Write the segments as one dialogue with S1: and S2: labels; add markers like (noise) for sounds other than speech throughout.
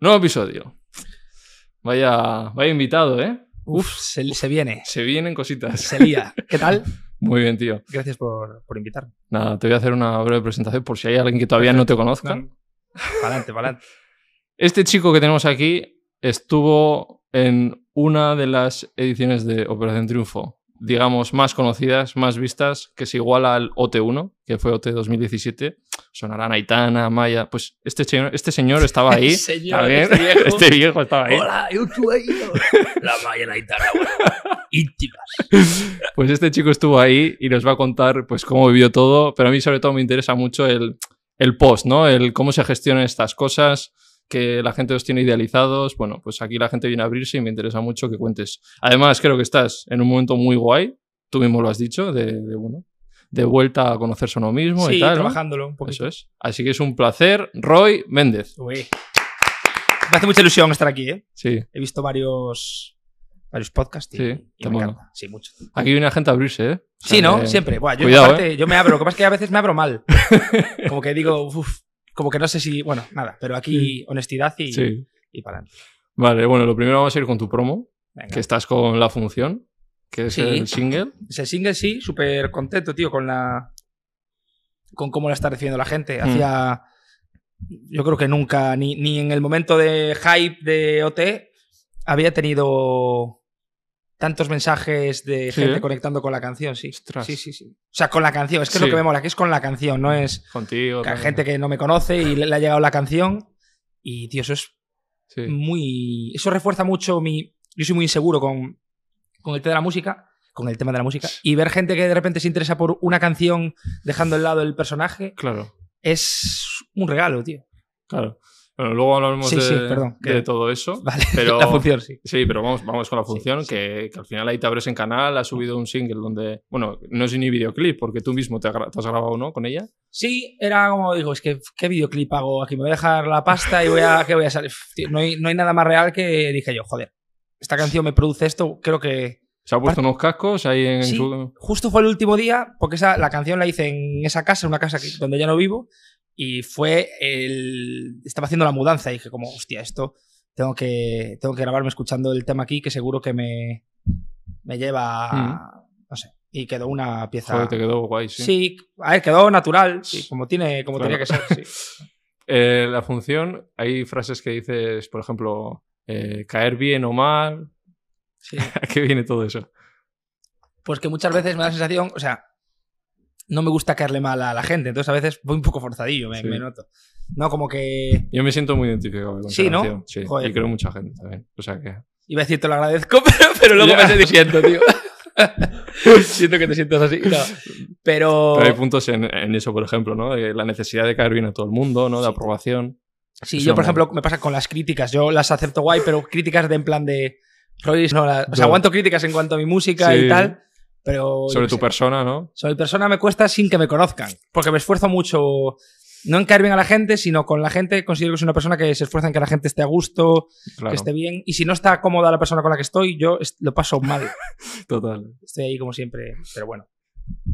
S1: Nuevo episodio. Vaya, vaya invitado, ¿eh?
S2: Uf, se, se viene.
S1: Se vienen cositas.
S2: Se lía.
S1: (laughs)
S2: ¿Qué tal?
S1: Muy bien, tío.
S2: Gracias por, por invitarme.
S1: Nada, te voy a hacer una breve presentación por si hay alguien que todavía no te conozca.
S2: Pa'lante, pa'lante.
S1: Este chico que tenemos aquí estuvo en una de las ediciones de Operación Triunfo, digamos, más conocidas, más vistas, que se iguala al OT1, que fue OT 2017. Sonarán Aitana, Maya. Pues este, señor- este señor estaba
S2: (laughs)
S1: ahí.
S2: Señor,
S1: también.
S2: este viejo.
S1: (laughs) Este viejo estaba ahí.
S2: Hola, yo soy
S1: (laughs)
S2: la Maya Naitana, bueno, íntimas.
S1: Pues este chico estuvo ahí y nos va a contar pues cómo vivió todo, pero a mí sobre todo me interesa mucho el, el post, ¿no? El cómo se gestionan estas cosas, que la gente los tiene idealizados. Bueno, pues aquí la gente viene a abrirse y me interesa mucho que cuentes. Además, creo que estás en un momento muy guay, tú mismo lo has dicho, de, de, bueno, de vuelta a conocerse a uno mismo
S2: Sí,
S1: y tal. ¿no?
S2: trabajándolo un poquito.
S1: Eso es. Así que es un placer, Roy Méndez.
S2: Uy. Me hace mucha ilusión estar aquí, ¿eh?
S1: Sí,
S2: He visto varios, varios podcasts y,
S1: Sí,
S2: y
S1: está
S2: me
S1: bueno.
S2: encanta. Sí, mucho.
S1: aquí viene la gente a abrirse, ¿eh? O sea
S2: Sí, ¿no?
S1: que-
S2: Siempre. Buah, yo,
S1: Cuidado, ¿eh?
S2: aparte, yo me abro. Lo que pasa es que a veces me abro
S1: (laughs)
S2: mal. Como que digo, uff, como que no sé si. Bueno, nada, pero aquí honestidad y,
S1: Sí.
S2: y para
S1: Vale, bueno, lo primero vamos a ir con tu promo.
S2: Venga.
S1: que estás con la función, que es
S2: Sí.
S1: el single.
S2: Ese single sí, súper contento, tío, con la. con cómo la está recibiendo la gente.
S1: Mm.
S2: Hacía. Yo creo que nunca, ni, ni en el momento de hype de OT, había tenido tantos mensajes de
S1: Sí,
S2: gente
S1: ¿eh?
S2: conectando con la canción, sí.
S1: Ostras.
S2: Sí, sí, sí. O sea, con la canción, es que es
S1: Sí.
S2: lo que me mola, que es con la canción, no es
S1: Contigo.
S2: que hay
S1: también.
S2: gente que no me conoce y le, le ha llegado la canción. Y, tío, eso es
S1: Sí.
S2: muy. Eso refuerza mucho mi. Yo soy muy inseguro con, con el tema de la música. Con el tema de la música. Y ver gente que de repente se interesa por una canción dejando al lado el personaje
S1: Claro,
S2: es un regalo, tío. (laughs)
S1: claro. Bueno, luego hablaremos
S2: Sí,
S1: de,
S2: sí, perdón,
S1: de
S2: que-
S1: todo eso.
S2: Vale.
S1: Pero-
S2: La función, sí.
S1: Sí, pero vamos, vamos con la función,
S2: Sí, sí.
S1: Que, que al final ahí te abres en canal, has subido un single donde, bueno, no es ni videoclip, porque tú mismo te, agra- te has grabado, ¿no? Con ella.
S2: Sí, era como digo, es que qué videoclip hago aquí. Me voy a dejar la pasta y voy a. ¿Qué voy a salir? Uf, tío, no, hay, no hay nada más real que dije yo, joder. Esta canción me produce esto, creo que.
S1: Se ha puesto unos cascos ahí en
S2: Sí.
S1: su...
S2: justo fue el último día, porque esa, la canción la hice en esa casa, una casa que- donde ya no vivo, y fue el... Estaba haciendo la mudanza y dije como, hostia, esto tengo que, tengo que grabarme escuchando el tema aquí, que seguro que me, me lleva... a- No sé. Y quedó una pieza...
S1: Mm. Joder, te quedó guay, sí.
S2: sí. a ver, quedó natural, sí, como, tiene, como
S1: Claro.
S2: tenía que ser. sí.
S1: (laughs) Eh, la función, hay frases que dices, por ejemplo, eh, caer bien o mal.
S2: Sí.
S1: ¿A (laughs) qué viene todo eso?
S2: Pues que muchas veces me da la sensación, o sea, no me gusta caerle mal a la gente, entonces a veces voy un poco forzadillo, me,
S1: Sí.
S2: me noto. No, como que...
S1: Yo me siento muy identificado con
S2: Sí,
S1: esa
S2: ¿no?
S1: canción, Sí,
S2: Joder.
S1: y creo mucha gente también. O sea que...
S2: Iba a decir te lo agradezco, (laughs) pero, pero luego
S1: Ya.
S2: me estoy diciendo, tío. (laughs) Siento que te sientas así. no. Pero,
S1: Pero hay puntos en, en eso, por ejemplo, ¿no? De la necesidad de caer bien a todo el mundo, ¿no? De
S2: Sí.
S1: aprobación.
S2: sí,
S1: eso
S2: yo, por
S1: no.
S2: ejemplo, me pasa con las críticas. Yo las acepto guay, pero críticas de en plan de. Roy, no, la- o sea,
S1: No.
S2: aguanto críticas en cuanto a mi música
S1: Sí.
S2: y tal, pero. Oh, yo
S1: Sobre
S2: qué
S1: tu
S2: sé.
S1: persona, ¿no?
S2: Sobre mi persona me cuesta sin que me conozcan. Porque me esfuerzo mucho. No en caer bien a la gente, sino con la gente. Considero que soy una persona que se esfuerza en que la gente esté a gusto,
S1: Claro.
S2: que esté bien. Y si no está cómoda la persona con la que estoy, yo est- lo paso mal.
S1: Total.
S2: Estoy ahí como siempre. Pero bueno.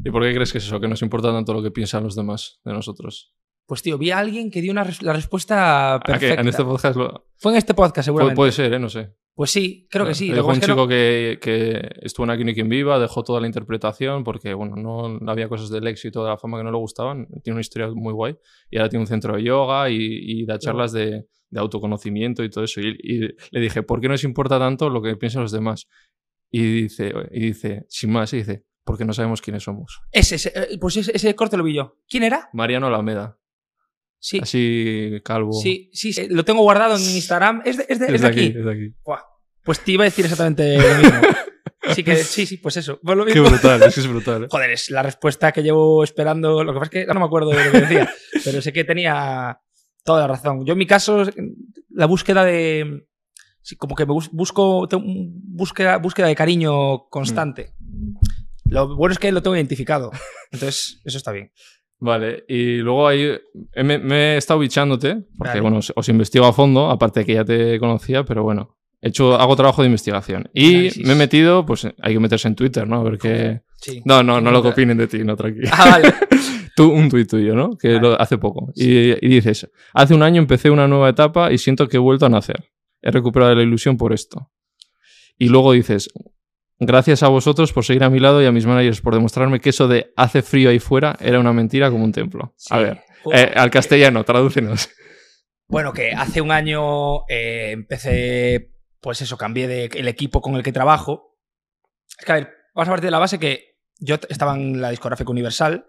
S1: ¿Y por qué crees que es eso? Que nos importa tanto lo que piensan los demás de nosotros.
S2: Pues tío, vi a alguien que dio una res- la respuesta
S1: ¿A qué?
S2: perfecta.
S1: En este podcast lo- pu-
S2: Fue en este podcast,
S1: puede,
S2: seguramente.
S1: ser, ¿eh? No sé.
S2: pues sí, creo que sí. Lo
S1: Dijo
S2: que
S1: Ah, un
S2: pasa es que no-
S1: chico que, que estuvo en Aquí ni quien viva, dejó toda la interpretación porque, bueno, no había cosas del éxito, de la fama que no le gustaban. Tiene una historia muy guay. Y ahora tiene un centro de yoga y, y da charlas de, de autoconocimiento y todo eso. Y, y le dije, ¿por qué nos importa tanto lo que piensan los demás? Y dice, y dice sin más, y dice, porque no sabemos quiénes somos.
S2: ese, ese, eh, pues ese, ese corte lo vi yo. ¿Quién era?
S1: Mariano Alameda, Ah,
S2: Sí,
S1: así calvo.
S2: sí, sí, sí. Lo tengo guardado en Instagram. Es de, es de-
S1: es
S2: es de
S1: de
S2: aquí.
S1: es de aquí.
S2: Buah. Pues te iba a decir exactamente lo mismo.
S1: (laughs)
S2: Así que sí, sí, pues eso. Pues lo
S1: Qué
S2: mismo.
S1: brutal, es que es brutal. ¿eh?
S2: Joder, es la respuesta que llevo esperando. Lo que pasa es que no me acuerdo de lo que
S1: (laughs)
S2: decía, pero sé que tenía toda la razón. Yo en mi caso, la búsqueda de... sí, como que me bus- busco tengo un búsqueda, búsqueda de cariño constante.
S1: Mm.
S2: Lo bueno es que lo tengo identificado. Entonces, eso está bien.
S1: Vale, y luego ahí eh, me, me he estado bichándote, porque
S2: Vale.
S1: bueno, os, os investigo a fondo, aparte de que ya te conocía, pero bueno, he hecho, hago trabajo de investigación. Y
S2: Análisis.
S1: me he metido, pues hay que meterse en Twitter, ¿no? A ver qué,
S2: Sí.
S1: No, no, no lo que opinen de ti, no, tranquilo.
S2: Ah, vale.
S1: (laughs) Tú, un tuit tuyo, ¿no? Que
S2: Vale.
S1: lo, hace poco. Y, y dices, hace un año empecé una nueva etapa y siento que he vuelto a nacer. He recuperado la ilusión por esto. Y luego dices, gracias a vosotros por seguir a mi lado y a mis managers por demostrarme que eso de hace frío ahí fuera era una mentira como un templo. A
S2: Sí.
S1: ver,
S2: Pues,
S1: eh, al castellano, (laughs) tradúcenos.
S2: Bueno, que hace un año eh, empecé, pues eso, cambié de, el equipo con el que trabajo. Es que, a ver, vamos a partir de la base que yo t- estaba en la discográfica Universal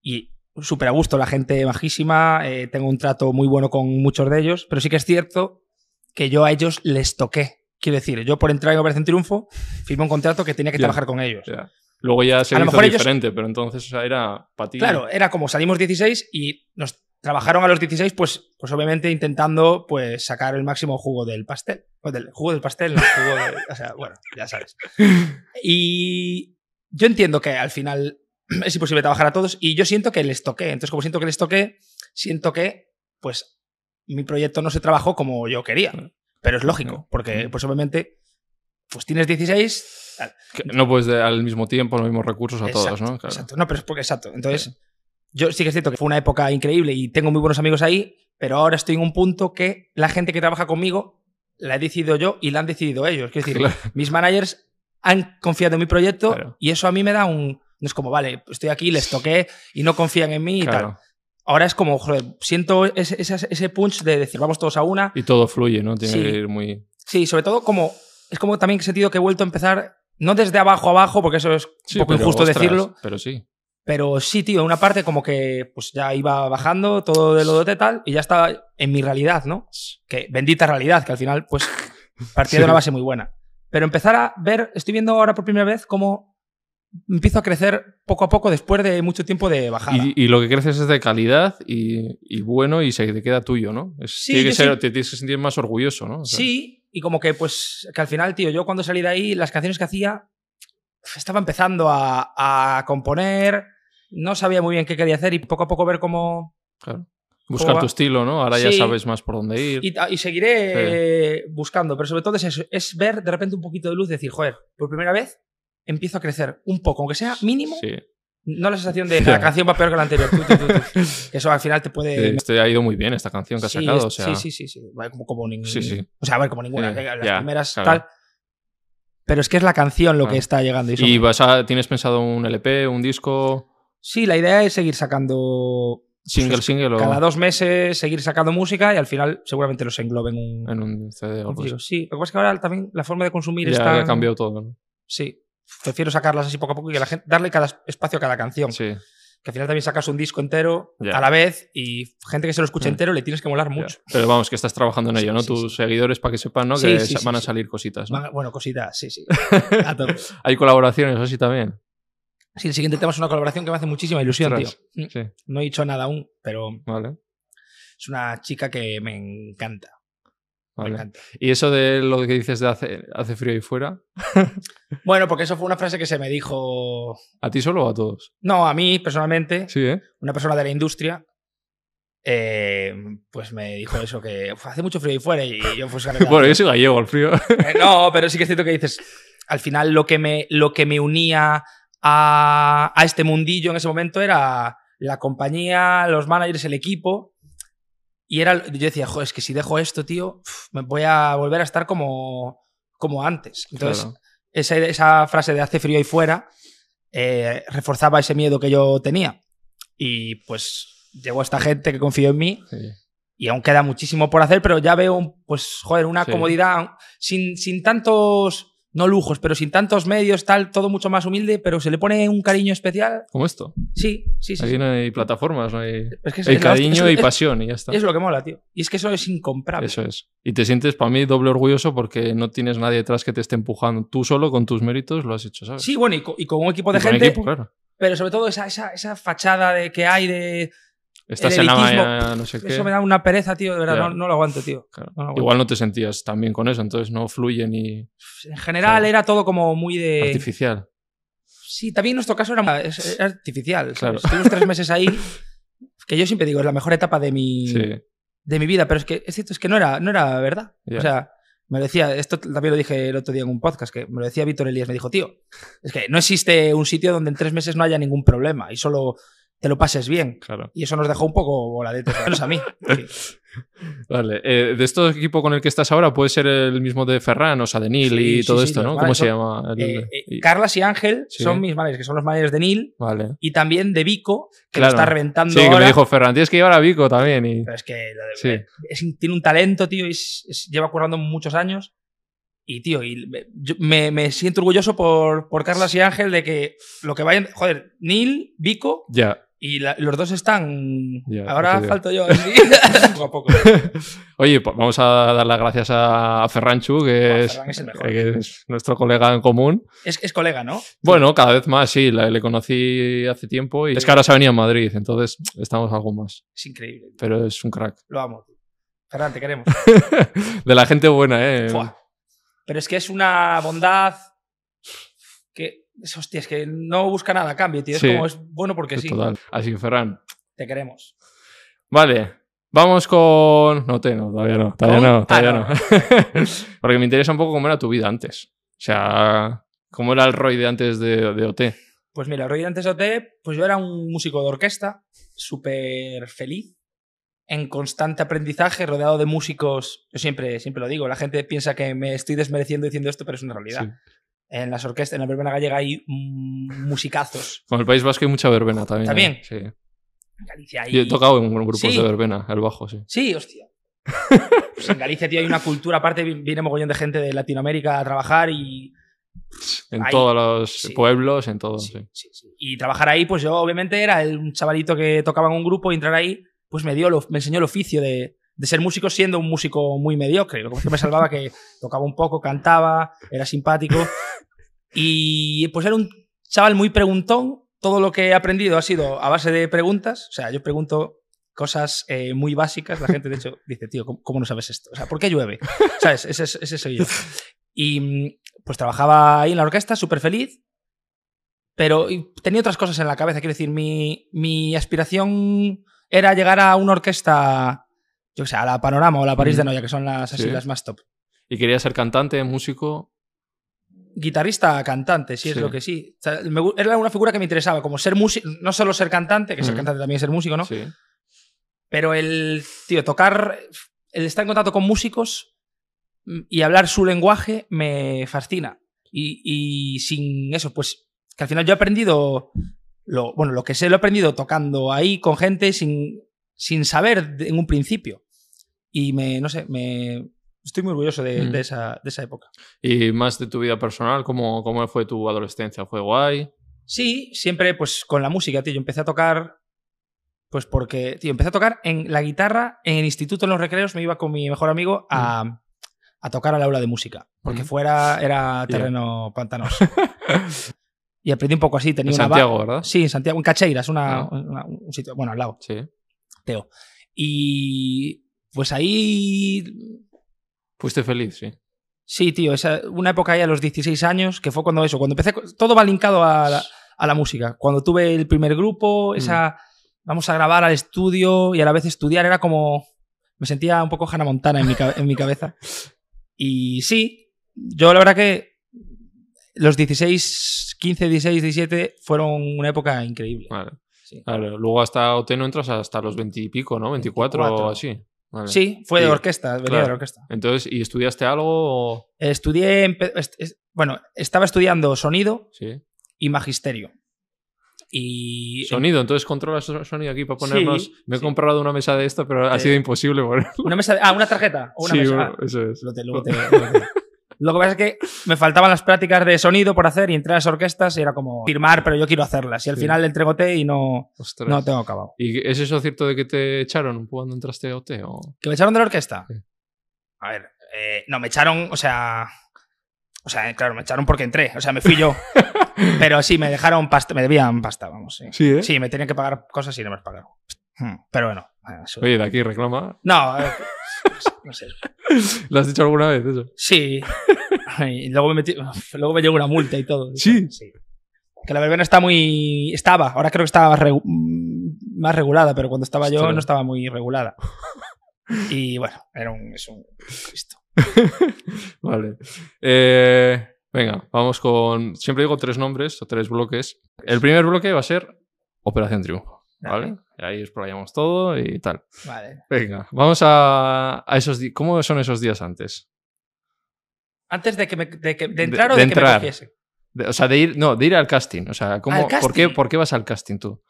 S2: y súper a gusto, la gente majísima, eh, tengo un trato muy bueno con muchos de ellos, pero sí que es cierto que yo a ellos les toqué. Quiero decir, yo por entrar en Operación Triunfo firmé un contrato que tenía que
S1: Ya.
S2: trabajar con ellos.
S1: Ya. Luego ya se
S2: A lo
S1: hizo
S2: mejor ellos-
S1: diferente, pero entonces o sea, era para ti.
S2: Claro, era como salimos 16 y nos trabajaron a los 16, pues, pues obviamente intentando pues, sacar el máximo jugo del pastel. O del jugo del pastel, no, jugo de- o sea, bueno, ya sabes. Y yo entiendo que al final (clears throat) es imposible trabajar a todos y yo siento que les toqué. Entonces, como siento que les toqué, siento que pues mi proyecto no se trabajó como yo quería. Pero es lógico, porque pues obviamente pues tienes 16, tal,
S1: Que no puedes dar al mismo tiempo los mismos recursos a todos,
S2: Exacto,
S1: ¿no? Claro.
S2: Exacto, no, pero es porque exacto. Entonces, yo sí que es cierto que fue una época increíble y tengo muy buenos amigos ahí, pero ahora estoy en un punto que la gente que trabaja conmigo la he decidido yo y la han decidido ellos. Quiero decir,
S1: Claro.
S2: mis managers han confiado en mi proyecto
S1: Claro.
S2: y eso a mí me da un. No es como, vale, estoy aquí, les toqué y no confían en mí y
S1: Claro.
S2: tal. Ahora es como, joder, siento ese, ese- ese punch de decir, vamos todos a una.
S1: Y todo fluye, ¿no? Tiene
S2: Sí.
S1: que ir muy.
S2: Sí, sobre todo como. Es como también sentido que he vuelto a empezar, no desde abajo a abajo, porque eso es un
S1: Sí,
S2: poco
S1: pero,
S2: injusto
S1: ostras,
S2: decirlo,
S1: Pero sí.
S2: Pero sí, tío, una parte como que pues ya iba bajando todo de lo de tal y ya está en mi realidad, ¿no? Que bendita realidad, que al final
S1: (laughs)
S2: pues partía
S1: Sí.
S2: de una base muy buena. Pero empezar a ver, estoy viendo ahora por primera vez cómo empiezo a crecer poco a poco después de mucho tiempo de bajada.
S1: Y, y lo que creces es de calidad y, y bueno y se te queda tuyo, ¿no? Es-
S2: Sí,
S1: tiene que
S2: yo
S1: ser-
S2: sí.
S1: Te tienes que sentir más orgulloso, ¿no? O sea,
S2: Sí, y como que pues que al final, tío, yo cuando salí de ahí, las canciones que hacía, estaba empezando a, a componer, no sabía muy bien qué quería hacer y poco a poco ver cómo,
S1: claro. Buscar
S2: va?
S1: tu estilo, ¿no? Ahora ya
S2: Sí.
S1: sabes más por dónde ir.
S2: Y, y seguiré eh, buscando, pero sobre todo es eso, es ver de repente un poquito de luz, decir, joder, por primera vez empiezo a crecer un poco, aunque sea mínimo,
S1: Sí.
S2: no la sensación
S1: (laughs)
S2: de
S1: Ya.
S2: la canción va peor que la anterior. tu, tu,
S1: (laughs)
S2: tu, tu". Que eso al final te puede...
S1: Sí, te Este, ha ido muy bien esta canción que has
S2: Sí,
S1: sacado.
S2: es-
S1: o sea,
S2: sí, sí, sí, sí. Vale, como, como ningún-
S1: Sí, sí.
S2: O sea, a ver, como ninguna,
S1: Sí,
S2: que las
S1: ya,
S2: primeras
S1: claro.
S2: tal. Pero es que es la canción lo
S1: Ah.
S2: que está llegando. y eso
S1: ¿Y
S2: me-
S1: vas a, tienes pensado un LP, un disco,
S2: Sí, la idea es seguir sacando...
S1: single,
S2: pues,
S1: single o
S2: Cada dos meses seguir sacando música y al final seguramente los englobe en un...
S1: en un CD o algo así?
S2: Digo, sí, lo que pasa es que ahora también la forma de consumir
S1: Ya
S2: está.
S1: ha cambiado todo. ¿no?
S2: Sí, prefiero sacarlas así poco a poco y que la gente, darle cada espacio a cada canción.
S1: Sí.
S2: Que al final también sacas un disco entero
S1: Ya.
S2: a la vez y gente que se lo escucha
S1: Mm.
S2: entero le tienes que molar
S1: Ya.
S2: mucho.
S1: Pero vamos, que estás trabajando en
S2: Sí,
S1: ello, ¿no?
S2: sí,
S1: Tus seguidores para que sepan, ¿no?
S2: Sí,
S1: que
S2: sí,
S1: sa-
S2: sí,
S1: van a
S2: sí.
S1: salir cositas, ¿no?
S2: Van- Bueno, cositas, sí,
S1: (laughs)
S2: sí. A tope.
S1: Hay colaboraciones así también.
S2: Sí, el siguiente tema es una colaboración que me hace muchísima ilusión,
S1: Ostras.
S2: tío. Mm,
S1: Sí,
S2: No he dicho nada aún, pero
S1: vale.
S2: es una chica que me encanta. Me
S1: vale.
S2: encanta.
S1: Y eso de lo que dices de hace, hace frío ahí fuera,
S2: Bueno, porque eso fue una frase que se me dijo.
S1: ¿a ti solo o a todos?
S2: No, a mí personalmente,
S1: Sí, ¿eh?
S2: una persona de la industria. eh, pues me dijo eso que "Uf, hace mucho frío ahí fuera y yo pues
S1: (laughs) (laughs) Bueno, yo soy gallego al frío.
S2: Eh, No, pero sí que es cierto que dices, al final lo que me, lo que me unía a, a este mundillo en ese momento era la compañía, los managers, el equipo. Y era, yo decía, joder, es que si dejo esto, tío, uf, me voy a volver a estar como, como antes. Entonces,
S1: Claro.
S2: esa, esa frase de hace frío ahí fuera eh, reforzaba ese miedo que yo tenía. Y pues llegó esta gente que confió en mí
S1: Sí.
S2: y aún queda muchísimo por hacer, pero ya veo, pues, joder, una
S1: Sí.
S2: comodidad sin, sin tantos, no lujos, pero sin tantos medios, tal, todo mucho más humilde, pero se le pone un cariño especial.
S1: Como esto.
S2: Sí, sí, sí.
S1: Aquí
S2: sí.
S1: no hay plataformas, no hay...
S2: Es que es-
S1: Hay
S2: es la hostia,
S1: cariño
S2: es-
S1: y
S2: es-
S1: pasión y ya está.
S2: Es lo que mola, tío. Y es que eso es incomparable.
S1: Eso es. Y te sientes para mí doble orgulloso porque no tienes nadie detrás que te esté empujando. Tú solo con tus méritos lo has hecho, ¿sabes?
S2: Sí, bueno, y co- y con, un equipo de
S1: Y con
S2: gente,
S1: equipo, claro.
S2: pero sobre todo esa, esa, esa fachada de que hay de...
S1: Estás en la
S2: elitismo,
S1: mañana, no sé qué.
S2: Eso me da una pereza, tío, de verdad,
S1: Ya.
S2: no, no lo aguanto, tío.
S1: Claro.
S2: No lo aguanto.
S1: Igual no te sentías tan bien con eso, entonces no fluye ni
S2: En general
S1: Claro.
S2: era todo como muy de...
S1: artificial.
S2: Sí, también en nuestro caso era, es- era artificial.
S1: Ah, Claro.
S2: ¿sabes? Estuvimos tres meses ahí, (laughs) que yo siempre digo, es la mejor etapa de mi,
S1: Sí.
S2: de mi vida, pero es que es cierto, es que no era, no era verdad.
S1: Ya.
S2: O sea, Me lo decía, esto también lo dije el otro día en un podcast, que me lo decía Víctor Elías, me dijo, tío, es que no existe un sitio donde en tres meses no haya ningún problema y solo te lo pases bien.
S1: Claro.
S2: Y eso nos dejó un poco voladetes, al menos
S1: (laughs)
S2: a mí.
S1: Vale. eh, de este equipo con el que estás ahora, puede ser el mismo de Ferran, o sea, de Neil
S2: Sí,
S1: y
S2: sí,
S1: todo
S2: sí,
S1: esto,
S2: los
S1: ¿no?
S2: males
S1: ¿Cómo se
S2: son-
S1: llama? El-
S2: Eh, eh,
S1: y-
S2: Carlas y Ángel
S1: Sí.
S2: son mis managers, que son los managers de Neil
S1: Vale.
S2: y también de Vico, que
S1: Claro.
S2: lo está reventando
S1: Sí, que
S2: ahora.
S1: me dijo Ferran, tienes que llevar a Vico también. Y...
S2: Pero es que lo de-
S1: Sí.
S2: es- tiene un talento, tío, y es- es- lleva currando muchos años. Y, tío, y me, yo- me- me siento orgulloso por, por Carlos y Ángel de que lo que vayan. Joder, Neil, Vico
S1: Ya. (laughs)
S2: y la- los dos están.
S1: Ya,
S2: ahora
S1: otro día.
S2: falto yo.
S1: (laughs)
S2: sí. (laughs) poco a poco.
S1: Oye, pues vamos a dar las gracias a Ferranchu,
S2: Ah,
S1: que, es, eh,
S2: Ferran es el mejor.
S1: que es nuestro colega en común.
S2: Es, es colega, ¿no?
S1: Bueno, cada vez más, sí, la- le conocí hace tiempo y es que ahora se ha venido a Madrid, entonces estamos algo más.
S2: Es increíble.
S1: Pero es un crack.
S2: Lo amo. Ferran, te queremos.
S1: De la gente buena, ¿eh?
S2: Fua. Pero es que es una bondad que. es- Hostia, es que no busca nada a cambio, tío. Es
S1: Sí.
S2: como es bueno porque sí.
S1: Total. Así que Ferran,
S2: Te queremos.
S1: Vale, vamos con. No, te, no, todavía no, todavía
S2: ¿No?
S1: no, todavía
S2: Ah,
S1: no. (laughs) Porque me interesa un poco cómo era tu vida antes. O sea, cómo era el Roy de antes de, de OT.
S2: Pues mira, Roy antes de OT, pues yo era un músico de orquesta, súper feliz, en constante aprendizaje, rodeado de músicos. Yo siempre, siempre lo digo, la gente piensa que me estoy desmereciendo diciendo esto, pero es una realidad.
S1: Sí.
S2: En las orquestas, en la verbena gallega hay mm, musicazos.
S1: Con el País Vasco hay mucha verbena también.
S2: ¿También?
S1: ¿eh? Sí.
S2: En Galicia hay...
S1: Yo he tocado en grupos
S2: Sí.
S1: de verbena, el bajo, sí. (laughs)
S2: Sí, hostia. Pues en Galicia, tío, hay una cultura, aparte vi- viene mogollón de gente de Latinoamérica a trabajar y
S1: En
S2: Ahí.
S1: todos los
S2: Sí.
S1: pueblos, en todo.
S2: Sí,
S1: sí.
S2: sí, sí. Y trabajar ahí, pues yo obviamente era el- un chavalito que tocaba en un grupo y entrar ahí, pues me dio, lo- me enseñó el oficio de, de ser músico siendo un músico muy mediocre. Lo que pasa es que me salvaba que tocaba un poco, cantaba,
S1: (laughs)
S2: era simpático. Y pues era un chaval muy preguntón. Todo lo que he aprendido ha sido a base de preguntas. O sea, yo pregunto cosas eh, muy básicas. La gente, de hecho, (laughs) dice, tío, ¿cómo, cómo no sabes esto? O sea, ¿por qué llueve? ¿Sabes? Ese, es- ese soy yo. Y mm, pues trabajaba ahí en la orquesta, súper feliz. Pero y tenía otras cosas en la cabeza. Quiero decir, mi, mi aspiración era llegar a una orquesta, yo qué sé, a la Panorama o la París de
S1: Mm.
S2: Noia, que son las, así
S1: Sí.
S2: las más top.
S1: Y quería ser cantante, músico.
S2: guitarrista cantante, si es
S1: Sí.
S2: lo que sí. O sea, me gu- era una figura que me interesaba, como ser músico, no solo ser cantante, que ser
S1: Mm.
S2: cantante también es ser músico, ¿no?
S1: Sí.
S2: Pero el, tío, tocar, el estar en contacto con músicos mm, y hablar su lenguaje me fascina. Y, y sin eso, pues, que al final yo he aprendido, lo, bueno, lo que sé lo he aprendido tocando ahí con gente sin, sin saber de- en un principio. Y me, no sé, me... Estoy muy orgulloso de,
S1: Mm.
S2: de esa, de esa época.
S1: Y más de tu vida personal, ¿cómo, cómo fue tu adolescencia? ¿Fue guay?
S2: Sí, siempre pues con la música, tío. Yo empecé a tocar, pues porque, tío, empecé a tocar en la guitarra, en el instituto, en los recreos, me iba con mi mejor amigo a,
S1: Mm.
S2: a tocar al aula de música, porque
S1: Ujú.
S2: fuera era
S1: Ya.
S2: terreno
S1: (laughs)
S2: pantanoso. y aprendí un poco así, tenía
S1: En
S2: una ba-
S1: Santiago, ¿verdad?
S2: Sí, en Santiago, en Cacheiras, una,
S1: Ah.
S2: una- un sitio, bueno, al lado.
S1: Sí.
S2: Y pues ahí
S1: Fuiste feliz, sí.
S2: Sí, tío, esa, una época ya a los 16 años, que fue cuando eso, cuando empecé, co- todo va linkado a la, a la música. Cuando tuve el primer
S1: Mm.
S2: grupo, esa, vamos a grabar al estudio y a la vez estudiar, era como, me sentía un poco Hannah Montana en mi, cabe- en mi cabeza. Y sí, yo la verdad que los 16, 15, 16, 17 fueron una época increíble.
S1: Vale.
S2: Sí.
S1: Claro, luego hasta OT no entras hasta los 20 y pico, ¿no? 24, o
S2: 24.
S1: así. Vale.
S2: Sí, fue de
S1: Sí,
S2: orquesta, venía de
S1: claro.
S2: la orquesta.
S1: Entonces, ¿y estudiaste algo? o-
S2: Estudié, empe- est- est- bueno, estaba estudiando sonido
S1: Sí.
S2: y magisterio. Y
S1: Sonido, entonces controlas so- sonido aquí para ponernos.
S2: Sí,
S1: Me he
S2: sí.
S1: comprado una mesa de esta, pero ha
S2: Eh,
S1: sido imposible poner.
S2: Una mesa de- Ah, una tarjeta. O una
S1: Sí,
S2: mesa.
S1: bueno,
S2: Ah,
S1: eso es.
S2: lo te- luego te- luego te- Lo que pasa es que me faltaban las prácticas de sonido por hacer y entrar a las orquestas y era como firmar, pero yo quiero hacerlas. Y al
S1: Sí.
S2: final le entregoté y no,
S1: Ostras.
S2: no tengo acabado.
S1: ¿Y es eso cierto de que te echaron cuando entraste a OT? O...
S2: ¿Que me echaron de la orquesta?
S1: Sí.
S2: A ver, eh, no, me echaron, o sea. O sea, eh, claro, me echaron porque entré, o sea, me fui
S1: (laughs)
S2: yo. pero sí, me dejaron pasta, me debían pasta, vamos. Sí,
S1: Sí, ¿eh?
S2: Sí, me tenían que pagar cosas y no me las pagaron. Hmm, Pero bueno. eh, eso-
S1: Oye, de aquí reclama. (laughs)
S2: No, eh, no sé.
S1: ¿Lo has dicho alguna vez eso?
S2: Sí. Y luego me, metí- luego me llegó una multa y todo.
S1: Sí.
S2: Que la verbena está muy. Estaba, ahora creo que estaba más, regu- mm, más regulada, pero cuando estaba yo
S1: Ostras.
S2: no estaba muy regulada. Y bueno, era un, es un Cristo.
S1: Vale. Eh, venga, vamos con. Siempre digo tres nombres o tres bloques. El primer bloque va a ser Operación Triunfo. ¿Vale? Ahí explayamos todo y tal.
S2: Vale.
S1: Venga, vamos a, a esos días. ¿Cómo son esos días antes?
S2: Antes de que me- de que- de
S1: De-
S2: entrar o
S1: de
S2: de, que
S1: entrar.
S2: me cogiesen.
S1: De- o sea, de ir, no, de ir al casting. O sea, ¿cómo,
S2: ¿Al
S1: ¿por, qué,
S2: casting?
S1: ¿por qué vas al casting tú?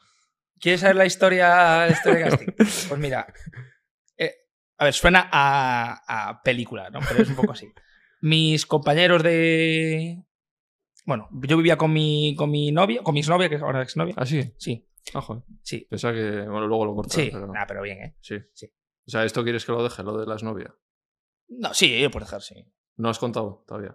S2: ¿Quieres saber la historia, la historia de
S1: (laughs)
S2: casting? Pues mira, eh, a ver, suena a, a película, ¿no? Pero es un poco así. Mis compañeros de... Bueno, yo vivía con mi, con mi novia, con mi exnovia, que es ahora exnovia.
S1: Ah, sí.
S2: Sí,
S1: Ah, joder.
S2: sí,
S1: Pensaba que. Bueno, luego lo cortas.
S2: sí.
S1: pero-
S2: Nah, pero bien, ¿eh?
S1: sí.
S2: sí.
S1: O sea, ¿esto quieres que lo deje, lo de las novias?
S2: No, sí, yo por dejar, sí.
S1: No has contado todavía.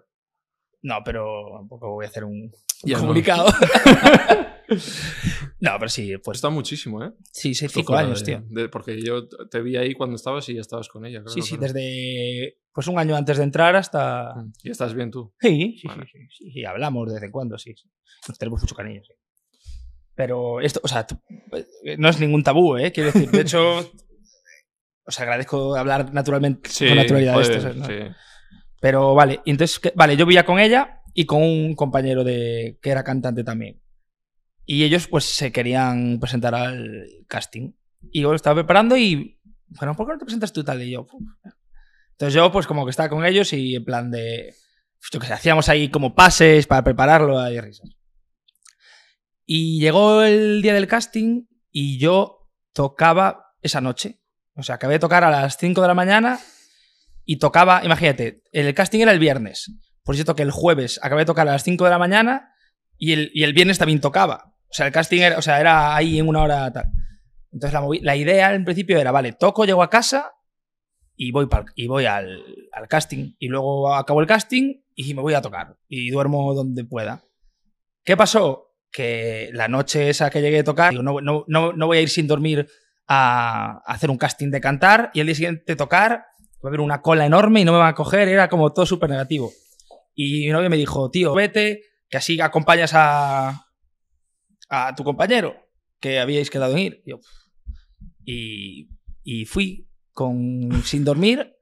S2: No, pero tampoco voy a hacer un
S1: Ya, no.
S2: comunicado.
S1: (laughs)
S2: no, pero sí, pues
S1: Cuesta muchísimo, ¿eh?
S2: sí, seis,
S1: Esto
S2: cinco
S1: fuera
S2: años,
S1: de-
S2: tío.
S1: de- porque yo te vi ahí cuando estabas y ya estabas con ella. claro,
S2: Sí, sí,
S1: claro. Mm.
S2: desde pues un año antes de entrar hasta...
S1: Y estás bien tú.
S2: Sí, sí,
S1: Vale.
S2: sí, sí, sí, Y hablamos de vez en cuando, sí. sí. Nos tenemos mucho cariño, sí. Pero esto, o sea, tú- eh, no es ningún tabú, ¿eh? Quiero decir,
S1: (laughs)
S2: de hecho, os agradezco hablar naturalmente, con naturalidad de esto.
S1: joder,
S2: ¿sabes?
S1: sí.
S2: Pero vale, y entonces, que- vale, yo vivía con ella y con un compañero de, que era cantante también. Y ellos, pues, se querían presentar al casting. Y yo lo estaba preparando y, bueno, ¿por qué no te presentas tú tal? Y yo, "Puf". entonces yo, pues, como que estaba con ellos y en plan de, pues, yo qué sé, hacíamos ahí como pases para prepararlo y risas. Y llegó el día del casting y yo tocaba esa noche. O sea, acabé de tocar a las 5 de la mañana y tocaba, imagínate, el casting era el viernes. Pues yo toqué el jueves, acabé de tocar a las 5 de la mañana y el, y el viernes también tocaba. O sea, el casting era, o sea, era ahí en una hora tal. Entonces la, movi- la idea en principio era, vale, toco, llego a casa y voy, pa'l- y voy al, al casting. Y luego acabo el casting y me voy a tocar. Y duermo donde pueda. ¿Qué pasó? Que la noche esa que llegué a tocar, digo, no, no- no- no voy a ir sin dormir a a hacer un casting de cantar y el día siguiente tocar va a haber una cola enorme y no me van a coger, era como todo súper negativo. Y mi novia me dijo, tío, vete, que así acompañas a, a tu compañero, que habíais quedado en ir. Y, yo, "Pf". y, y fui con, sin dormir,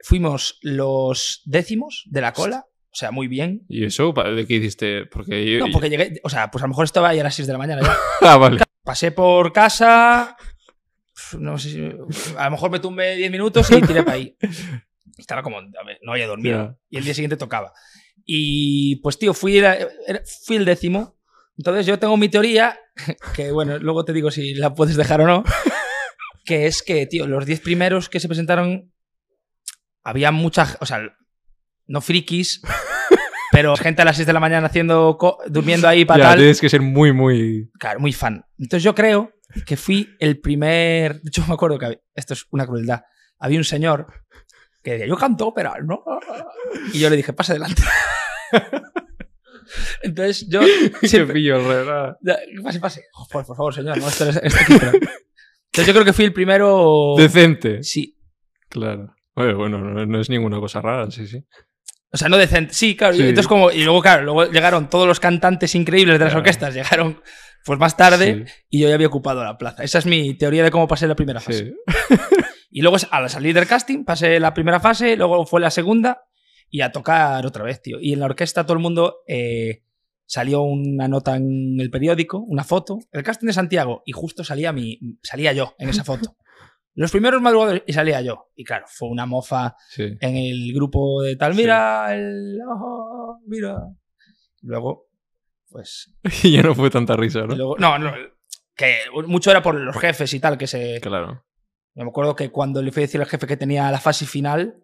S2: fuimos los décimos de la cola, o sea, muy bien.
S1: ¿Y eso? pa- ¿De qué hiciste? Porque yo.
S2: No, porque llegué, o sea, pues a lo mejor estaba ahí a las 6 de la mañana. ya.
S1: (laughs) Ah,
S2: (laughs)
S1: vale.
S2: Pasé por casa. pf, No sé si- A lo mejor me tumbé 10 minutos y tiré para ahí. Estaba como. a ver, no había dormido.
S1: Ya.
S2: Y el día siguiente tocaba. Y pues, tío, fui, era- era- fui el décimo. Entonces, yo tengo mi teoría, (laughs) que bueno, luego te digo si la puedes dejar o no. Que es que, tío, los 10 primeros que se presentaron. Había mucha. O sea, no frikis. Pero gente a las 6 de la mañana haciendo. co- durmiendo ahí para
S1: Ya,
S2: tal.
S1: tienes que ser muy,
S2: (laughs)
S1: muy.
S2: Claro, muy fan. Entonces yo creo que fui el primer. (laughs) De hecho, me acuerdo que había- esto es una crueldad. Había un señor que decía, yo canto ópera, ¿no? Y yo le dije, pasa adelante. (laughs) Entonces yo
S1: Qué
S2: siempre.
S1: pillo, ¿verdad?
S2: Ya, Pase, pase. Oh, por, por favor, señor, no, esto no es- esto aquí, pero- Entonces yo creo que fui el primero.
S1: Decente.
S2: Sí.
S1: Claro. Bueno, bueno, no, no es ninguna cosa rara, sí, sí.
S2: O sea, no decente. Sí, claro. y
S1: Sí.
S2: Entonces, como. Y luego, claro, luego llegaron todos los cantantes increíbles de las
S1: Claro.
S2: orquestas. Llegaron pues más tarde y yo ya había ocupado la plaza. Esa es mi teoría de cómo pasé la primera
S1: Sí,
S2: fase.
S1: sí.
S2: Y luego a la salir del casting pasé la primera fase, luego fue la segunda y a tocar otra vez, tío. Y en la orquesta todo el mundo eh, salió una nota en el periódico, una foto, el casting de Santiago y justo salía mi salía yo en esa foto. Los primeros madrugadores y salía yo. Y claro, fue una mofa
S1: sí.
S2: en el grupo de tal,
S1: Sí.
S2: mira, el ojo, mira. Luego pues
S1: Y (laughs) ya no fue tanta risa,
S2: y
S1: ¿no?
S2: luego no, no que mucho era por los jefes y tal que se
S1: Claro.
S2: yo me acuerdo que cuando le fui a decir al jefe que tenía la fase final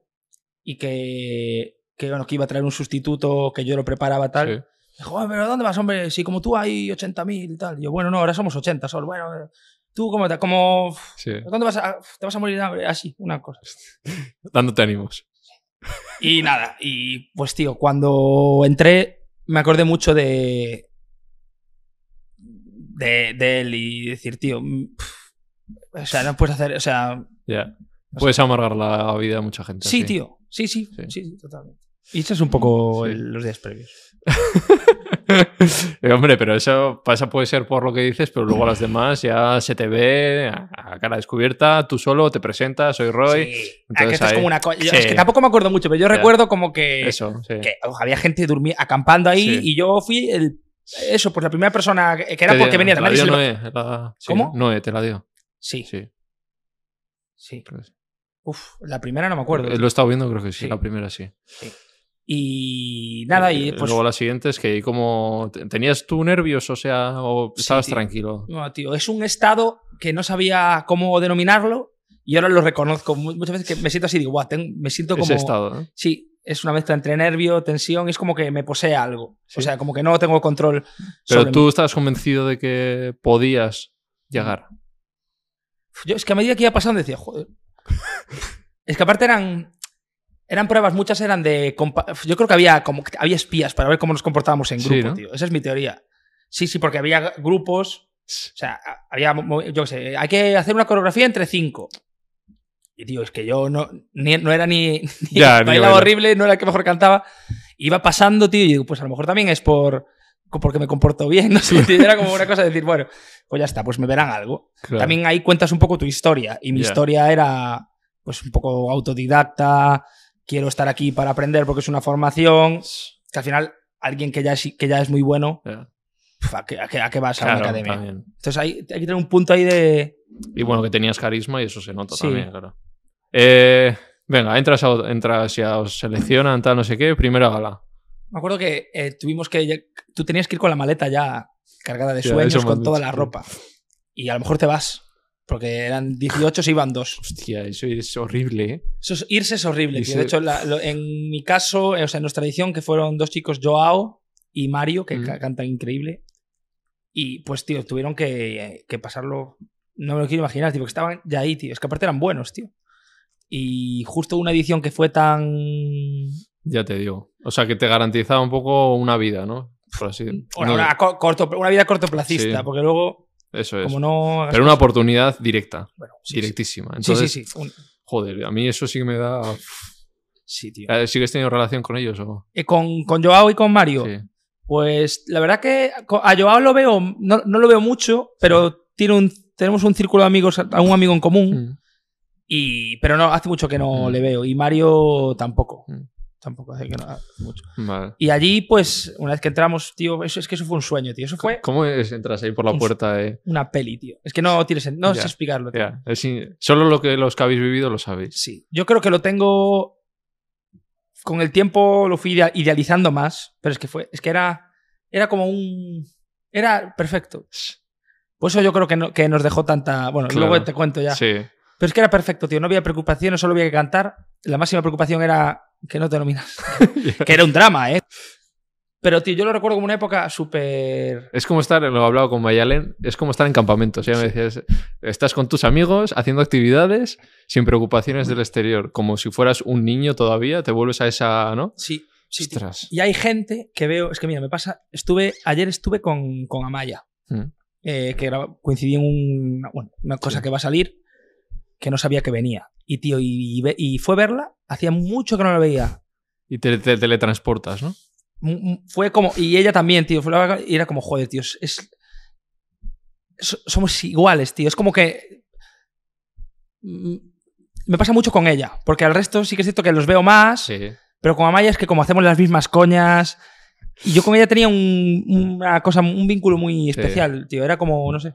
S2: y que, que, bueno, que iba a traer un sustituto, que yo lo preparaba tal,
S1: Sí.
S2: dijo, "Ah, pero ¿dónde vas, hombre? Si como tú hay 80.000 y tal. Y yo, bueno, no, ahora somos 80 solo. Bueno, tú cómo te, como,
S1: sí.
S2: ¿dónde vas a, te vas a morir de hambre? Así, una cosa.
S1: Dándote ánimos.
S2: Y nada, y pues tío, cuando entré me acordé mucho de de, de él y decir, tío, mm, pf, o sea, no puedes hacer, o sea,
S1: Ya. Puedes amargar la vida a mucha gente.
S2: Sí,
S1: así.
S2: tío. Sí, sí,
S1: Sí.
S2: sí, sí, totalmente. Y echas un poco
S1: Sí.
S2: el- los días previos.
S1: (laughs) Eh, hombre, pero eso pasa, puede ser por lo que dices, pero luego a las demás ya se te ve a, a cara descubierta, tú solo te presentas, soy Roy.
S2: Sí. Ah, que
S1: entonces
S2: esto es
S1: ahí-
S2: como una co- yo-
S1: sí.
S2: Es que tampoco me acuerdo mucho, pero yo
S1: Ya.
S2: recuerdo como que,
S1: Eso, sí.
S2: que, ojo, había gente durmi- acampando ahí
S1: Sí.
S2: y yo fui el, eso, pues la primera persona que, que era
S1: Te
S2: porque
S1: dio-
S2: venía de
S1: te la
S2: Madrid.
S1: dio
S2: se lo-
S1: Noé, la- sí,
S2: ¿Cómo?
S1: Noé te la dio.
S2: Sí,
S1: Sí.
S2: sí.
S1: creo que sí.
S2: Uf, la primera no me acuerdo.
S1: Eh, Lo he estado viendo, creo que sí,
S2: Sí.
S1: la primera sí.
S2: Y nada, y
S1: Eh,
S2: pues.
S1: Luego la siguiente es que como te- tenías tú nervios, o sea, o
S2: Sí,
S1: estabas
S2: tío.
S1: tranquilo.
S2: No, tío, es un estado que no sabía cómo denominarlo y ahora lo reconozco. Mu- Muchas veces que me siento así, digo, "Buah, ten- me siento como.
S1: Ese estado, ¿no?
S2: Sí, es una mezcla entre nervio, tensión, y es como que me posee algo.
S1: Sí.
S2: O sea, como que no tengo control.
S1: Pero
S2: sobre
S1: tú estabas convencido de que podías llegar.
S2: Yo es que a medida que iba pasando decía, joder. es que aparte eran eran pruebas, muchas eran de compa- yo creo que había como que había espías para ver cómo nos comportábamos en
S1: Sí,
S2: grupo,
S1: ¿no?
S2: tío. Esa es mi teoría. Sí, sí, porque había grupos, o sea, ha- había mo- yo qué sé, hay que hacer una coreografía entre cinco. Y tío, es que yo no, ni- no era ni, (laughs) ni
S1: Ya, ni
S2: bailaba
S1: baila.
S2: horrible, no era el que mejor cantaba. Iba pasando, tío, y digo, pues a lo mejor también es por porque me comporto bien, (laughs) no sé, tío, era como una cosa de decir, bueno, pues ya está, pues me verán algo.
S1: Claro.
S2: También ahí cuentas un poco tu historia. Y mi
S1: Ya.
S2: historia era pues un poco autodidacta. Quiero estar aquí para aprender porque es una formación. Que al final, alguien que ya es, que ya es muy bueno,
S1: Ya,
S2: pf, ¿a qué, a qué- a qué vas a
S1: claro,
S2: una academia?
S1: también.
S2: Entonces ahí hay que tener un punto ahí de.
S1: Y bueno, que tenías carisma y eso se nota
S2: Sí.
S1: también, claro. Eh, venga, entras, a- entras ya os seleccionan, tal, no sé qué, primera gala.
S2: Me acuerdo que eh, tuvimos que. lle- Tú tenías que ir con la maleta ya cargada de
S1: Ya,
S2: sueños,
S1: eso me
S2: con
S1: han
S2: toda
S1: dicho,
S2: la
S1: sí.
S2: ropa. Y a lo mejor te vas. Porque eran 18, se iban dos.
S1: Hostia, eso es horrible, ¿eh?
S2: Eso es- irse es horrible, tío.
S1: Irse-
S2: De hecho, la- lo- en mi caso, eh, o sea, en nuestra edición, que fueron dos chicos, Joao y Mario, que
S1: Mm.
S2: ca- cantan increíble. Y pues, tío, tuvieron que, que pasarlo. No me lo quiero imaginar, tío, que estaban ya ahí, tío. Es que aparte eran buenos, tío. Y justo una edición que fue tan.
S1: Ya te digo. O sea, que te garantizaba un poco una vida, ¿no? Por así
S2: Una,
S1: no,
S2: una co- corto, una vida cortoplacista,
S1: Sí.
S2: porque luego,
S1: Eso es.
S2: como no. hagas-
S1: Pero una oportunidad directa,
S2: bueno, sí,
S1: directísima.
S2: sí,
S1: Entonces,
S2: sí, sí, sí. un-
S1: joder, a mí eso sí que me da...
S2: sí, tío.
S1: Eh, ¿Sigues teniendo relación con ellos o...?
S2: Eh, con, con Joao y con Mario.
S1: Sí.
S2: Pues la verdad que co- a Joao lo veo, no, no lo veo mucho, pero tiene un, tenemos un círculo de amigos, a un amigo en común,
S1: Mm.
S2: y, pero no, hace mucho que no
S1: Mm.
S2: le veo. Y Mario tampoco.
S1: Mm.
S2: Tampoco hace que no, hace mucho.
S1: Vale.
S2: Y allí, pues, una vez que entramos, tío, eso, es que eso fue un sueño, tío. Eso fue
S1: ¿Cómo es, entras ahí por la
S2: Un-
S1: puerta? Eh?
S2: una peli, tío. Es que no tienes, no
S1: Ya.
S2: sé explicarlo. tío.
S1: Ya, es in- Solo lo que, los que habéis vivido lo sabéis.
S2: Sí. Yo creo que lo tengo. Con el tiempo lo fui idea- idealizando más, pero es que fue. Es que era. Era como un. Era perfecto. Por eso yo creo que, no- que nos dejó tanta. Bueno,
S1: Claro.
S2: luego te cuento ya.
S1: Sí.
S2: Pero es que era perfecto, tío. No había preocupaciones, solo había que cantar. La máxima preocupación era que no
S1: (laughs)
S2: te nominas. que era un drama, ¿eh? Pero, tío, yo lo recuerdo como una época súper.
S1: Es como estar, lo he hablado con Mayalen, es como estar en campamentos. Ya me decías, estás con tus amigos haciendo actividades sin preocupaciones del exterior, como si fueras un niño todavía, te vuelves a esa, ¿no?
S2: Sí, sí. tío.
S1: Ostras.
S2: Y hay gente que veo. Es que mira, me pasa. Estuve. Ayer estuve con, con Amaya.
S1: Mm.
S2: eh, que graba- coincidí en un- bueno, una cosa
S1: Sí.
S2: que va a salir que no sabía que venía. Y, tío, y, y ve- y fue verla. Hacía mucho que no la veía.
S1: Y te, te teletransportas, ¿no?
S2: Mm, mm, fue como y ella también tío fue la- y era como joder tío es, es- so- somos iguales tío es como que mm, me pasa mucho con ella porque al resto sí que es cierto que los veo más
S1: Sí.
S2: pero con Amaya es que como hacemos las mismas coñas y yo con ella tenía un, una cosa un vínculo muy especial tío era como no sé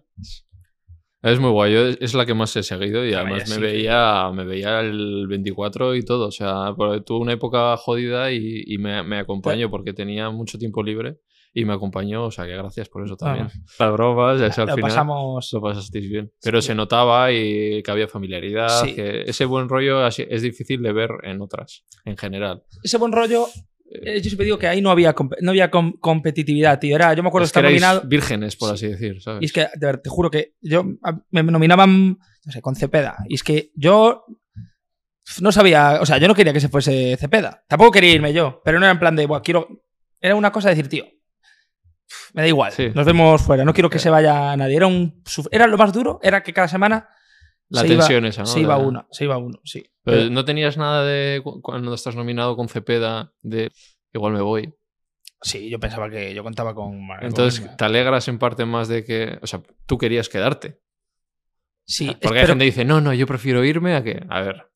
S1: Es muy guay, yo es- es la que más he seguido y
S2: Amaya,
S1: además me
S2: sí.
S1: veía, me veía el 24 y todo. O sea, por- tuve una época jodida y, y me, me acompañó porque tenía mucho tiempo libre y me acompañó, o sea, que gracias por eso también. Las bromas, eso al
S2: Ah. lo
S1: final.
S2: pasamos
S1: Lo pasasteis bien. Pero se notaba y que había familiaridad.
S2: Sí.
S1: que ese buen rollo así- es difícil de ver en otras, en general.
S2: ese buen rollo eh, yo siempre digo que ahí no había comp- no había com- competitividad tío era yo me acuerdo
S1: Es que
S2: estar
S1: erais
S2: nominado
S1: vírgenes, por así decir, ¿sabes?
S2: Y es que, de verdad, te juro que yo a- me nominaban, no sé, con Cepeda. Y es que yo no sabía, o sea, yo no quería que se fuese Cepeda. Tampoco quería irme yo, pero no era en plan de, bueno, quiero. Era una cosa de decir, tío, me da igual,
S1: Sí. Eh.
S2: nos vemos fuera, no quiero que
S1: Sí.
S2: se vaya nadie. Era, un, suf- era lo más duro, era que cada semana
S1: La
S2: se
S1: tensión
S2: iba,
S1: esa, ¿no?
S2: se iba
S1: La-
S2: uno, se iba uno, sí.
S1: Pero
S2: Pero-
S1: no tenías nada de cu- cuando estás nominado con Cepeda de igual me voy.
S2: Sí, yo pensaba que yo contaba con. con-
S1: Entonces, te alegras en parte más de que. O sea, tú querías quedarte.
S2: sí, es-
S1: Porque hay
S2: pero
S1: gente que dice, no, no, yo prefiero irme a que. A ver,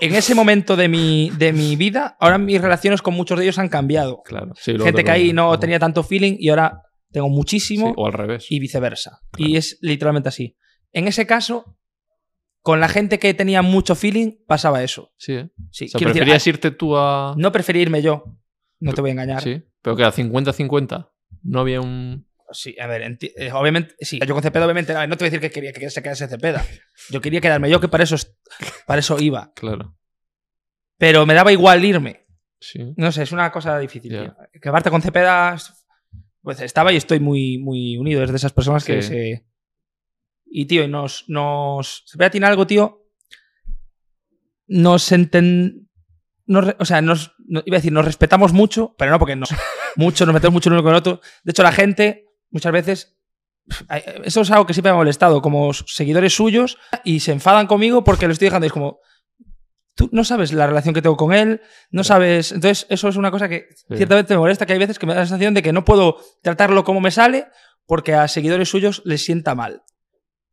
S2: en ese momento de mi, de mi vida, ahora mis relaciones con muchos de ellos han cambiado.
S1: claro. sí, luego
S2: Gente
S1: te
S2: que ahí
S1: preguntan.
S2: no
S1: Ajá.
S2: tenía tanto feeling y ahora tengo
S1: Sí,
S2: muchísimo
S1: o al revés.
S2: y viceversa.
S1: Claro.
S2: Y es literalmente así. En ese caso, con la gente que tenía mucho feeling, pasaba eso.
S1: Sí, ¿eh?
S2: Sí,
S1: O sea,
S2: quiero decir, ah,
S1: preferías irte tú a.
S2: No preferirme yo. No te voy a engañar. Sí.
S1: Sí, pero que a 50-50 no había un.
S2: a ver, enti- eh, obviamente, sí, yo con Cepeda, obviamente, a ver, no te voy a decir que quería que se quedase Cepeda. Yo quería quedarme yo, que para eso, est- para eso iba.
S1: Claro,
S2: Pero me daba igual irme.
S1: sí.
S2: No sé, es una cosa difícil.
S1: Ya.
S2: tío. Que aparte con Cepeda, pues estaba y estoy muy, muy unido. Es de esas personas que
S1: Sí.
S2: se. Y tío, y nos, nos. Cepeda tiene algo, tío. Nos enten. nos re- o sea, nos, no- iba a decir, nos respetamos mucho, pero no porque
S1: (laughs)
S2: no. Mucho, nos metemos mucho el uno con el otro. De hecho, la gente, muchas veces. ay, Eso es algo que siempre me ha molestado, como s- seguidores suyos, y se enfadan conmigo porque lo estoy dejando. y es como, tú no sabes la relación que tengo con él, no
S1: Claro.
S2: sabes. Entonces, eso es una cosa que
S1: Sí.
S2: ciertamente me molesta, que hay veces que me da la sensación de que no puedo tratarlo como me sale porque a seguidores suyos les sienta mal.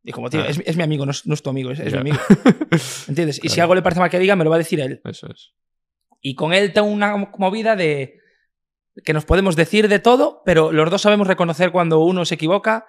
S2: Y como, tío,
S1: Ah.
S2: es, mi- es mi amigo, no es, no es tu amigo, es, es
S1: Ya. (laughs)
S2: mi amigo. ¿Entiendes? Y si
S1: Claro.
S2: algo le parece mal que diga, me lo va a decir él.
S1: Eso es.
S2: Y con él tengo una movida de que nos podemos decir de todo, pero los dos sabemos reconocer cuando uno se equivoca.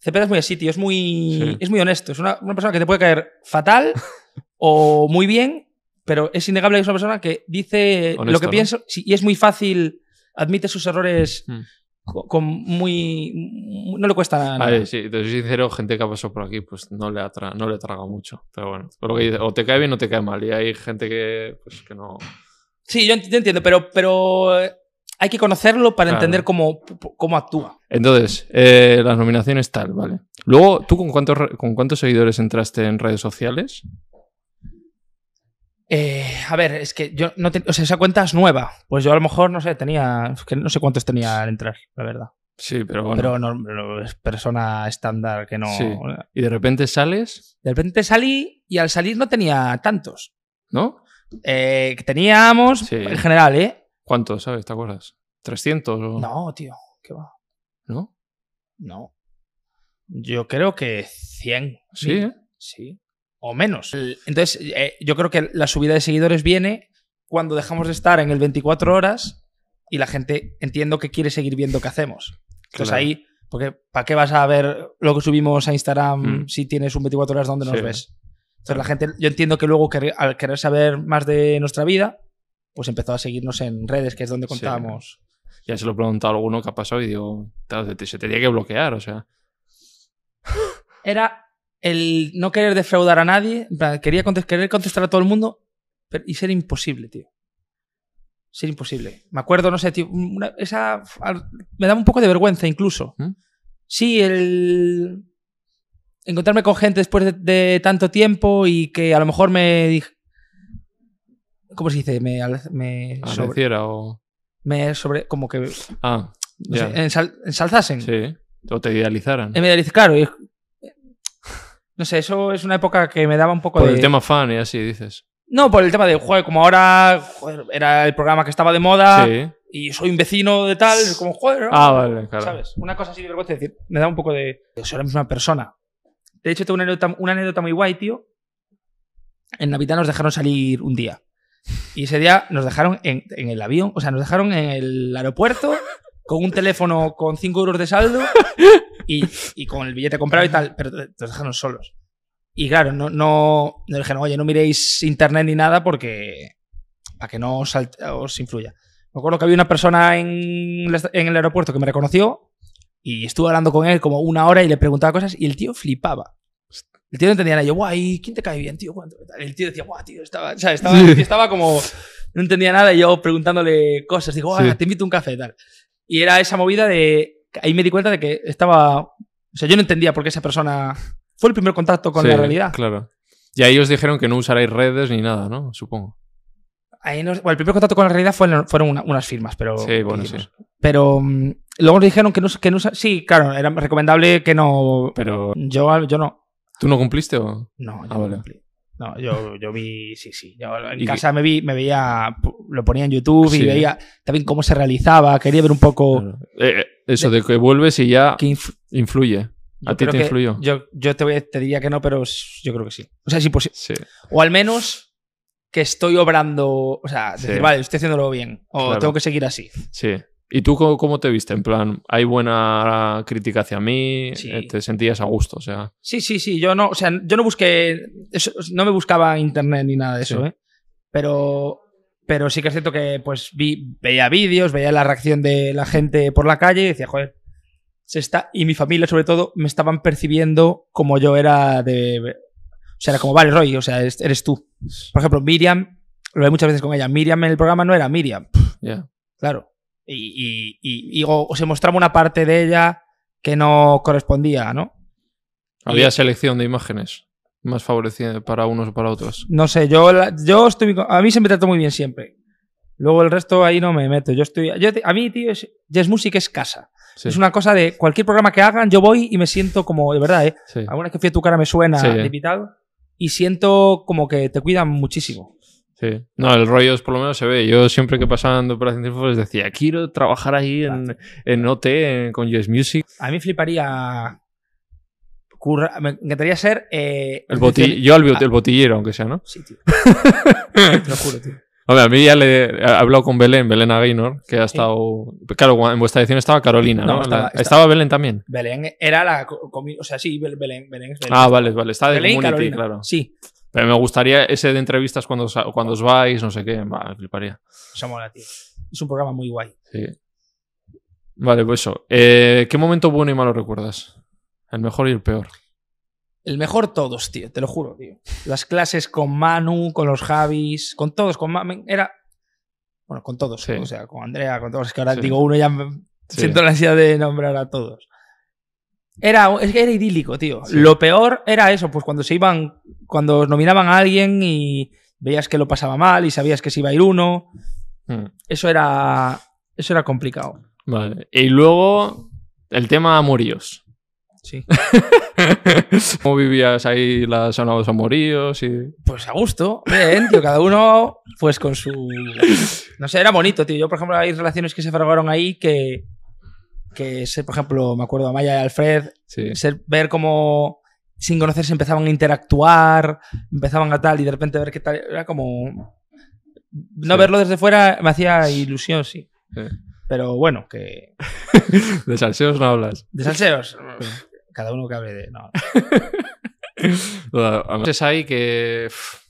S2: Cepeda es muy así, tío, es muy,
S1: Sí.
S2: es muy honesto. Es una, una persona que te puede caer fatal
S1: (laughs)
S2: o muy bien, pero es innegable que es una persona que dice lo
S1: Honesto,
S2: que
S1: ¿no?
S2: piensa sí, y es muy fácil, admite sus errores
S1: Hmm.
S2: co- con muy... mu- Ah, No le cuesta nada.
S1: A ver, sí, te soy sincero, gente que ha pasado por aquí, pues no le, atra no le traga mucho. Pero bueno, por lo que dice, o te cae bien o te cae mal. Y hay gente que, pues, que no.
S2: Sí, yo ent- yo entiendo, pero, pero eh, hay que conocerlo para
S1: Claro.
S2: entender cómo, cómo actúa.
S1: Entonces, eh, las nominaciones tal, vale. Luego, ¿tú con cuántos, re- con cuántos seguidores entraste en redes sociales?
S2: Eh, a ver, es que yo no te- o sea, esa cuenta es nueva. Pues yo a lo mejor, no sé, tenía. es que no sé cuántos tenía al entrar, la verdad.
S1: Sí, pero bueno.
S2: Pero no, no, es persona estándar que no.
S1: Sí. Y de repente sales,
S2: De repente salí y al salir no tenía tantos.
S1: ¿no?
S2: Eh, que teníamos
S1: Sí.
S2: en general, ¿eh?
S1: ¿Cuántos, sabes? ¿Te acuerdas? ¿300 o
S2: No, tío, qué va.
S1: ¿No?
S2: No. Yo creo que 100.
S1: Sí,
S2: mil.
S1: ¿eh?
S2: Sí. O menos. El- Entonces, eh, yo creo que la subida de seguidores viene cuando dejamos de estar en el 24 horas y la gente entiendo que quiere seguir viendo qué hacemos. Entonces
S1: Claro.
S2: pues ahí, porque ¿para qué vas a ver lo que subimos a Instagram
S1: Mm.
S2: si tienes un 24 horas donde nos
S1: Sí.
S2: ves? Entonces la gente, yo entiendo que luego quer- al querer saber más de nuestra vida, pues empezó a seguirnos en redes, que es donde
S1: Sí.
S2: contábamos.
S1: Ya se lo he preguntado a alguno que ha pasado y digo, "Tal, te- se te tiene que bloquear, o sea.
S2: Era el no querer defraudar a nadie, en plan, quería contest- querer contestar a todo el mundo pero- y ser imposible, tío. Ser imposible. Me acuerdo, no sé, tío, una- esa, al- me daba un poco de vergüenza incluso.
S1: ¿Mm?
S2: Sí, el encontrarme con gente después de, de tanto tiempo y que a lo mejor me dij- ¿Cómo se dice? Me, al- me, sobre,
S1: Pareciera o.
S2: me sobre- como que no sé,
S1: Ah, ya.
S2: ensal- ensalzasen.
S1: Sí. O te idealizaran.
S2: En medio dice, claro. y- no sé, eso es una época que me daba un poco
S1: Por
S2: de.
S1: el tema fan y así dices.
S2: No, por el tema de, joder, como ahora joder, era el programa que estaba de moda
S1: Sí.
S2: y soy un vecino de tal, es como, joder,
S1: Ah, vale, claro.
S2: ¿sabes? Una cosa así de vergüenza, es decir, me da un poco de. Soy la misma persona. De hecho, tengo una anécdota, una anécdota muy guay, tío. En Navidad nos dejaron salir un día. Y ese día nos dejaron en, en el avión, o sea, nos dejaron en el aeropuerto con un teléfono con 5 euros de saldo y, y con el billete comprado y tal, pero te- nos dejaron solos. Y claro, no, no, nos dijeron, oye, no miréis internet ni nada porque. para que no os, salt- os influya. Me acuerdo que había una persona en, la esta- en el aeropuerto que me reconoció y estuve hablando con él como una hora y le preguntaba cosas y el tío flipaba. El tío no entendía nada. Yo, guay, ¿quién te cae bien, tío? ¿Cuánto? El tío decía, guau, tío, estaba, o sea, estaba,
S1: Sí.
S2: el tío estaba como. No entendía nada y yo preguntándole cosas. Digo, "Ah,
S1: Sí.
S2: te invito a un café y tal. Y era esa movida de. Ahí me di cuenta de que estaba. O sea, yo no entendía por qué esa persona. Fue el primer contacto con
S1: Sí,
S2: la realidad.
S1: Claro. Y ahí os dijeron que no usaréis redes ni nada, ¿no? Supongo.
S2: Ahí nos- bueno, el primer contacto con la realidad fue- fueron una- unas firmas, pero.
S1: Sí, bueno,
S2: que
S1: sí.
S2: hicimos. Pero mm, luego nos dijeron que no, que no usa- Sí, claro, era recomendable que no.
S1: Pero.
S2: Yo, yo no.
S1: ¿Tú no cumpliste o.?
S2: No, yo
S1: Ah,
S2: no
S1: vale.
S2: cumplí. No, yo, yo vi, sí, sí. Yo en
S1: Y-
S2: casa me vi, me veía, lo ponía en YouTube
S1: Sí.
S2: y veía también cómo se realizaba. Quería ver un poco
S1: Eh, eh, eso de que vuelves y ya
S2: qué Oh. inf-
S1: influye.
S2: yo
S1: ¿A ti
S2: creo
S1: te
S2: que-
S1: influyó?
S2: Yo, yo te, voy, a- te diría que no, pero s- yo creo que sí. O sea, sí, pues,
S1: Sí.
S2: o al menos que estoy obrando, o sea, decir,
S1: Sí.
S2: vale, estoy haciéndolo bien, o
S1: Claro.
S2: tengo que seguir así.
S1: Sí. ¿Y tú cómo, cómo te viste? En plan, ¿hay buena crítica hacia mí?
S2: Sí.
S1: Eh, ¿Te sentías a gusto? O sea,
S2: Sí, sí, sí, yo no, o sea, yo no busqué, eso- no me buscaba en internet ni nada de eso,
S1: Sí.
S2: ¿eh? Pero, pero sí que es cierto que pues vi, veía vídeos, veía la reacción de la gente por la calle y decía, joder, se está, y mi familia sobre todo me estaban percibiendo como yo era de, o sea, era como, vale, Roy, o sea, eres, eres tú. Por ejemplo, Miriam, lo he muchas veces con ella, Miriam en el programa no era Miriam,
S1: ya.
S2: claro. Y, y, y- y o- o se mostraba una parte de ella que no correspondía, ¿no?
S1: ¿Había selección de imágenes más favorecida para unos o para otros?
S2: No sé, yo, la- yo estoy. A mí se me trata muy bien siempre. Luego el resto ahí no me meto. Yo estoy. yo te- a mí, tío, es, Jazz Music es casa.
S1: Sí.
S2: Es una cosa de cualquier programa que hagan, yo voy y me siento como, de verdad, ¿eh?
S1: sí.
S2: Alguna vez que fui a tu cara me suena
S1: Sí. eh.
S2: de invitado y siento como que te cuidan muchísimo.
S1: Sí. No, el rollo es por lo menos se ve. Yo siempre que pasaban de Operación Triunfo les decía, quiero trabajar ahí en, en OT, en- con Yes Music.
S2: A mí fliparía. curra- me encantaría ser. eh,
S1: El boti- yo al bot- el botillero, aunque sea, ¿no? (laughs)
S2: Sí, tío. te lo juro, tío.
S1: A ver, a mí ya le he hablado con Belén, Belén Againor, que ha estado... Claro, gua- en vuestra edición estaba Carolina, ¿no?
S2: No, estaba-
S1: La-
S2: estaba-
S1: Belén también.
S2: Belén era la. co- comi- O sea, sí, Bel- Belén. Belén es Belén.
S1: Ah, vale, vale. Está de
S2: Belén y
S1: Community,
S2: Carolina.
S1: claro.
S2: Sí,
S1: Pero me gustaría ese de entrevistas cuando, os- cuando os vais, no sé qué. Va, me fliparía.
S2: eso mola, tío. Es un programa muy guay.
S1: Sí. Vale, pues eso. Eh, ¿Qué momento bueno y malo recuerdas? El mejor y el peor.
S2: El mejor todos, tío, te lo juro, tío. Las clases con Manu, con los Javis, con todos, con Ma- era bueno, con todos,
S1: Sí.
S2: o sea, con Andrea, con todos, es que ahora
S1: Sí.
S2: digo uno ya me-
S1: Sí.
S2: siento la ansiedad de nombrar a todos. Era es que era idílico, tío.
S1: Sí.
S2: Lo peor era eso, pues cuando se iban cuando nominaban a alguien y veías que lo pasaba mal y sabías que se iba a ir uno,
S1: Mm.
S2: eso era eso era complicado.
S1: Vale. Y luego, el tema amoríos.
S2: Sí.
S1: ¿Cómo vivías ahí las zona de los amoríos? Y...
S2: Pues a gusto, bien, tío, cada uno pues con su... No sé, era bonito, tío. Yo, por ejemplo, hay relaciones que se fraguaron ahí que, que sé, por ejemplo, me acuerdo a Maya y Alfred,
S1: Sí.
S2: ser- ver cómo sin conocerse empezaban a interactuar, empezaban a tal y de repente ver qué tal, era como... No
S1: Sí.
S2: verlo desde fuera me hacía ilusión, sí.
S1: Sí.
S2: Pero bueno, que...
S1: De salseos no hablas.
S2: De salseos, cada uno que hable de... No.
S1: Además, Es ahí que... pff,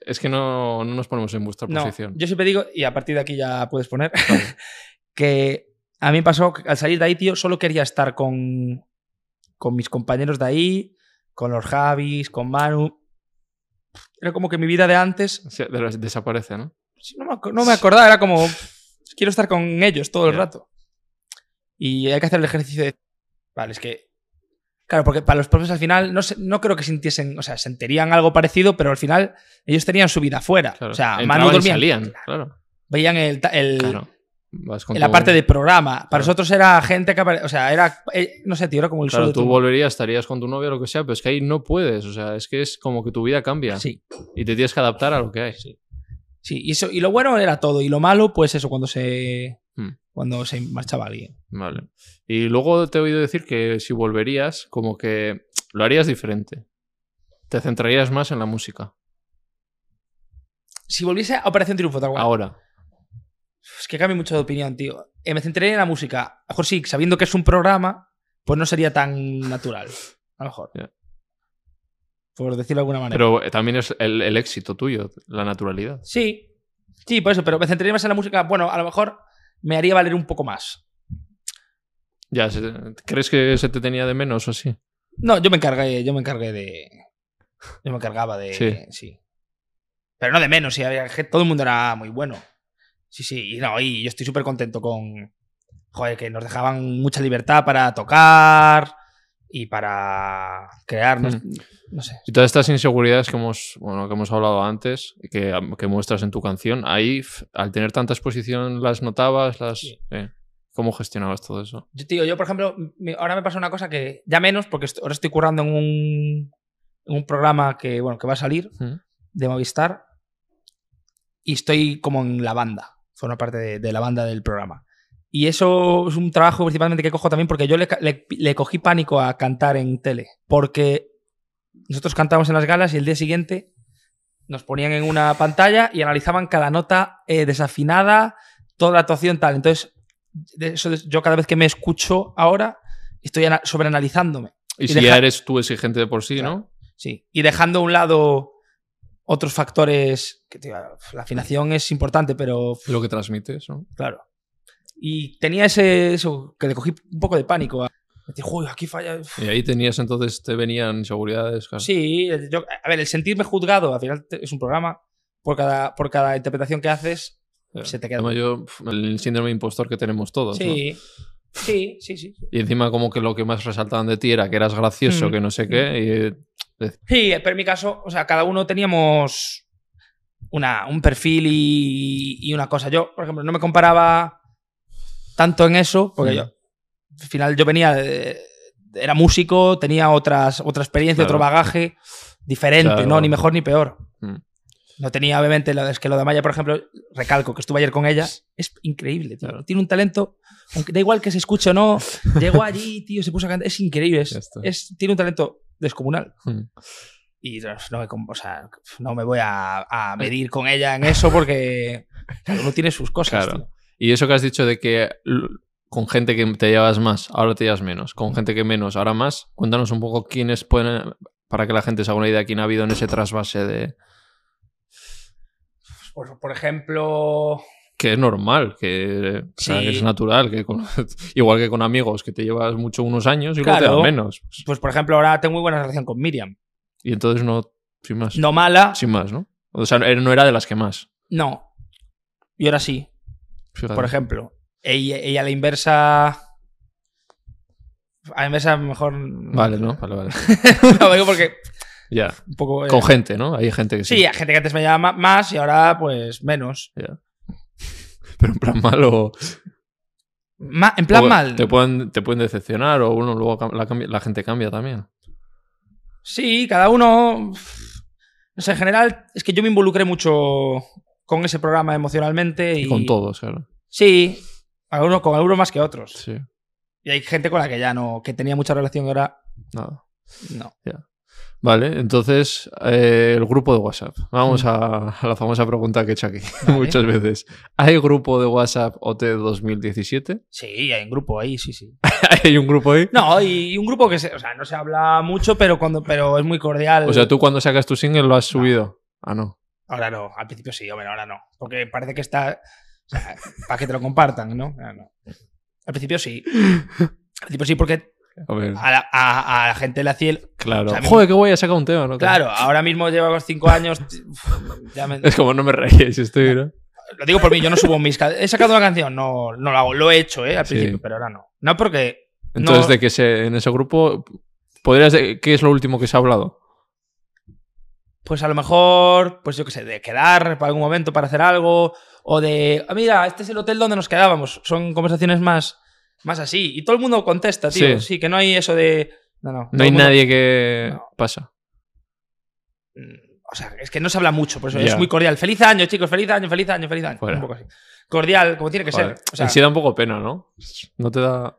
S1: Es que no, no nos ponemos en vuestra
S2: No,
S1: posición.
S2: yo siempre digo, y a partir de aquí ya puedes poner, (laughs) que a mí me pasó que al salir de ahí, tío, solo quería estar con, con mis compañeros de ahí, con los Javis, con Manu. Era como que mi vida de antes,
S1: O sea, de- Desaparece, ¿no?
S2: sí, no me, ac- no me acordaba,
S1: (laughs)
S2: era como, quiero estar con ellos todo el
S1: Ya.
S2: rato. Y hay que hacer el ejercicio de... Vale, es que... Claro, porque para los profes al final no, se- no creo que sintiesen, o sea, sentirían algo parecido, pero al final ellos tenían su vida afuera.
S1: Claro.
S2: O sea,
S1: Entraban
S2: Manu
S1: y
S2: dormía,
S1: salían, claro.
S2: veían el, ta- el-
S1: Claro. Vas con
S2: en la
S1: tu-
S2: parte de programa. Para
S1: Claro.
S2: nosotros era gente que apare- O sea, era. eh, no sé, tío, era como el
S1: Claro,
S2: sol de
S1: tú
S2: tu-
S1: volverías, estarías con tu novia o lo que sea, pero es que ahí no puedes. O sea, es que es como que tu vida cambia
S2: Sí,
S1: y te tienes que adaptar a lo que hay.
S2: sí. Y, eso, y lo bueno era todo. Y lo malo, pues eso, cuando se.
S1: Hmm.
S2: Cuando se marchaba alguien.
S1: Vale. Y luego te he oído decir que si volverías, como que lo harías diferente. Te centrarías más en la música.
S2: Si volviese a Operación Triunfo, tal cual.
S1: Ahora.
S2: Es que cambia mucho de opinión, tío. Eh, me centraría en la música. A lo mejor sí, sabiendo que es un programa, pues no sería tan natural. A lo mejor.
S1: Ya.
S2: Por decirlo de alguna manera.
S1: Pero eh, también es el, el éxito tuyo, la naturalidad.
S2: Sí, sí, por eso, pero me centraría más en la música. Bueno, a lo mejor me haría valer un poco más.
S1: Ya, se- ¿crees que se te tenía de menos o así?
S2: No, yo me encargué, yo me encargué de. Yo me encargaba de.
S1: Sí.
S2: Sí. Pero no de menos, sí, había gen- todo el mundo era muy bueno. Sí, sí, y no, y yo estoy súper contento con. Joder, que nos dejaban mucha libertad para tocar y para crear. No,
S1: Mm.
S2: no sé.
S1: Y todas estas inseguridades que hemos, bueno, que hemos hablado antes, que, que muestras en tu canción, ahí, f- al tener tanta exposición, las notabas, las.
S2: Sí.
S1: eh, ¿Cómo gestionabas todo eso?
S2: Yo, tío, yo, por ejemplo, me- ahora me pasa una cosa que ya menos, porque est- ahora estoy currando en un, en un programa que, bueno, que va a salir
S1: Ujú.
S2: de Movistar y estoy como en la banda, forma parte de, de la banda del programa. Y eso es un trabajo principalmente que cojo también porque yo le, ca- le- le cogí pánico a cantar en tele, porque nosotros cantábamos en las galas y el día siguiente nos ponían en una pantalla y analizaban cada nota eh, desafinada, toda la actuación tal. Entonces, de eso es- yo cada vez que me escucho ahora, estoy ana- sobreanalizándome.
S1: Y,
S2: Y
S1: si
S2: deja-
S1: ya eres tú exigente de por sí, ¿no?
S2: Sí. Y dejando a un lado otros factores, que tío, la afinación es importante, pero pf,
S1: Lo que transmites, ¿no?
S2: claro. Y tenía ese eso, que le cogí un poco de pánico. a decir, "Joder, aquí falla. pf".
S1: Y ahí tenías entonces, te venían inseguridades. claro.
S2: Sí, el- yo- a ver, el sentirme juzgado, al final te- es un programa, por cada, por cada interpretación que haces.
S1: Ya.
S2: se te queda.
S1: Eh, Además, yo, pf, el síndrome impostor que tenemos todos. ¿no?
S2: Sí, sí, sí, sí.
S1: Y encima, como que lo que más resaltaban de ti era que eras gracioso,
S2: Mm.
S1: que no sé qué. Y eh,
S2: Sí, pero en mi caso, o sea, cada uno teníamos una, un perfil y, y una cosa. Yo, por ejemplo, no me comparaba tanto en eso, porque
S1: Mm.
S2: yo, al final yo venía, de- era músico, tenía otras, otra experiencia,
S1: Claro.
S2: otro bagaje diferente,
S1: Claro.
S2: ¿no? Ni mejor ni peor.
S1: Mm.
S2: No tenía, obviamente, la- es que lo de Maya, por ejemplo, recalco que estuve ayer con ella, es increíble, tío.
S1: Claro.
S2: Tiene un talento, aunque da igual que se escuche
S1: (laughs)
S2: o no, llegó allí, tío, se puso a cantar, es increíble, es-
S1: Ya está.
S2: es, tiene un talento descomunal.
S1: mm.
S2: Y no, no me, com- o sea, no me voy a, a medir con ella en eso
S1: (laughs)
S2: porque cada uno tiene sus cosas.
S1: Claro.
S2: tío.
S1: Y eso que has dicho de que l- con gente que te llevas más, ahora te llevas menos, con gente que menos, ahora más, cuéntanos un poco quiénes pueden, para que la gente se haga una idea, quién ha habido en ese trasvase de...
S2: Pues, Por, por ejemplo,
S1: Que es normal, que, o sea,
S2: Sí.
S1: que es natural, que con- (laughs) igual que con amigos, que te llevas mucho unos años y luego
S2: Claro.
S1: te das menos.
S2: pues por ejemplo, ahora tengo muy buena relación con Miriam.
S1: Y entonces no, sin más,
S2: No mala,
S1: sin más, ¿no? O sea, er- no era de las que más.
S2: no. Y ahora sí,
S1: fíjate.
S2: por ejemplo. Ella, ella a la inversa. A la inversa mejor. (laughs)
S1: Vale, ¿no? Vale, vale.
S2: Lo digo porque
S1: Ya.
S2: un poco. eh,
S1: Con gente, ¿no? Hay gente que sí.
S2: sí, hay gente que antes me llamaba ma- más y ahora pues menos.
S1: Pero en plan malo.
S2: Ma- en plan
S1: o
S2: mal.
S1: Te pueden, te pueden decepcionar o uno luego cam- la, cambi- la gente cambia también.
S2: Sí, cada uno. O sea, en general, es que yo me involucré mucho con ese programa emocionalmente. Y,
S1: Y con todos, claro.
S2: Sí, algunos, con algunos más que otros.
S1: Sí,
S2: Y hay gente con la que ya no, que tenía mucha relación y ahora
S1: nada.
S2: no.
S1: Vale, entonces eh, el grupo de WhatsApp. Vamos a, a la famosa pregunta que he hecho aquí (laughs)
S2: Mm. Vale.
S1: muchas veces. ¿Hay grupo de WhatsApp OT 2017?
S2: Sí, hay un grupo ahí, sí, sí.
S1: (laughs) ¿Hay un grupo ahí?
S2: No, y un grupo que se, o sea, no se habla mucho, pero cuando, pero es muy cordial.
S1: O sea, tú cuando sacas tu single lo has subido. Ah, no.
S2: Ahora no, al principio sí, hombre, ahora no. Porque parece que está. O sea, para que te lo compartan, ¿no? Ahora no. Al principio sí. Al principio sí, porque
S1: A ver,
S2: a la, a- a la gente le hacía el-
S1: claro.
S2: Ah, o sea,
S1: Joder, qué voy a sacar un tema, ¿no?
S2: Claro, ahora mismo llevo los cinco años. t- uf, ya me-
S1: Es como no me reyes, estoy, ¿no?
S2: lo digo por mí, yo no subo mis. ca- He sacado una canción, no, no lo hago. Lo he hecho, ¿eh? Al
S1: Sí.
S2: principio, pero ahora no. No porque. no-
S1: Entonces, de que se, en ese grupo, ¿podrías de- ¿qué es lo último que se ha hablado?
S2: Pues a lo mejor, pues yo qué sé, de quedar para algún momento para hacer algo. O de. "Ah, mira, este es el hotel donde nos quedábamos. Son conversaciones más, más así. Y todo el mundo contesta, tío.
S1: Sí.
S2: Sí, que no hay eso de. No, no. todo
S1: No hay
S2: el mundo-
S1: nadie que
S2: No.
S1: pasa.
S2: Mm, O sea, es que no se habla mucho, por eso
S1: Ya.
S2: es muy cordial. Feliz año, chicos, feliz año, feliz año, feliz año.
S1: Fuera.
S2: Un poco así. Cordial, como tiene que
S1: Joder,
S2: ser. O sea,
S1: en sí da un poco pena, ¿no? No te da.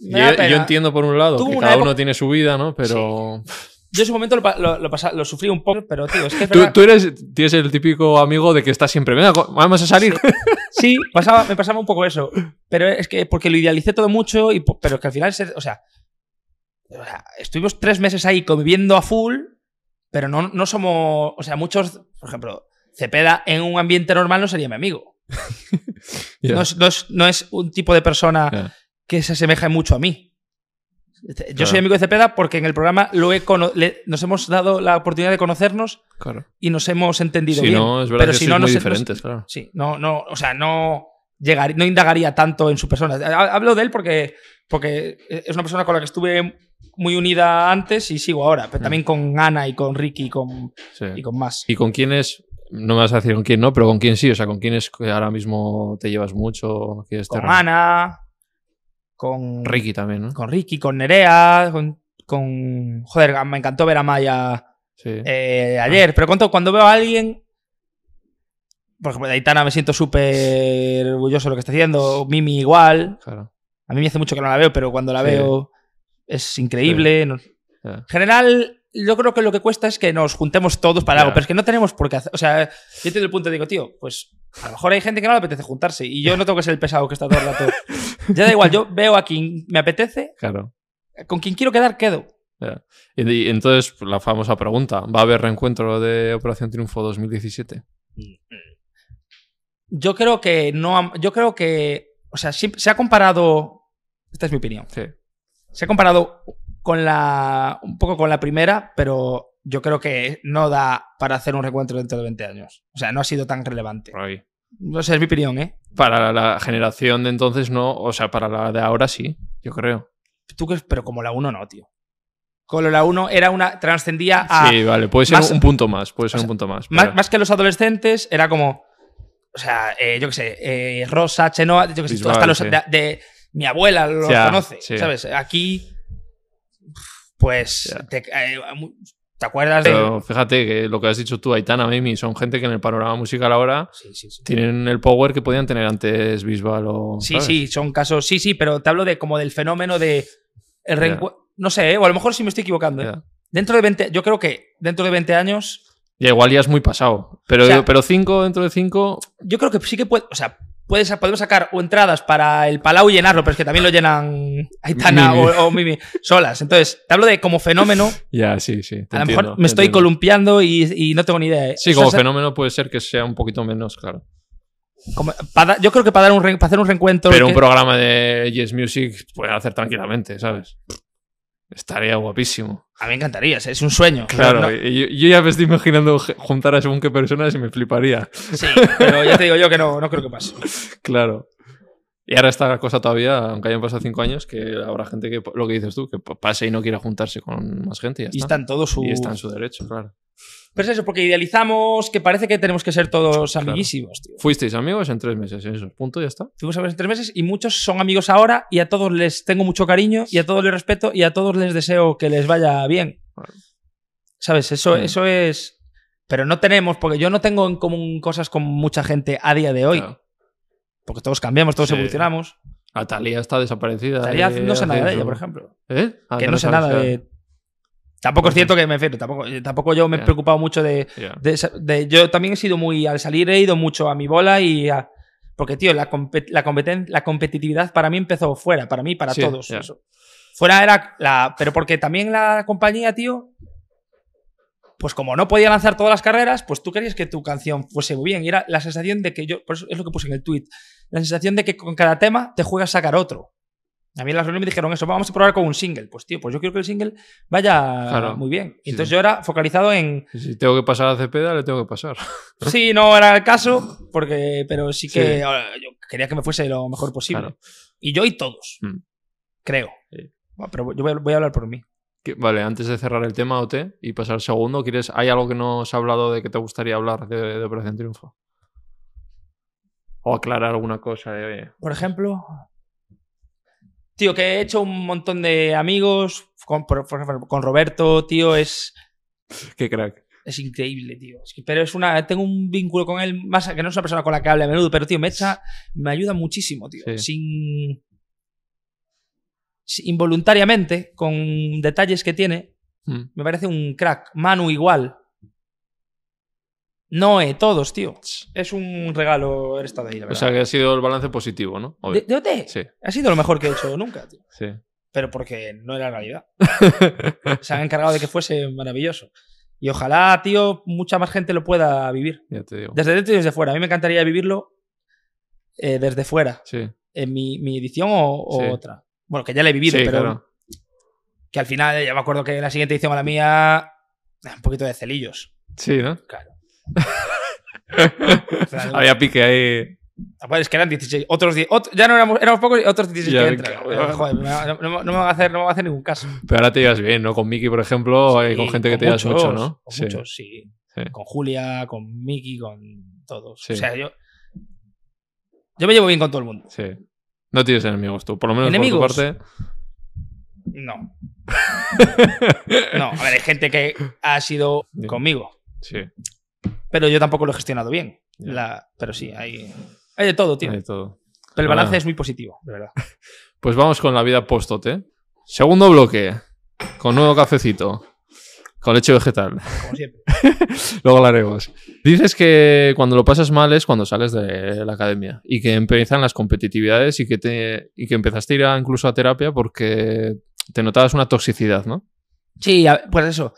S2: me
S1: Y
S2: da
S1: yo- yo,
S2: pena.
S1: entiendo por un lado
S2: Tuvo
S1: que
S2: una
S1: cada
S2: época-
S1: uno tiene su vida, ¿no? Pero
S2: Yo en su momento lo, pa- lo- lo pasa- lo sufrí un poco, pero tío, es que es
S1: tú,
S2: verdad.
S1: tú eres tienes el típico amigo de que está siempre, venga, co- vamos a salir.
S2: Sí, pasaba, me pasaba un poco eso. Pero es que porque lo idealicé todo mucho, y, po- pero que al final, se- o sea, o sea, estuvimos tres meses ahí conviviendo a full, pero no, no somos, o sea, muchos, por ejemplo, Cepeda en un ambiente normal no sería mi amigo.
S1: (laughs) Ya,
S2: No, es, no es- no es un tipo de persona
S1: ya.
S2: que se asemeja mucho a mí. Este, Yo soy
S1: Claro.
S2: amigo de Cepeda porque en el programa lo he cono- le- nos hemos dado la oportunidad de conocernos
S1: Claro.
S2: y nos hemos entendido
S1: Si
S2: bien.
S1: no, es verdad
S2: pero
S1: que
S2: si
S1: sois
S2: no, no
S1: muy
S2: se- no se-
S1: diferentes, claro.
S2: Sí, no, no, o sea, no llegar, no indagaría tanto en su persona. Ha- Hablo de él porque, porque es una persona con la que estuve muy unida antes y sigo ahora, pero también con Ana y con Ricky y con,
S1: Mm. Sí.
S2: y con más.
S1: ¿Y con quién es? No me vas a decir con quién no, pero con quién sí, o sea, con quién es que ahora mismo te llevas mucho. quieres
S2: Con
S1: te-
S2: Ana, con
S1: Ricky también, ¿no?
S2: con Ricky, con Nerea, con, con. Joder, me encantó ver a Maya
S1: Sí.
S2: eh, ayer, pero cuando, cuando veo a alguien. Por ejemplo, de Aitana me siento súper orgulloso de lo que está haciendo. Mimi igual.
S1: Claro.
S2: A mí me hace mucho que no la veo, pero cuando la
S1: Sí.
S2: veo es increíble. No-
S1: Ya.
S2: En general, yo creo que lo que cuesta es que nos juntemos todos para
S1: Ya.
S2: algo, pero es que no tenemos por qué hacer. O sea, yo entiendo el punto de digo, tío, pues a lo mejor hay gente que no le apetece juntarse y yo no tengo que ser el pesado que está todo el
S1: (laughs)
S2: rato. ya da igual, yo veo a quien me apetece,
S1: Claro.
S2: con quien quiero quedar, quedo.
S1: Y, y entonces, pues, la famosa pregunta: ¿va a haber reencuentro de Operación Triunfo 2017?
S2: Yo creo que no. am- Yo creo que. O sea, siempre- se ha comparado. Esta es mi opinión.
S1: Sí.
S2: Se ha comparado con la. un poco con la primera, pero yo creo que no da para hacer un recuentro dentro de 20 años. O sea, no ha sido tan relevante.
S1: Por ahí.
S2: No sé, es mi opinión, ¿eh?
S1: Para la generación de entonces no, o sea, para la de ahora sí, yo creo.
S2: Tú que, pero como la 1 no, tío. Con la 1 era una. trascendía a.
S1: sí, vale, puede ser
S2: Ah, más-
S1: un punto más, puede ser
S2: o sea,
S1: un punto más.
S2: más,
S1: pero-
S2: más que los adolescentes, era como. O sea, eh, yo qué sé, eh, Rosa, Chenoa, yo qué sé,
S1: Bisbal,
S2: hasta los
S1: sí.
S2: de, de- Mi abuela los
S1: Ya,
S2: conoce,
S1: sí.
S2: ¿sabes? Aquí. Pues.
S1: Ya.
S2: Te, eh, ¿te acuerdas de.?
S1: pero fíjate que lo que has dicho tú, Aitana, Mimi, son gente que en el panorama musical ahora
S2: Sí, sí, sí.
S1: tienen el power que podían tener antes Bisbal o.
S2: Sí,
S1: ¿sabes?
S2: sí, son casos. Sí, sí, pero te hablo de como del fenómeno de. El reencu- No sé, eh, o a lo mejor sí me estoy equivocando. eh.
S1: Ya.
S2: Dentro de 20. Yo creo que dentro de 20 años.
S1: Ya, igual ya es muy pasado. Pero,
S2: O sea-
S1: pero cinco dentro de cinco.
S2: Yo creo que sí que puede. O sea, puedes, podemos sacar o entradas para el Palau y llenarlo, pero es que también
S1: (laughs)
S2: lo llenan Aitana
S1: Mimi.
S2: O, o Mimi solas. Entonces, te hablo de como fenómeno.
S1: Ya, sí, sí. te
S2: A lo
S1: entiendo,
S2: mejor
S1: te
S2: me estoy
S1: entiendo.
S2: columpiando y, y no tengo ni idea. ¿eh?
S1: Sí,
S2: O sea,
S1: como
S2: esa-
S1: fenómeno puede ser que sea un poquito menos, claro.
S2: como- para dar- yo creo que para, dar un, re- para hacer un reencuentro.
S1: Pero
S2: que-
S1: un programa de Yes Music pueden hacer tranquilamente, ¿sabes? Estaría guapísimo.
S2: a mí me encantaría, es- es un sueño.
S1: Claro,
S2: No-
S1: y yo, yo ya me estoy imaginando je- juntar a según qué personas y me fliparía. (laughs)
S2: sí, pero ya te digo yo que no, no creo que pase.
S1: Claro. Y ahora está la cosa todavía, aunque hayan pasado cinco años, que habrá gente que, lo que dices tú, que pa- pase y no quiera juntarse con más gente. y ya
S2: Y
S1: está.
S2: están todos su.
S1: Y está en su derecho, claro.
S2: Pero es eso, porque idealizamos que parece que tenemos que ser todos amiguísimos, tío.
S1: Fuisteis amigos en tres meses, en esos puntos, ya está.
S2: Fuimos a ver en tres meses y muchos son amigos ahora y a todos les tengo mucho cariño y a todos les respeto y a todos les deseo que les vaya bien.
S1: Claro.
S2: ¿Sabes? Eso,
S1: Mm.
S2: eso es... Pero no tenemos, porque yo no tengo en común cosas con mucha gente a día de hoy,
S1: Claro.
S2: porque todos cambiamos, todos
S1: Sí.
S2: evolucionamos.
S1: La Thalía está desaparecida.
S2: Talía
S1: eh,
S2: no sé nada de
S1: hace-
S2: ella, por ejemplo.
S1: ¿Eh? Ah,
S2: que
S1: te
S2: no sé
S1: sabes,
S2: nada
S1: claro.
S2: de... Tampoco es
S1: Bueno.
S2: cierto que me refiero, tampoco, eh, tampoco yo me he
S1: Ya.
S2: preocupado mucho de,
S1: Ya.
S2: de esa- de- yo también he sido muy. Al salir he ido mucho a mi bola y a. Porque, tío, la, compe- la, competen- la competitividad para mí empezó fuera, para mí, para
S1: Sí,
S2: todos.
S1: ya.
S2: eso. Fuera era la. Pero porque también la compañía, tío. Pues como no podía lanzar todas las carreras, pues tú querías que tu canción fuese muy bien. Y era la sensación de que yo. Por eso es lo que puse en el tweet. La sensación de que con cada tema te juegas a sacar otro. A mí en las reuniones me dijeron eso, vamos a probar con un single. Pues tío, pues yo quiero que el single vaya
S1: Claro.
S2: muy bien. Y
S1: Sí,
S2: entonces
S1: sí.
S2: yo era focalizado en
S1: Si tengo que pasar a Cepeda, le tengo que pasar.
S2: Sí, no era el caso, porque, pero sí que
S1: Sí.
S2: ahora, yo quería que me fuese lo mejor posible.
S1: Claro.
S2: Y yo y todos,
S1: Mm.
S2: creo.
S1: Sí.
S2: Bueno, pero yo voy a, voy a hablar por mí.
S1: Que- Vale, antes de cerrar el tema, OT, y pasar al segundo, ¿quieres, ¿hay algo que no se ha hablado de que te gustaría hablar de, de Operación Triunfo? O aclarar alguna cosa de, oye,
S2: Por ejemplo, tío, que he hecho un montón de amigos con, por- por ejemplo, con Roberto, tío, es,
S1: qué crack.
S2: es increíble, tío. Es que- pero es una, tengo un vínculo con él, más que no es una persona con la que hable a menudo, pero tío, me echa, me ayuda muchísimo, tío.
S1: Sí.
S2: Sin, sin- involuntariamente, con detalles que tiene,
S1: Mm.
S2: Me parece un crack. Manu igual. Noé, todos, tío. Es un regalo haber estado ahí, la
S1: O
S2: verdad.
S1: sea que ha sido el balance positivo, ¿no? Obvio.
S2: de, de OT.
S1: Sí,
S2: Ha sido lo mejor que he hecho nunca, tío.
S1: sí.
S2: Pero porque no era
S1: (laughs)
S2: realidad. Se han encargado de que fuese maravilloso. Y ojalá, tío, mucha más gente lo pueda vivir.
S1: ya te digo.
S2: Desde dentro y desde fuera. A mí me encantaría vivirlo eh, desde fuera.
S1: Sí,
S2: En mi, mi edición o, o
S1: Sí.
S2: otra. Bueno, que ya la he vivido,
S1: sí,
S2: pero
S1: claro.
S2: que al final, eh, ya me acuerdo que en la siguiente edición a la mía, eh, un poquito
S1: (laughs)
S2: de celillos.
S1: Sí, ¿no?
S2: Claro.
S1: Había pique ahí.
S2: Ah, bueno, es que eran 16. Otros 10. ot- ya no éramos, éramos pocos y otros 16
S1: Ya,
S2: que
S1: me
S2: entran.
S1: cago en-
S2: Joder, me va- no, no me- no me van a hacer, no me van a hacer ningún caso.
S1: Pero ahora te llevas bien, ¿no? Con Miki, por ejemplo, y Oh, con
S2: Sí,
S1: gente que te llevas mucho,
S2: muchos,
S1: ¿no?
S2: Con
S1: Sí.
S2: muchos, sí.
S1: Sí.
S2: Con Julia, con Miki, con todos.
S1: Sí.
S2: O sea, yo. Yo me llevo bien con todo el mundo.
S1: Sí. No tienes enemigos tú, por lo menos
S2: ¿Enemigos?
S1: por tu parte. (laughs)
S2: No. No, a ver, hay gente que ha sido
S1: Ya.
S2: conmigo,
S1: Sí,
S2: pero yo tampoco lo he gestionado bien.
S1: Ya.
S2: La- pero sí, hay, hay de todo, tío.
S1: hay todo.
S2: Pero el balance
S1: Ah.
S2: es muy positivo, de verdad.
S1: Pues vamos con la vida post-OT. Segundo bloque, con nuevo cafecito, con leche vegetal. (laughs)
S2: Como siempre.
S1: Luego hablaremos. Dices que cuando lo pasas mal es cuando sales de la academia y que empiezan las competitividades y que, te, y que empezaste a ir a- incluso a terapia porque te notabas una toxicidad, ¿no?
S2: Sí, a- pues eso.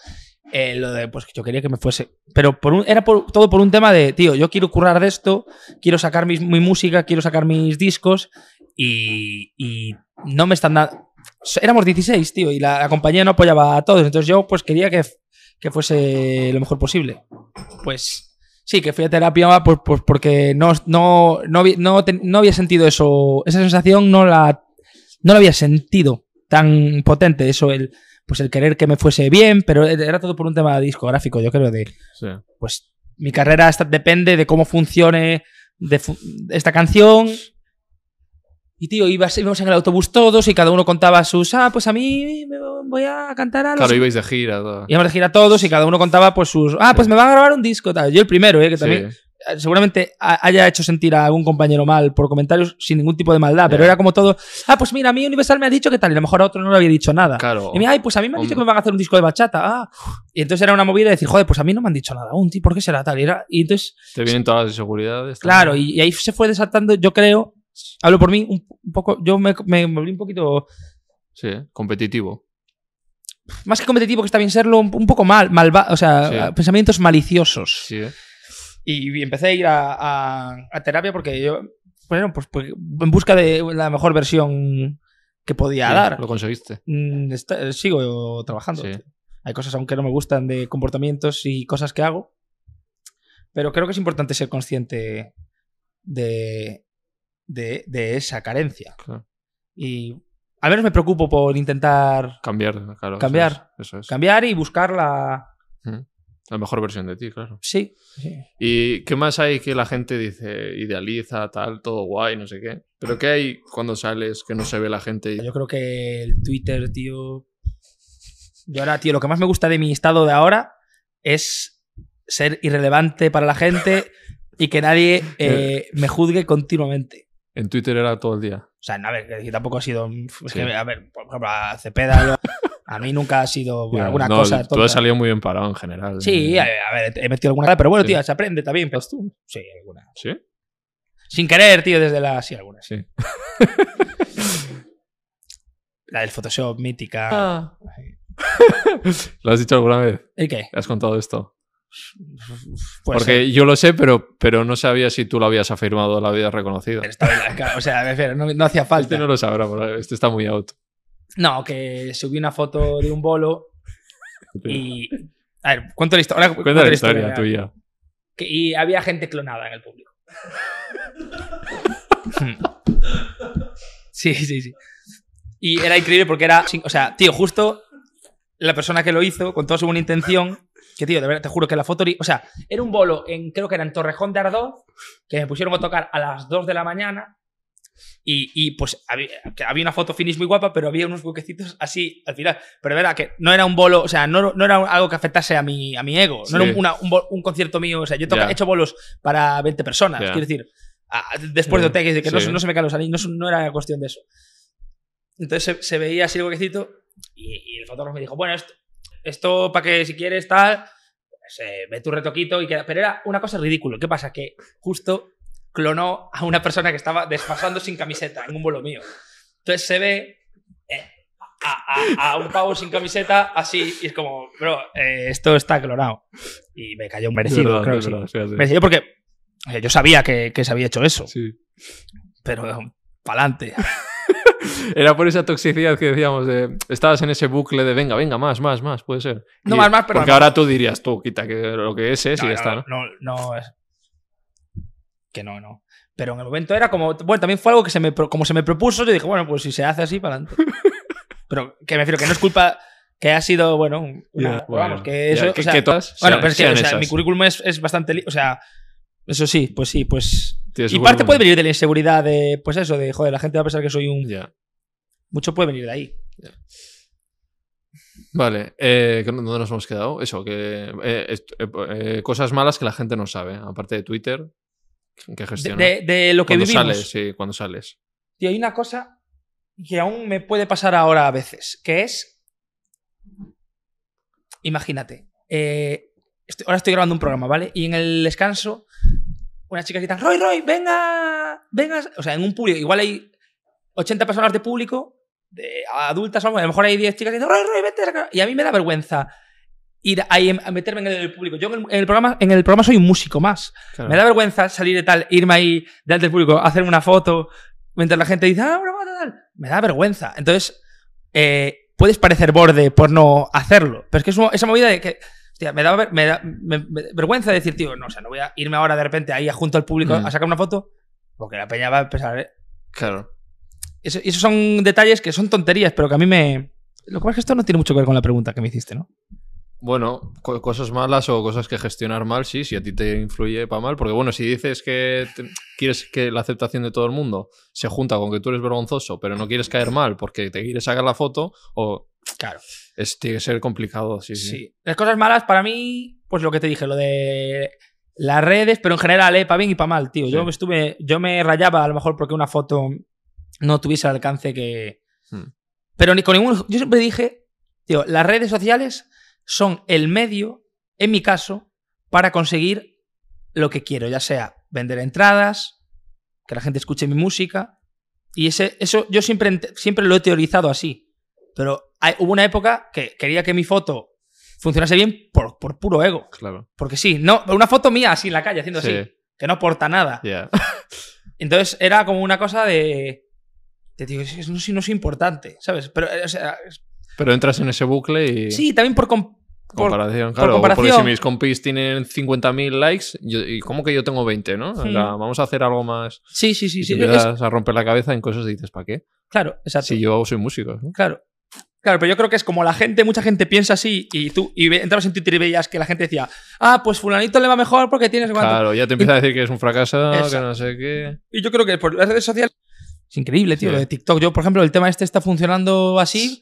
S2: Eh, lo de, pues yo quería que me fuese. Pero por un, era por- todo por un tema de, tío, yo quiero currar de esto, quiero sacar mis- mi música, quiero sacar mis discos y, y no me están dando. Éramos 16, tío, y la, la compañía no apoyaba a todos. Entonces yo, pues quería que, f- que fuese lo mejor posible. Pues sí, que fui a terapia pues, pues, porque no, no, no, había- no ten- no había sentido eso. Esa sensación no la, no la había sentido tan potente. Eso, el pues el querer que me fuese bien, pero era todo por un tema discográfico, yo creo, de
S1: Sí.
S2: pues mi carrera hasta depende de cómo funcione de fu- esta canción. Y tío, ibas, íbamos en el autobús todos y cada uno contaba sus, ah, pues a mí me voy a cantar a los...
S1: Claro, ibais de gira. todo.
S2: Íbamos de gira todos y cada uno contaba pues sus, ah, pues
S1: Sí.
S2: me van a grabar un disco, tal. Yo el primero, eh, que
S1: Sí.
S2: también eh, seguramente ha- haya hecho sentir a algún compañero mal por comentarios sin ningún tipo de maldad, pero
S1: Ya.
S2: era como todo, ah, pues mira, a mí Universal me ha dicho que tal, y a lo mejor a otro no le había dicho nada.
S1: Claro.
S2: Y me, ay, pues a mí me han dicho que
S1: Hombre.
S2: me van a hacer un disco de bachata. ah". Y entonces era una movida de decir, joder, pues a mí no me han dicho nada aún, tío, ¿por qué será tal? Y, era- y entonces,
S1: Te vienen todas las inseguridades.
S2: claro, y, y ahí se fue desatando, yo creo, hablo por mí, un, un poco, yo me, me volví un poquito,
S1: Sí, competitivo.
S2: más que competitivo, que está bien serlo, un, un poco mal, malva, o sea,
S1: Sí.
S2: pensamientos maliciosos.
S1: Sí, ¿eh?
S2: Y, y empecé a ir a, a- a terapia porque yo, bueno, pues, pues, en busca de la mejor versión que podía
S1: Sí,
S2: dar.
S1: Lo conseguiste.
S2: Mm, está- sigo trabajando.
S1: Sí.
S2: tío. Hay cosas aunque no me gustan de comportamientos y cosas que hago. Pero creo que es importante ser consciente de, de, de esa carencia.
S1: Claro.
S2: Y al menos me preocupo por intentar
S1: Cambiar, claro. eso
S2: Cambiar.
S1: es, Eso es.
S2: cambiar y buscar la...
S1: La mejor versión de ti, claro.
S2: Sí. sí.
S1: ¿Y qué más hay que la gente dice, idealiza, tal, todo guay, no sé qué? ¿Pero qué hay cuando sales que no se ve la gente? y-
S2: Yo creo que el Twitter, tío... Yo ahora, tío, lo que más me gusta de mi estado de ahora es ser irrelevante para la gente y que nadie eh, me juzgue continuamente.
S1: En Twitter era todo el día.
S2: O sea, no, a ver, que tampoco ha sido. es
S1: Sí.
S2: que, a ver, por ejemplo, a Cepeda, yo- a mí nunca ha sido
S1: (laughs) Ya,
S2: alguna
S1: no,
S2: cosa.
S1: Tú
S2: tonta.
S1: has salido muy bien parado en general.
S2: Sí, a,
S1: Eh,
S2: a ver, he metido alguna. Pero bueno,
S1: Sí.
S2: tío, se aprende también. Pero tú. Sí, alguna. (laughs)
S1: ¿Sí?
S2: Sin querer, tío, desde la. Sí, alguna.
S1: Sí.
S2: (laughs) La del Photoshop
S1: Ah.
S2: mítica.
S1: ¿Lo has dicho alguna vez?
S2: ¿Y qué?
S1: ¿Has contado esto?
S2: Pues,
S1: Porque yo lo sé, pero, pero no sabía si tú lo habías afirmado o lo habías reconocido.
S2: Está bien, claro, o sea, me refiero, no,
S1: (laughs)
S2: no hacía falta.
S1: Este no lo sabrá, porque este está muy out.
S2: No, que subí una foto de un bolo y. A ver, cuento la historia. ahora cuento
S1: Cuenta la historia tuya.
S2: Que- y había gente clonada en el público. sí, sí, sí. Y era increíble porque era, o sea, tío, justo la persona que lo hizo con toda su buena intención, que tío, de verdad te juro que la foto, ori- o sea, era un bolo en creo que era en Torrejón de Ardoz, que me pusieron a tocar a las 2 de la mañana. Y, y, pues había, que había una foto finish muy guapa, pero había unos huequecitos así al final. Pero era que no era un bolo, o sea, no, no era algo que afectase a mi, a mi ego.
S1: Sí.
S2: No era un- una- un, bol- un concierto mío, o sea, yo he toca-
S1: Ya.
S2: he hecho bolos para 20 personas.
S1: Ya.
S2: Quiero decir, a- después de
S1: Ya,
S2: OTX, de que no,
S1: sí.
S2: se- no se me caen los anillos, no, se- no era cuestión de eso. Entonces se, se veía así el huequecito y, y el fotógrafo me dijo, bueno, esto, esto para que si quieres tal, pues, eh, ve tu retoquito y queda. Pero era una cosa ridícula. ¿Qué pasa? Que justo clonó a una persona que estaba desfasando sin camiseta en un vuelo mío. Entonces se ve eh, a, a- a un pavo sin camiseta así y es como, bro, eh, esto está clonado. Y me cayó un
S1: De
S2: merecido,
S1: verdad,
S2: creo
S1: de
S2: que sí.
S1: verdad, fíjate.
S2: Merecido porque o sea, yo sabía que, que se había hecho eso,
S1: Sí.
S2: pero pa'lante.
S1: Era por esa toxicidad que decíamos de estabas en ese bucle de venga, venga, más, más, más, puede ser.
S2: No, más, más, pero-
S1: Porque ahora tú dirías tú, quita que lo que es es y
S2: no,
S1: ya
S2: no,
S1: está, ¿no?
S2: No, no, es- Que no, no. Pero en el momento era como. Bueno, también fue algo que se me, pro- como se me propuso, yo dije, bueno, pues si se hace así, para
S1: (laughs)
S2: adelante. pero que me refiero, que no es culpa. Que ha sido, bueno, un- una-
S1: Ya,
S2: pero
S1: bueno,
S2: vamos,
S1: ya,
S2: que eso. o
S1: que-
S2: sea,
S1: que todas
S2: bueno,
S1: sean-
S2: pero es que
S1: sean
S2: o sea,
S1: esas.
S2: mi currículum es, es bastante. li- O sea, eso sí, pues sí, pues.
S1: Tienes
S2: y
S1: un
S2: parte
S1: currículum.
S2: puede venir de la inseguridad de, pues eso, de joder, la gente va a pensar que soy un.
S1: Ya.
S2: Mucho puede venir de ahí.
S1: Vale, eh, ¿dónde nos hemos quedado? Eso, que eh, est- eh, eh, cosas malas que la gente no sabe, aparte de Twitter, que
S2: De,
S1: gestiona.
S2: de- de lo que
S1: cuando
S2: vivimos.
S1: sales, sí, cuando sales.
S2: Y hay una cosa que aún me puede pasar ahora a veces, que es. Imagínate. eh, estoy- ahora estoy grabando un programa, ¿vale? Y en el descanso, unas chicas gritan: ¡Roy, Roy, venga! ¡Venga! O sea, en un público. Igual hay 80 personas de público, de adultas, o algo, a lo mejor hay 10 chicas que dicen: ¡Roy, Roy, vete! a sacar". Y a mí me da vergüenza ir ahí a meterme en el público. Yo en el, en el programa, en el programa soy un músico más.
S1: Claro.
S2: Me da vergüenza salir de tal, irme ahí delante del público, hacer una foto, mientras la gente dice, ah, una foto tal. Me da vergüenza. Entonces, eh, puedes parecer borde por no hacerlo. Pero es que es mo- esa movida de que, hostia, me da, ver- me da- me- me- vergüenza decir, tío, no, o sea, no voy a irme ahora de repente ahí junto al público
S1: Mm.
S2: a sacar una foto, porque la peña va a empezar. ¿eh?
S1: Claro.
S2: Eso- esos son detalles que son tonterías, pero que a mí me. Lo que pasa es que esto no tiene mucho que ver con la pregunta que me hiciste, ¿no?
S1: Bueno, co- cosas malas o cosas que gestionar mal, sí, si a ti te influye para mal, porque bueno, si dices que te- quieres que la aceptación de todo el mundo se junta con que tú eres vergonzoso, pero no quieres caer mal porque te quieres sacar la foto, o
S2: Claro.
S1: es, tiene que ser complicado, sí, sí.
S2: Sí. Las cosas malas para mí, pues lo que te dije, lo de las redes, pero en general, eh, para bien y para mal, tío. Yo
S1: Sí.
S2: estuve, yo me rayaba a lo mejor porque una foto no tuviese el alcance que.
S1: Hmm.
S2: Pero ni con ningún. Yo siempre dije, tío, las redes sociales son el medio, en mi caso, para conseguir lo que quiero, ya sea vender entradas, que la gente escuche mi música. Y ese, eso yo siempre, ent- siempre lo he teorizado así. Pero hay- hubo una época que quería que mi foto funcionase bien por, por puro ego.
S1: Claro.
S2: Porque sí, no, una foto mía así en la calle haciendo
S1: Sí,
S2: así, que no aporta nada.
S1: ya.
S2: Entonces era como una cosa de. Te digo, es- no, soy- no soy importante, ¿sabes? Pero, eh, o sea,
S1: Pero entras en ese bucle y...
S2: sí, también por, com- por-
S1: comparación, claro,
S2: comparación.
S1: porque si mis compis tienen 50.000 likes, yo- ¿y cómo que yo tengo 20, no? O
S2: Hmm.
S1: sea, vamos a hacer algo más.
S2: Sí, sí, sí.
S1: Y
S2: sí,
S1: te
S2: es-
S1: empiezas a romper la cabeza en cosas y dices, ¿para qué?
S2: claro, exacto.
S1: Si yo soy músico, ¿no?
S2: Claro. Claro, pero yo creo que es como la gente, mucha gente piensa así y tú y ve- entrabas en Twitter y veías que la gente decía, ah, pues fulanito le va mejor porque tienes cuánto.
S1: Claro, ya te empieza a decir que es un fracasado, que
S2: Exacto.
S1: no sé qué.
S2: Y yo creo que por las redes sociales es increíble, tío,
S1: Sí.
S2: lo de TikTok. Yo, por ejemplo, el tema este está funcionando así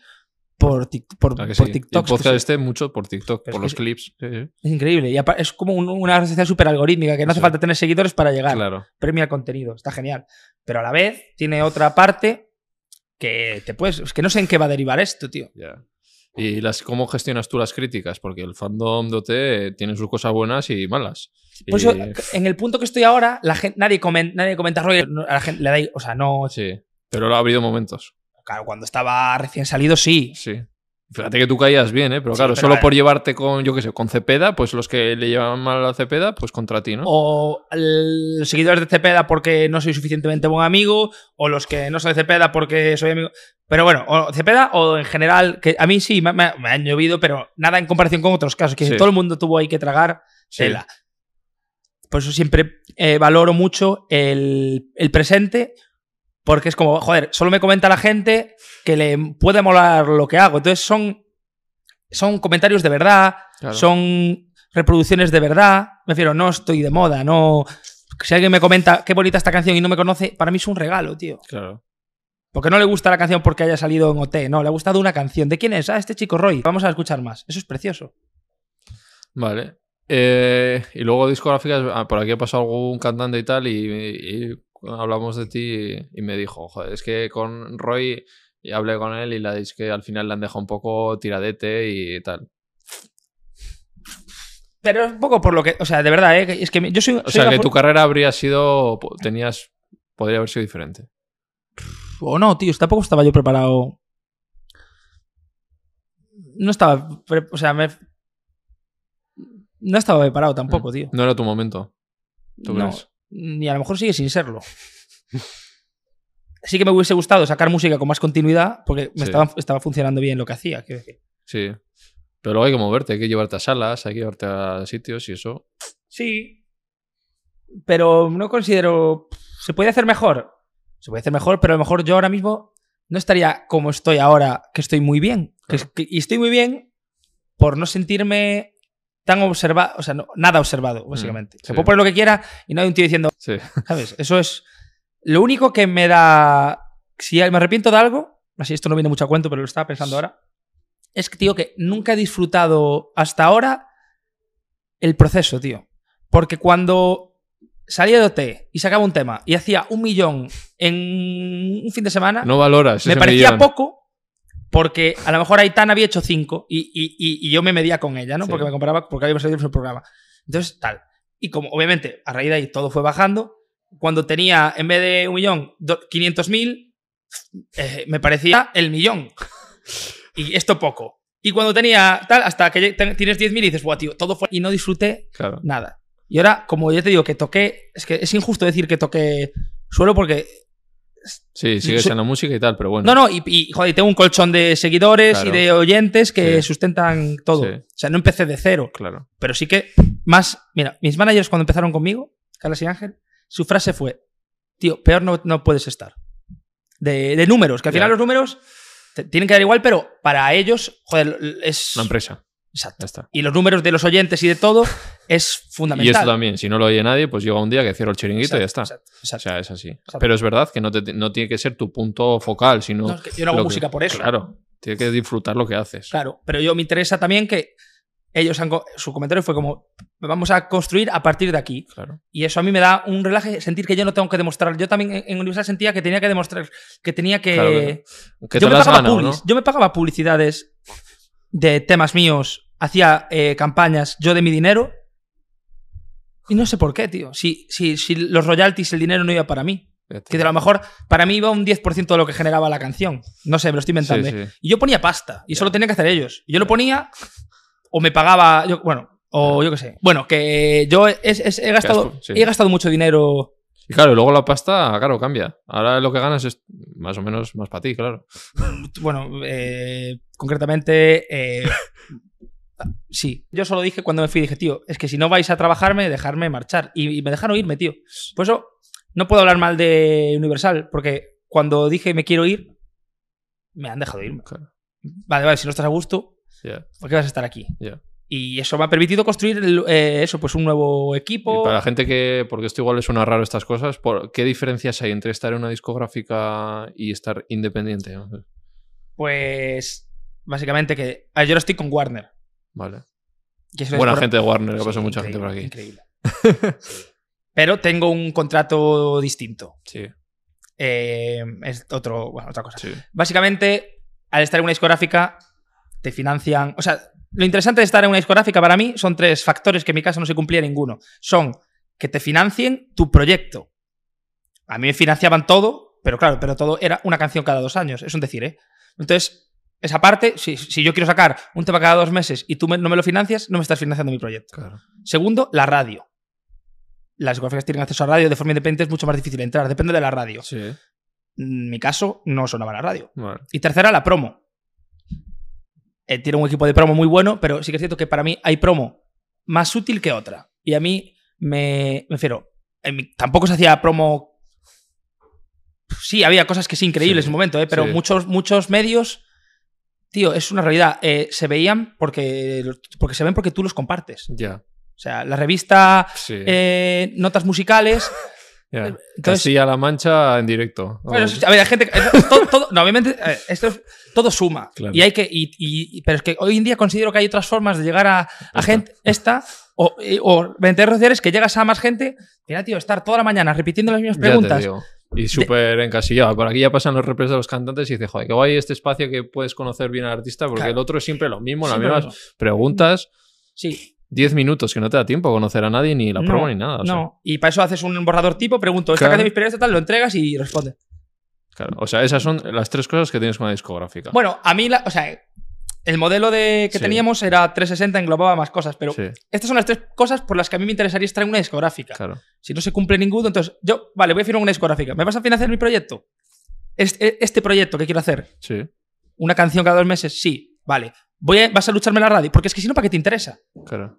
S2: por, Tik- por,
S1: Claro que
S2: por
S1: sí. Y
S2: TikTok.
S1: el podcast este mucho por TikTok,
S2: Pero es
S1: por
S2: que
S1: los
S2: sí.
S1: clips. Sí, sí.
S2: Es increíble. Y apa- es como un- una red social súper algorítmica que no hace
S1: Sí.
S2: falta tener seguidores para llegar.
S1: Claro.
S2: Premia el contenido. Está genial. Pero a la vez tiene otra parte que te puedes. Es que no sé en qué va a derivar esto, tío.
S1: ya. ¿Y las, cómo gestionas tú las críticas? Porque el fandom de OT tiene sus cosas buenas y malas. Y-
S2: Por eso, Pues en el punto que estoy ahora, la gente, nadie, comen- nadie comenta rollo. no- A la gente le da. O sea, no.
S1: sí. Pero ha habido momentos.
S2: Claro, cuando estaba recién salido, sí.
S1: Sí. Fíjate que tú caías bien, ¿eh? Pero
S2: Sí,
S1: claro,
S2: pero
S1: solo
S2: a-
S1: por llevarte con, yo qué sé, con Cepeda, pues los que le llevan mal a Cepeda, pues contra ti, ¿no?
S2: O el- los seguidores de Cepeda porque no soy suficientemente buen amigo, o los que no soy de Cepeda porque soy amigo. Pero bueno, o Cepeda o en general, que a mí sí, me, me- me han llovido, pero nada en comparación con otros casos, que
S1: Sí.
S2: todo el mundo tuvo ahí que tragar
S1: Sí.
S2: tela. Por eso siempre eh, valoro mucho el, el presente, porque es como, joder, solo me comenta la gente que le puede molar lo que hago. Entonces son, son comentarios de verdad,
S1: Claro.
S2: son reproducciones de verdad. Me refiero, no estoy de moda, no. Si alguien me comenta qué bonita esta canción y no me conoce, para mí es un regalo, tío.
S1: Claro.
S2: Porque no le gusta la canción porque haya salido en OT, no, le ha gustado una canción. ¿De quién es? Ah, este chico Roy. Vamos a escuchar más. Eso es precioso.
S1: Vale. Eh, y luego discográficas, ah, por aquí ha pasado algún cantante y tal, y, y hablamos de ti y, me dijo, joder, es que con Roy y hablé con él y la dis que al final le han dejado un poco tiradete y tal.
S2: Pero es un poco por lo que. O sea, de verdad, ¿eh? que- Es que me- yo soy.
S1: O
S2: soy
S1: sea,
S2: una
S1: que
S2: fu-
S1: tu carrera habría sido, po- tenías, podría haber sido diferente.
S2: O no, tío, tampoco estaba yo preparado. No estaba. pre- O sea, me. No estaba preparado tampoco, tío.
S1: No era tu momento, ¿tú
S2: No,
S1: crees?
S2: ni a lo mejor sigue sin serlo. Sí que me hubiese gustado sacar música con más continuidad porque me
S1: Sí.
S2: estaba, estaba funcionando bien lo que hacía. quiero decir.
S1: Sí. Pero luego hay que moverte, hay que llevarte a salas, hay que llevarte a sitios y eso.
S2: Sí. Pero no considero... ¿Se puede hacer mejor? Se puede hacer mejor, pero a lo mejor yo ahora mismo no estaría como estoy ahora, que estoy muy bien. Que es- que- y estoy muy bien por no sentirme tan observado, o sea, no- nada observado, básicamente. Se
S1: sí.
S2: puede poner lo que quiera y no hay un tío diciendo,
S1: Sí.
S2: ¿Sabes? Eso es lo único que me da. Si me arrepiento de algo, así esto no viene mucho a cuento, pero lo estaba pensando ahora. es que, tío, que nunca he disfrutado hasta ahora el proceso, tío. Porque cuando salía de OT y sacaba un tema y hacía un millón en un fin de semana,
S1: No valoras.
S2: Ah, me
S1: ese
S2: parecía
S1: millón.
S2: poco porque a lo mejor Aitana había hecho cinco y, y- y- y yo me medía con ella, ¿no?
S1: Sí.
S2: Porque me comparaba, porque habíamos salido en su programa. Entonces, tal. Y como, obviamente, a raíz de ahí todo fue bajando, cuando tenía, en vez de un millón, do- 500.000, eh, me parecía el millón. y esto poco. Y cuando tenía tal, hasta que lleg- ten- tienes 10.000 y dices, buah, tío, todo fue... Y no disfruté
S1: Claro.
S2: nada. Y ahora, como ya te digo, que toqué... Es que es injusto decir que toqué suelo porque
S1: Sí, sigues
S2: Su-
S1: en la música y tal, pero bueno.
S2: no, no, y, y, joder, y tengo un colchón de seguidores
S1: Claro.
S2: y de oyentes que
S1: Sí.
S2: sustentan todo.
S1: Sí.
S2: O sea, no empecé de cero,
S1: Claro.
S2: pero sí que más. Mira, mis managers cuando empezaron conmigo, Carlos y Ángel, su frase fue: Tío, peor no, no puedes estar. De, de números, que al
S1: Ya.
S2: final los números te- tienen que dar igual, pero para ellos, joder, es.
S1: Una empresa.
S2: Exacto.
S1: Ya está.
S2: Y los números de los oyentes y de todo es fundamental.
S1: Y esto también, si no lo oye nadie, pues llega un día que cierro el chiringuito y ya está.
S2: Exacto, exacto,
S1: O
S2: exacto.
S1: sea, es así.
S2: Exacto.
S1: Pero es verdad que no, te- no tiene que ser tu punto focal, sino.
S2: No, es que yo no hago
S1: lo que-
S2: música por eso.
S1: Claro, tienes que disfrutar lo que haces.
S2: Claro, pero yo me interesa también que ellos han. co- Su comentario fue como: vamos a construir a partir de aquí.
S1: Claro.
S2: Y eso a mí me da un relaje, sentir que yo no tengo que demostrar. Yo también en, en universidad sentía que tenía que demostrar, que tenía que.
S1: Claro, claro. Que
S2: yo,
S1: te
S2: me
S1: las
S2: pagaba
S1: gana, ¿o ¿no?
S2: publis, yo me pagaba publicidades de temas míos, hacía eh, campañas yo de mi dinero. Y no sé por qué, tío. Si, si, si los royalties, el dinero no iba para mí.
S1: Ya está.
S2: Que de lo mejor, para mí iba un 10% de lo que generaba la canción. No sé, me lo estoy inventando. ¿eh?
S1: Sí, sí.
S2: Y yo ponía pasta. Y
S1: Ya.
S2: eso lo tenían que hacer ellos. Y yo lo ponía o me pagaba, yo- bueno, o yo qué sé. Bueno, que yo he, he- he gastado,
S1: Gasto, sí.
S2: he gastado mucho dinero.
S1: Y claro, luego la pasta, claro, cambia. Ahora lo que ganas es más o menos más para ti, claro.
S2: Bueno, eh, concretamente, eh,
S1: (laughs)
S2: sí. Yo solo dije cuando me fui, dije, tío, es que si no vais a trabajarme, dejarme marchar. Y, y me dejaron irme, tío. Por eso no puedo hablar mal de Universal, porque cuando dije me quiero ir, me han dejado irme.
S1: Claro.
S2: Vale, vale, si no estás a gusto,
S1: Ya.
S2: ¿por qué vas a estar aquí?
S1: Ya.
S2: Y eso me ha permitido construir el- eh, eso, pues un nuevo equipo.
S1: Y para la gente que, porque esto igual le suena raro estas cosas, ¿por ¿qué diferencias hay entre estar en una discográfica y estar independiente?
S2: Pues básicamente que. ah, yo ahora estoy con Warner.
S1: Vale.
S2: que es una
S1: Buena
S2: discográfica-
S1: gente de Warner, que
S2: Sí,
S1: pasa mucha gente por
S2: increíble,
S1: aquí. (laughs)
S2: Increíble. Sí. Pero tengo un contrato distinto.
S1: Sí,
S2: Eh, es otro, bueno, otra cosa.
S1: sí.
S2: Básicamente, al estar en una discográfica, te financian. O sea, lo interesante de estar en una discográfica para mí son tres factores que en mi caso no se cumplía ninguno. Son que te financien tu proyecto. A mí me financiaban todo, pero claro, pero todo era una canción cada dos años. Es un decir, ¿eh? Entonces, esa parte, si, si yo quiero sacar un tema cada dos meses y tú me- no me lo financias, no me estás financiando mi proyecto.
S1: Claro.
S2: Segundo, la radio. Las discográficas tienen acceso a radio, de forma independiente es mucho más difícil entrar, depende de la radio.
S1: Sí.
S2: En mi caso, no sonaba la radio.
S1: Vale.
S2: Y tercera, la promo. Eh, tiene un equipo de promo muy bueno, pero sí que es cierto que para mí hay promo más útil que otra. Y a mí me, me refiero, en mi- tampoco se hacía promo... Sí, había cosas que sí, increíbles
S1: Sí,
S2: en un momento, eh, pero
S1: sí.
S2: muchos, muchos medios, tío, es una realidad. eh, se veían porque, porque se ven porque tú los compartes.
S1: Ya.
S2: O sea, la revista
S1: Sí.
S2: eh, notas musicales.
S1: ya.
S2: entonces-
S1: Castilla-La Mancha en directo.
S2: Bueno,
S1: Vamos.
S2: eso- a ver, hay gente. que- Todo, todo- no, obviamente, a ver, esto es- todo suma.
S1: Claro.
S2: Y hay que. y- y- y- pero es que hoy en día considero que hay otras formas de llegar a, a gente. Esta. O, y- o mediante redes sociales que llegas a más gente. Mira, tío, estar toda la mañana repitiendo las mismas
S1: Ya te
S2: preguntas.
S1: digo. Y súper encasillado. Por aquí ya pasan los repres de los cantantes y dices, joder, que guay este espacio que puedes conocer bien al artista, porque
S2: Claro.
S1: el otro es siempre lo mismo, las
S2: Siempre
S1: mismas
S2: lo mismo.
S1: preguntas,
S2: Sí,
S1: 10 minutos, que no te da tiempo a conocer a nadie, ni la
S2: No,
S1: promo, ni nada. O sea,
S2: no. Y para eso haces un borrador tipo, pregunto, esta
S1: Claro.
S2: canción de mis periodos, tal, lo entregas y responde.
S1: claro. O sea, esas son las tres cosas que tienes con una discográfica.
S2: Bueno, a mí, la- o sea, el modelo de, que
S1: Sí.
S2: teníamos era 360, englobaba más cosas, pero
S1: sí,
S2: estas son las tres cosas por las que a mí me interesaría estar en una discográfica.
S1: claro.
S2: Si no se cumple ninguno, entonces yo, vale, voy a firmar una discográfica. ¿Me vas a financiar mi proyecto? Este, este proyecto que quiero hacer,
S1: Sí,
S2: una canción cada dos meses, sí, vale. Voy a- ¿Vas a lucharme en la radio? Porque es que si no, ¿para qué te interesa?
S1: claro.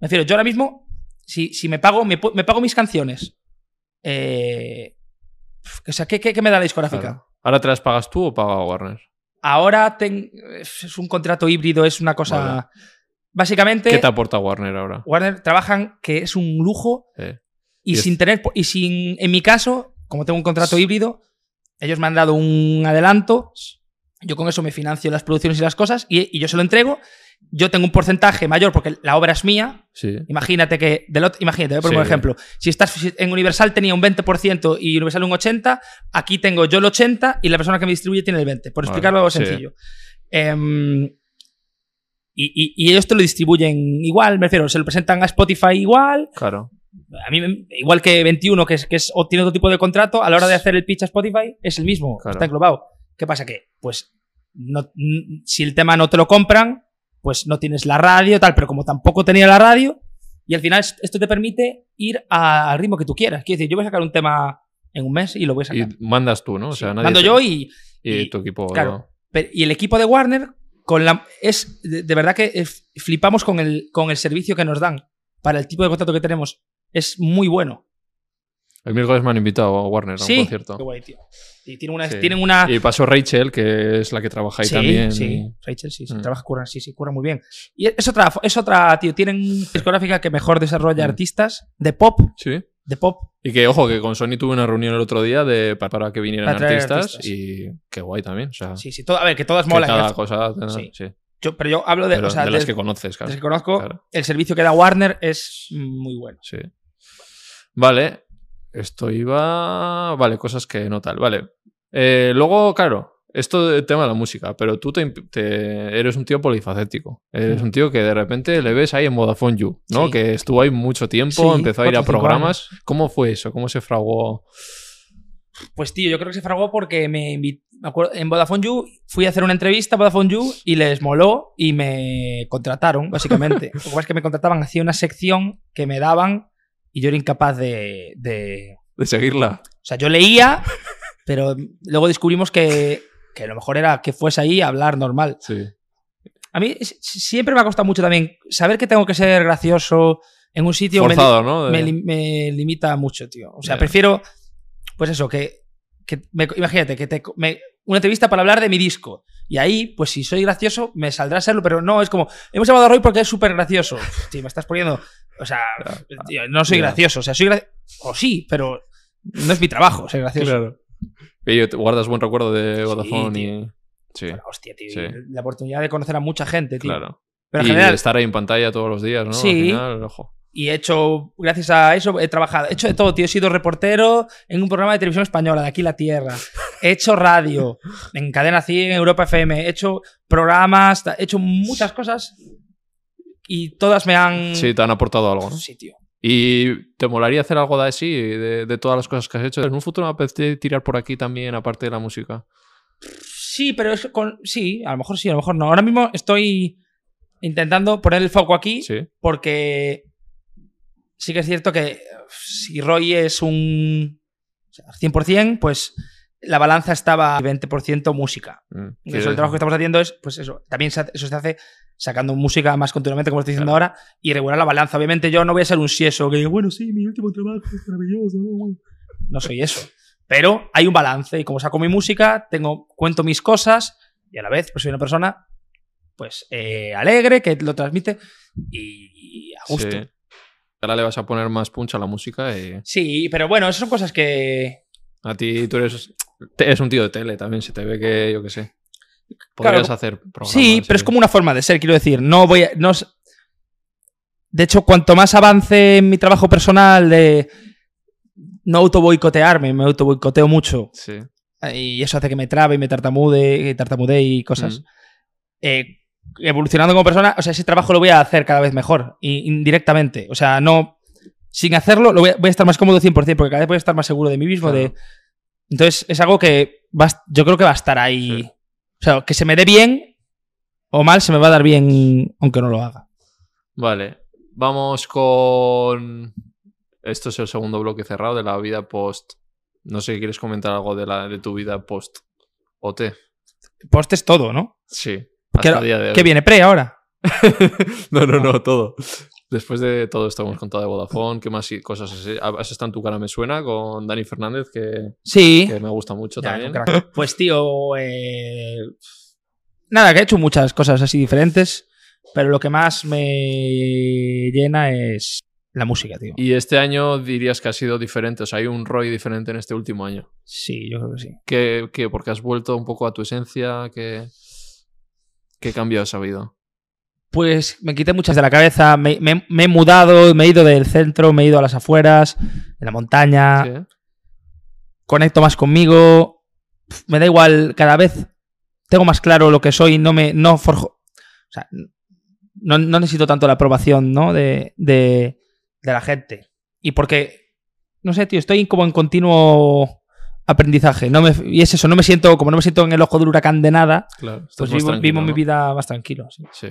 S2: Me refiero, yo ahora mismo, si, si me pago, me, pu- me pago mis canciones. eh, o sea, ¿qué, qué, qué me da la discográfica?
S1: claro. ¿Ahora te las pagas tú o paga Warner?
S2: Ahora ten- es un contrato híbrido, es una cosa.
S1: Vale.
S2: Básicamente,
S1: ¿Qué te aporta Warner ahora?
S2: Warner trabajan que es un lujo
S1: Eh,
S2: Y
S1: Y es-
S2: sin tener, po- y sin, en mi caso, como tengo un contrato híbrido, ellos me han dado un adelanto Yo con eso me financio las producciones y las cosas y, y yo se lo entrego. Yo tengo un porcentaje mayor porque la obra es mía.
S1: Sí.
S2: Imagínate que, del ot- imagínate, voy a poner
S1: Sí.
S2: un ejemplo. Si estás si en Universal tenía un 20% y Universal un 80%, aquí tengo yo el 80% y la persona que me distribuye tiene el 20%, por
S1: Vale,
S2: explicarlo
S1: sí.
S2: sencillo. Em, y, y- y ellos te lo distribuyen igual, me refiero, se lo presentan a Spotify igual,
S1: Claro.
S2: a mí, me- igual que 21, que, es, que es, o tiene otro tipo de contrato, a la hora de hacer el pitch a Spotify es el mismo,
S1: Claro.
S2: está englobado. ¿Qué pasa? Que, pues, no- n- si el tema no te lo compran, pues no tienes la radio, tal, pero como tampoco tenía la radio, y al final es- esto te permite ir a- al ritmo que tú quieras. Quiero decir, yo voy a sacar un tema en un mes y lo voy a
S1: Y
S2: sacar.
S1: mandas tú, ¿no? O sea,
S2: Sí,
S1: nadie
S2: mando
S1: te-
S2: yo y,
S1: y,
S2: y-
S1: tu equipo.
S2: claro. Pero- y el equipo de Warner con la es de, de verdad que eh, flipamos con el con el servicio que nos dan para el tipo de contrato que tenemos. Es muy bueno.
S1: El miércoles me han invitado a Warner a un
S2: sí.
S1: concierto.
S2: Qué guay, tío. Y tiene una,
S1: Sí.
S2: tienen una
S1: Y pasó Rachel, que es la que trabaja ahí
S2: sí,
S1: también.
S2: sí, Rachel sí, sí,
S1: Mm.
S2: trabaja curran, sí, sí, curran muy bien. Y es otra es otra, tío, tienen discográfica que mejor desarrolla
S1: Mm.
S2: artistas de pop,
S1: Sí.
S2: de pop.
S1: Y que, ojo, que con Sony tuve una reunión el otro día de, pa- para que vinieran
S2: Para traer
S1: artistas,
S2: artistas.
S1: y qué guay también. O sea,
S2: Sí, sí, todo- a ver, que todas
S1: Ah. que
S2: molan.
S1: cada
S2: Yo-
S1: cosa. ¿no?
S2: Sí.
S1: Sí.
S2: yo- pero yo hablo de,
S1: Pero
S2: o sea,
S1: de las
S2: del-
S1: que conoces, claro.
S2: desde que conozco,
S1: Claro.
S2: el servicio que da Warner es muy bueno.
S1: Sí. Vale. Esto iba. Vale, cosas que no tal. Vale. Eh, luego, claro, esto del tema de la música, pero tú te, imp- te- eres un tío polifacético. Eres
S2: Mm.
S1: un tío que de repente le ves ahí en Vodafone You, ¿no?
S2: Sí.
S1: Que estuvo ahí mucho tiempo,
S2: Sí,
S1: empezó a ir
S2: cuatro
S1: a
S2: o cinco
S1: programas. ¿Cómo fue eso? ¿Cómo se fraguó?
S2: Pues tío, yo creo que se fragó porque me invitó. en Vodafone You fui a hacer una entrevista a Vodafone You y les moló y me contrataron, básicamente. Lo que pasa es que me contrataban, hacía una sección que me daban y yo era incapaz de, de-
S1: De seguirla.
S2: O sea, yo leía, pero luego descubrimos que, que lo mejor era que fuese ahí a hablar normal.
S1: Sí.
S2: A mí s- siempre me ha costado mucho también saber que tengo que ser gracioso en un sitio. me-
S1: Forzado, ¿no? De-
S2: me, lim- me limita mucho, tío. O sea,
S1: Ya.
S2: prefiero, pues eso, que, que me- imagínate, que te, co- me- una entrevista para hablar de mi disco. Y ahí, pues si soy gracioso, me saldrá a serlo, pero no, es como, hemos llamado a Roy porque es súper gracioso. Tío, me estás poniendo, o sea, tío, no soy
S1: Ya.
S2: gracioso, o sea, soy gracioso, o sí, pero no es mi trabajo ser gracioso.
S1: Claro. Oye, ¿te guardas buen recuerdo de Vodafone
S2: tío.
S1: y. Sí,
S2: Pero, hostia, tío,
S1: Sí.
S2: la oportunidad de conocer a mucha gente, tío.
S1: claro.
S2: Pero en
S1: y
S2: general,
S1: de estar ahí en pantalla todos los días, ¿no?
S2: Sí.
S1: Al final, ojo.
S2: y he hecho, gracias a eso, he trabajado, he hecho de todo, tío. He sido reportero en un programa de televisión española, de aquí la tierra. He hecho radio, en Cadena 100, en Europa FM. He hecho programas, ta- he hecho muchas cosas y todas me han.
S1: Sí, te han aportado algo, ¿no?
S2: Sí, tío.
S1: ¿Y te molaría hacer algo de así, de, de todas las cosas que has hecho? En un futuro me apetece tirar por aquí también, aparte de la música.
S2: Sí, pero es con. Sí, a lo mejor sí, a lo mejor no. Ahora mismo estoy intentando poner el foco aquí
S1: Sí,
S2: porque sí que es cierto que uf, si Roy es un o sea, 100%, pues la balanza estaba 20% música.
S1: Mm.
S2: Y
S1: Sí,
S2: eso, el trabajo que estamos haciendo es, pues eso, también se hace- eso se hace sacando música más continuamente, como estoy diciendo ahora, y regular la balanza. Obviamente yo no voy a ser un sieso que, bueno, sí, mi último trabajo es maravilloso. ¿no? Bueno, No soy eso. Pero hay un balance, y como saco mi música, tengo, cuento mis cosas, y a la vez, pues soy una persona, pues, eh, alegre, que lo transmite, y a gusto.
S1: sí. Ahora le vas a poner más punch a la música y
S2: Sí, pero bueno, esas son cosas que.
S1: a ti tú eres, te- eres un tío de tele también, se te ve que, yo qué sé. Podrías
S2: Claro.
S1: hacer programas.
S2: sí, pero es como una forma de ser, quiero decir. No voy a. No, es- de hecho, cuanto más avance en mi trabajo personal de no auto boicotearme, me auto boicoteo mucho.
S1: Sí.
S2: eh, Y eso hace que me trabe y me tartamude, y tartamude y cosas.
S1: Mm.
S2: Eh, evolucionando como persona, o sea, ese trabajo lo voy a hacer cada vez mejor, i- indirectamente. O sea, no. Sin hacerlo, lo voy, a, voy a estar más cómodo 100%, porque cada vez voy a estar más seguro de mí mismo, de,
S1: Claro.
S2: Entonces es algo que va a est- yo creo que va a estar
S1: Sí.
S2: ahí. O sea, que se me dé bien o mal, se me va a dar bien aunque no lo haga.
S1: Mm. Vale, vamos con... Esto es el segundo bloque cerrado de la vida post. No sé si quieres comentar algo de, la, de tu vida post OT.
S2: Post es todo, ¿no?
S1: Sí,
S2: Que
S1: hasta
S2: ahora-
S1: el día de hoy.
S2: Que viene pre ahora.
S1: No, no, no, todo. Después de todo esto que hemos contado de Vodafone, ¿qué más i- cosas has, has estado en tu cara me suena? Con Dani Fernández, que,
S2: Sí.
S1: que me gusta mucho
S2: Ya,
S1: también.
S2: un crack. Pues tío, eh, nada, que he hecho muchas cosas así diferentes, pero lo que más me llena es la música, tío.
S1: Y este año dirías que ha sido diferente, o sea, hay un Roy diferente en este último año.
S2: Sí, yo creo que sí.
S1: ¿Qué, qué? porque has vuelto un poco a tu esencia? ¿Qué, qué cambio has habido?
S2: Pues me quité muchas de la cabeza, me, me- me he mudado, me he ido del centro, me he ido a las afueras, en la montaña,
S1: Sí, ¿eh?
S2: conecto más conmigo, pf, me da igual, cada vez tengo más claro lo que soy, no me no forjo, o sea, no, no necesito tanto la aprobación, ¿no? De, de, de la gente. Y porque, no sé, tío, estoy como en continuo aprendizaje, no me, y es eso, no me siento, como no me siento en el ojo del huracán de nada,
S1: Claro, estás
S2: pues
S1: más
S2: vivo,
S1: tranquilo,
S2: vivo mi
S1: ¿no?
S2: vida más tranquilo. sí.
S1: Sí.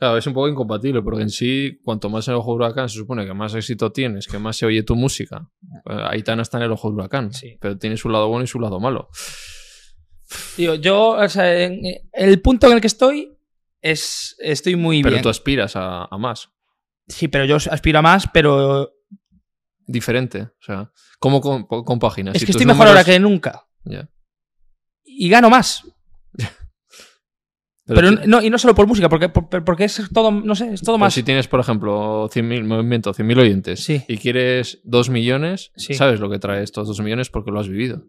S1: Claro, es un poco incompatible, porque en sí, cuanto más en el ojo de huracán, se supone que más éxito tienes, que más se oye tu música. Eh, Aitana está en el ojo de huracán,
S2: Sí.
S1: pero tiene su lado bueno y su lado malo.
S2: Tío, yo, o sea, en- el punto en el que estoy es, estoy muy
S1: pero
S2: bien.
S1: tú aspiras a, a más,
S2: Sí, pero yo aspiro a más, pero
S1: diferente. O sea, ¿cómo con- compaginas?
S2: es
S1: Si
S2: que
S1: tus
S2: estoy mejor ahora
S1: números-
S2: que nunca.
S1: Ya.
S2: Y gano más.
S1: Pero,
S2: Pero
S1: ti-
S2: no, y no solo por música, porque, por- porque es todo, no sé, es todo
S1: pero
S2: más.
S1: si tienes, por ejemplo, 100.000, me invento, 100.000 oyentes
S2: Sí.
S1: y quieres 2 millones,
S2: Sí.
S1: sabes lo que trae estos 2 millones porque lo has vivido.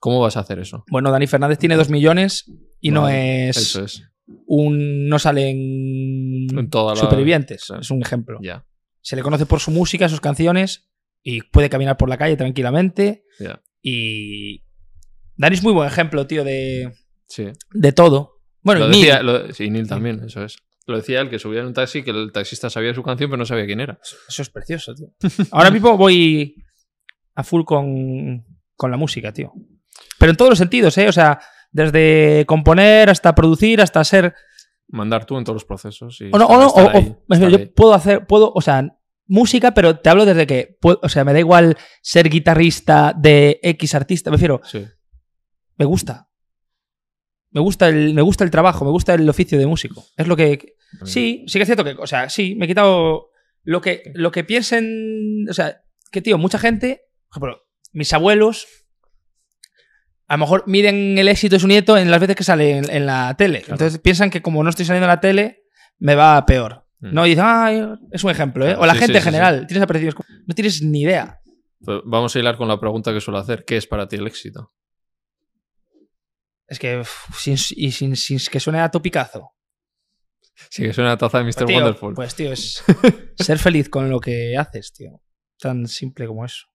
S1: ¿Cómo vas a hacer eso?
S2: Bueno, Dani Fernández tiene dos millones
S1: Vale,
S2: y no es
S1: Eso es.
S2: un. No salen
S1: En toda la-
S2: supervivientes.
S1: Claro.
S2: Es un ejemplo.
S1: Ya,
S2: Se le conoce por su música, sus canciones, y puede caminar por la calle tranquilamente.
S1: ya.
S2: Y. Dani es muy buen ejemplo, tío, de,
S1: Sí.
S2: de todo. Bueno,
S1: lo
S2: y Neil.
S1: decía, lo- sí, Neil también, eso es. Lo decía el que subía en un taxi, que el taxista sabía su canción, pero no sabía quién era.
S2: Pues Eso es precioso, tío. Ahora mismo voy a full con, con la música, tío. Pero en todos los sentidos, ¿eh? O sea, desde componer hasta producir, hasta ser.
S1: Mandar tú en todos los procesos. y
S2: O no, o no,
S1: estar
S2: o- o-
S1: ahí,
S2: me
S1: estar
S2: refiero,
S1: ahí.
S2: yo puedo hacer, puedo, o sea, música, pero te hablo desde que, puedo- o sea, me da igual ser guitarrista de X artista, me refiero,
S1: Sí.
S2: me gusta. Me gusta, el, me gusta el trabajo, me gusta el oficio de músico. Es lo que, Sí, sí que es cierto que, o sea, sí, me he quitado lo que, lo que piensen, o sea, que tío, mucha gente, por ejemplo, mis abuelos, a lo mejor miden el éxito de su nieto en las veces que sale en, en la tele.
S1: Claro.
S2: Entonces piensan que como no estoy saliendo en la tele, me va peor.
S1: Mm.
S2: No, y dicen, "Ay, es un ejemplo, ¿eh? O la
S1: Sí,
S2: gente
S1: sí,
S2: en
S1: sí,
S2: general, tienes aprecio, no tienes ni idea.
S1: Pues vamos a hilar con la pregunta que suelo hacer. ¿Qué es para ti el éxito?
S2: Es que, uf, sin, y sin, sin que suene a topicazo.
S1: Sí, que suena a taza de Mr.
S2: tío,
S1: Wonderful.
S2: pues
S1: (laughs)
S2: tío, es ser feliz con lo que haces, tío. Tan simple como eso.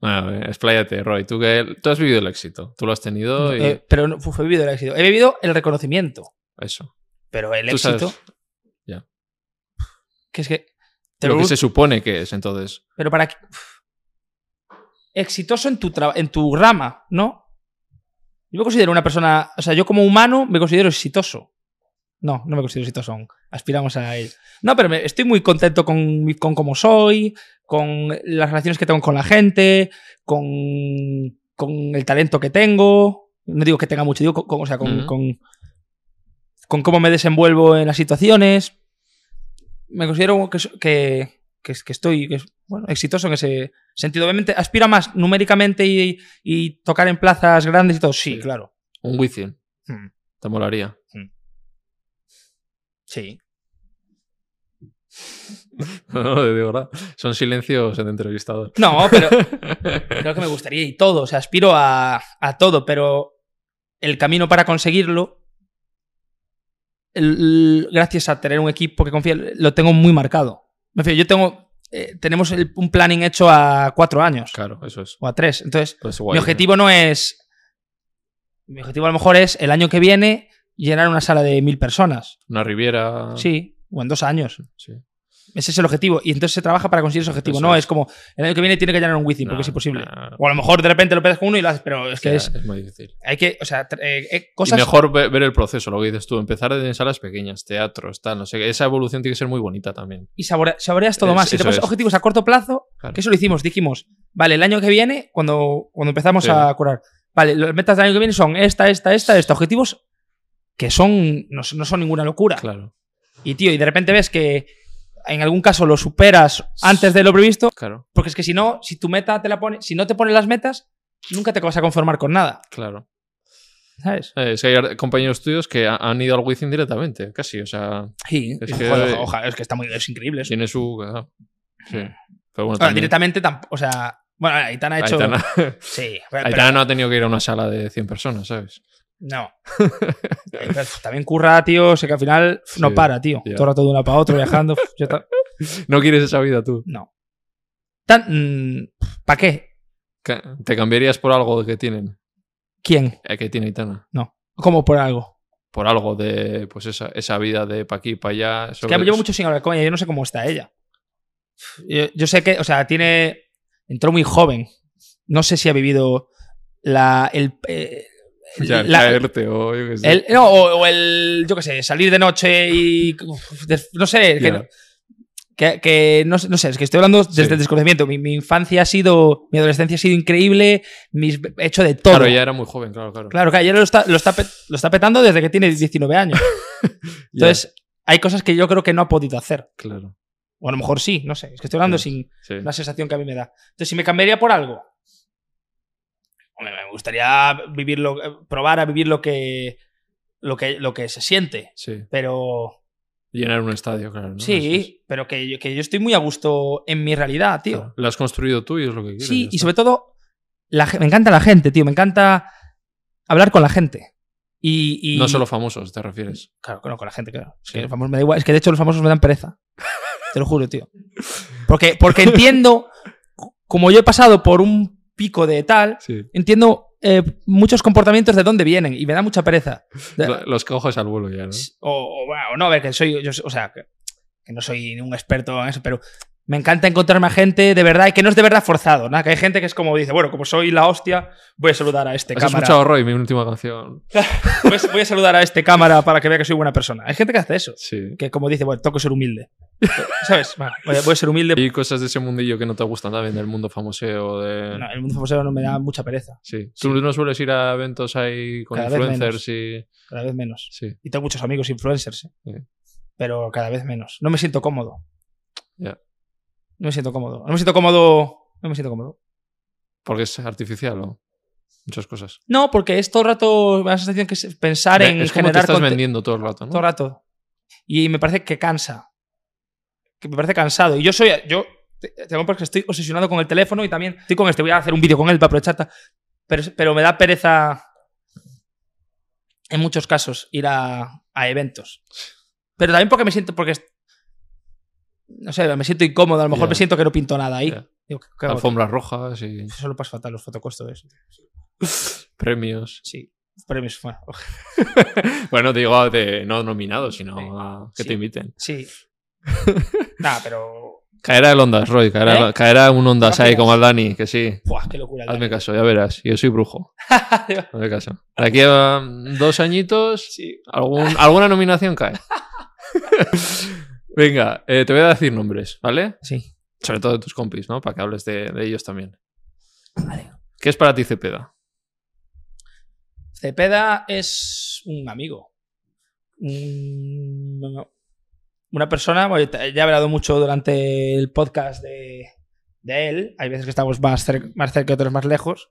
S1: Bueno, a ver, expláyate, Roy. Tú, que, tú has vivido el éxito. Tú lo has tenido y
S2: Eh, pero no, fu- he vivido el éxito. He vivido el reconocimiento,
S1: eso.
S2: pero el
S1: Tú
S2: éxito.
S1: sabes ya.
S2: Que es que. te
S1: Lo
S2: lo-
S1: que se supone que es, entonces.
S2: Pero para. qué- Uf. Exitoso en tu, tra- en tu rama, ¿no? Yo me considero una persona. O sea, yo como humano me considero exitoso. No, no me considero exitoso aún. Aspiramos a él. No, pero me- estoy muy contento con, mi- con cómo soy, con las relaciones que tengo con la gente, con, con el talento que tengo. No digo que tenga mucho, digo con, con- o sea, con,
S1: Ujú.
S2: con- con cómo me desenvuelvo en las situaciones. Me considero que, so- que, que, es- que estoy que es, bueno, exitoso en ese sentido. Obviamente, aspiro a más numéricamente y, y tocar en plazas grandes y todo. Sí,
S1: Sí.
S2: claro.
S1: Un Wizzing.
S2: Hmm.
S1: Te molaría. (laughs)
S2: Sí.
S1: no, de verdad. Son silencios de
S2: (laughs)
S1: entrevistador.
S2: No, pero creo que me gustaría y todo. O sea, aspiro a, a todo, pero el camino para conseguirlo, el- gracias a tener un equipo que confía, lo tengo muy marcado. Me refiero, yo tengo. eh, tenemos el- un planning hecho a cuatro años
S1: claro, eso es.
S2: o a tres. Entonces,
S1: Pues guay,
S2: mi
S1: ¿eh?
S2: objetivo no es. Mi objetivo a lo mejor es el año que viene llenar una sala de mil personas.
S1: Una Riviera.
S2: Sí, o en dos años.
S1: sí.
S2: Ese es el objetivo. Y entonces se trabaja para conseguir ese objetivo.
S1: Eso
S2: no
S1: es.
S2: es. como el año que viene tiene que llenar un Wizzing,
S1: No,
S2: porque es imposible.
S1: no.
S2: O a lo mejor de repente lo pegas con uno y lo haces, pero es que
S1: Ya,
S2: es.
S1: muy difícil.
S2: Hay que. O sea, tr- eh, eh,
S1: Y
S2: cosas.
S1: mejor ve- ver, el proceso, lo que dices tú, empezar en salas pequeñas, teatros, tal, no sé, qué. esa evolución tiene que ser muy bonita también.
S2: Y sabore- saboreas todo
S1: Es-
S2: más. Si te
S1: eso
S2: pones
S1: es.
S2: objetivos a corto plazo,
S1: Claro.
S2: que eso lo hicimos, dijimos, vale, el año que viene, cuando, cuando empezamos
S1: Sí.
S2: a curar, vale, las metas del año que viene son esta, esta, esta, estos objetivos que son. No, son- no son ninguna locura.
S1: Claro,
S2: Y tío, y de repente ves que en algún caso lo superas antes de lo previsto,
S1: claro,
S2: porque es que si no, si tu meta te la pone, si no te pones las metas, nunca te vas a conformar con nada.
S1: claro.
S2: ¿Sabes?
S1: Eh, Es que hay ar- compañeros tuyos que ha- han ido al Wizzing directamente, casi, o sea,
S2: Sí,
S1: Es
S2: es
S1: que- eh,
S2: que, joder, oja- oja, es que está muy, es increíble eso.
S1: tiene su... ah, sí. Pero bueno,
S2: Bueno,
S1: también-
S2: directamente tampoco. O sea, bueno, Aitana ha hecho.
S1: Aitana,
S2: (laughs)
S1: (laughs)
S2: Sí, pero-
S1: Aitana no ha tenido que ir a una sala de 100 personas, ¿sabes?
S2: No. Eh, pero, uf, también curra, tío. Sé que al final uf, no
S1: Sí,
S2: para, tío.
S1: ya.
S2: Todo el rato de una para otro viajando. (laughs) uf, yo ta-
S1: No quieres esa vida tú.
S2: No. Tan, ¿Para qué?
S1: Ca- Te cambiarías por algo que tienen,
S2: ¿Quién?
S1: eh, que tiene Aitana.
S2: No. ¿Cómo por algo?
S1: Por algo de, pues esa, esa vida de pa' aquí, pa' allá.
S2: Es
S1: sobre-
S2: que llevo mucho sin hablar con ella. Yo no sé cómo está ella. Yo, yo sé que, o sea, tiene. Entró muy joven. No sé si ha vivido la. El, eh,
S1: ya,
S2: la-
S1: caerte o yo qué sé.
S2: el- no, o, o el. Yo qué sé, salir de noche y. uf, des- no sé. Que,
S1: Ya.
S2: no- que, que no, sé- no sé, es que estoy hablando desde
S1: Sí.
S2: el desconocimiento. Mi, mi infancia ha sido. Mi adolescencia ha sido increíble. Mis, he hecho de todo.
S1: Claro, ella era muy joven, claro, claro.
S2: Claro, que ayer lo está, lo, está pe- lo está petando desde que tiene 19 años.
S1: (laughs) Ya,
S2: Entonces, hay cosas que yo creo que no ha podido hacer.
S1: claro.
S2: O a lo mejor sí, no sé. Es que estoy hablando
S1: Sí.
S2: sin
S1: Sí.
S2: una sensación que a mí me da. Entonces, si me cambiaría por algo. Hombre, me gustaría vivirlo, eh, probar a vivir lo que, lo que, lo que se siente.
S1: sí.
S2: Pero
S1: Llenar un estadio, claro. ¿no? Eso
S2: sí, pero que, yo- que yo estoy muy a gusto en mi realidad,
S1: es.
S2: tío.
S1: Claro. Lo has construido tú y es lo que quieres.
S2: Sí,
S1: ya
S2: y
S1: está.
S2: sobre todo, la, ge- me encanta la gente, tío. Me encanta hablar con la gente. Y, y-
S1: No solo famosos, te refieres.
S2: Claro, no, con la gente, claro. Es
S1: Sí.
S2: que, los famosos me da igual. Es que de hecho los famosos me
S1: (laughs)
S2: dan pereza. Te lo juro, tío. Porque, porque entiendo, como yo he pasado por un pico de tal,
S1: Sí.
S2: entiendo eh, muchos comportamientos de dónde vienen y me da mucha pereza. De-
S1: Lo- Los cojos al vuelo ya, ¿no?
S2: o, o, bueno, o no, a ver, que soy, yo, o sea, que, que no soy un experto en eso, pero me encanta encontrarme a gente de verdad y que no es de verdad forzado, ¿no? Que hay gente que es como dice, bueno, como soy la hostia, voy a saludar a este
S1: Has
S2: cámara.
S1: escuchado Roy, mi última canción.
S2: Voy a- voy a saludar a este cámara para que vea que soy buena persona. Hay gente que hace eso
S1: Sí.
S2: que como dice, bueno, toco ser humilde. (laughs) ¿Sabes? Bueno, voy, a, voy a ser humilde.
S1: Y cosas de ese mundillo que no te gustan también, del mundo famoseo. De...
S2: No, el mundo famoso no me da mucha pereza,
S1: Sí. Tú no sueles ir a eventos ahí con
S2: Cada vez
S1: influencers y.
S2: cada vez menos.
S1: Sí.
S2: Y tengo muchos amigos influencers, ¿eh?
S1: Sí.
S2: pero cada vez menos. No me siento cómodo.
S1: Ya.
S2: No me siento cómodo. No me siento cómodo. No me siento cómodo.
S1: Porque es artificial o muchas cosas.
S2: No, porque es todo el rato me da la sensación que es pensar en
S1: es como te
S2: generar
S1: estás
S2: conte-
S1: vendiendo todo el rato, ¿no?
S2: todo el rato. Y me parece que cansa. Que me parece cansado. Y yo soy. Yo te- tengo porque estoy obsesionado con el teléfono y también estoy con este. Voy a hacer un vídeo con él para aprovechar. ta- Pero, pero me da pereza en muchos casos ir a, a eventos. Pero también porque me siento. Porque. es- No sé, me siento incómodo. A lo mejor
S1: Ya.
S2: me siento que no pinto nada ahí.
S1: Ya.
S2: Digo, ¿qué- qué hago?
S1: Alfombras rojas y
S2: Eso lo paso fatal, los fotocostos. eso.
S1: premios.
S2: Sí, premios. Bueno, (laughs)
S1: Bueno, digo, de, no nominados, sino a- que
S2: Sí.
S1: te inviten. (laughs)
S2: sí. Nada, pero.
S1: Caerá el Ondas, Roy. Caerá,
S2: ¿Eh?
S1: caerá un Ondas ahí
S2: Gracias.
S1: como al Dani, que sí.
S2: ¡Buah, qué locura!
S1: Hazme caso, ya verás. Yo soy brujo. Hazme caso. De aquí a mm, dos añitos,
S2: (laughs) Sí.
S1: algún- alguna nominación cae. Venga, eh, te voy a decir nombres, ¿vale?
S2: Sí.
S1: Sobre todo de tus compis, ¿no? Para que hables de, de ellos también.
S2: Vale.
S1: ¿Qué es para ti Cepeda?
S2: Cepeda es un amigo. Un- no, no. Una persona, bueno, ya he hablado mucho durante el podcast de, de él. Hay veces que estamos más, cer- más cerca, otros más lejos.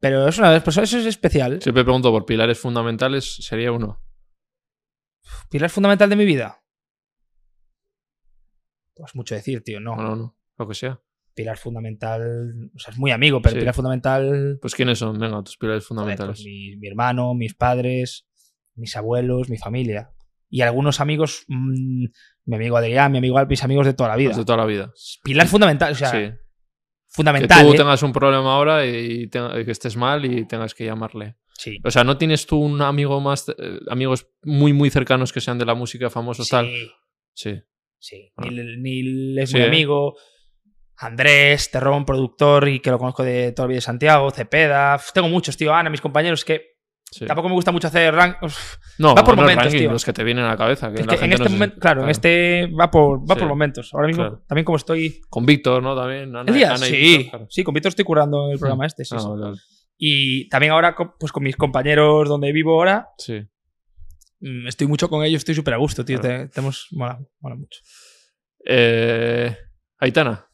S2: Pero es una de las personas, eso es especial.
S1: Siempre pregunto por pilares fundamentales, sería uno.
S2: Pilar fundamental de mi vida. Pues mucho decir, tío, no.
S1: O no, no, lo que sea.
S2: Pilar fundamental, o sea, es muy amigo, pero
S1: Sí.
S2: pilar fundamental
S1: Pues ¿quiénes son? Venga, tus pilares
S2: Joder,
S1: fundamentales.
S2: pues mi, mi hermano, mis padres, mis abuelos, mi familia. Y algunos amigos, mm, mi amigo Adrián, mi amigo Alpis, amigos de toda la vida.
S1: Los Pues de toda la vida.
S2: Pilar fundamental, o sea,
S1: sí. Que
S2: fundamental.
S1: tú
S2: ¿eh?
S1: tengas un problema ahora y te- que estés mal y tengas que llamarle.
S2: Sí,
S1: O sea, ¿no tienes tú un amigo más, eh, amigos muy, muy cercanos que sean de la música, famosos, tal?
S2: sí,
S1: Sí.
S2: sí.
S1: Ah.
S2: Nil, Nil es
S1: Sí,
S2: mi
S1: ¿eh?
S2: amigo. Andrés, Terrón, productor y que lo conozco de toda la vida de Santiago, Cepeda. Uf, Tengo muchos, tío. Ana, mis compañeros, que
S1: sí.
S2: tampoco me gusta mucho hacer rank. uf,
S1: No,
S2: va por
S1: no,
S2: momentos,
S1: ranking,
S2: tío.
S1: los que te vienen a la cabeza. Que
S2: es
S1: la
S2: que en
S1: gente
S2: este
S1: no se-
S2: momento, claro, en este va por, va
S1: Sí.
S2: por momentos. Ahora mismo,
S1: Claro.
S2: también como estoy
S1: Con Víctor, ¿no? También. Ana-
S2: Elías,
S1: Ana y
S2: sí,
S1: Víctor, claro.
S2: sí, con Víctor estoy curando el programa este, sí,
S1: Ah,
S2: sí.
S1: vale, vale.
S2: Y también ahora, co- pues con mis compañeros donde vivo ahora,
S1: Sí.
S2: mm, estoy mucho con ellos, estoy súper a gusto, tío.
S1: Claro.
S2: Te, te hemos- mola, mola mucho.
S1: Eh, Aitana,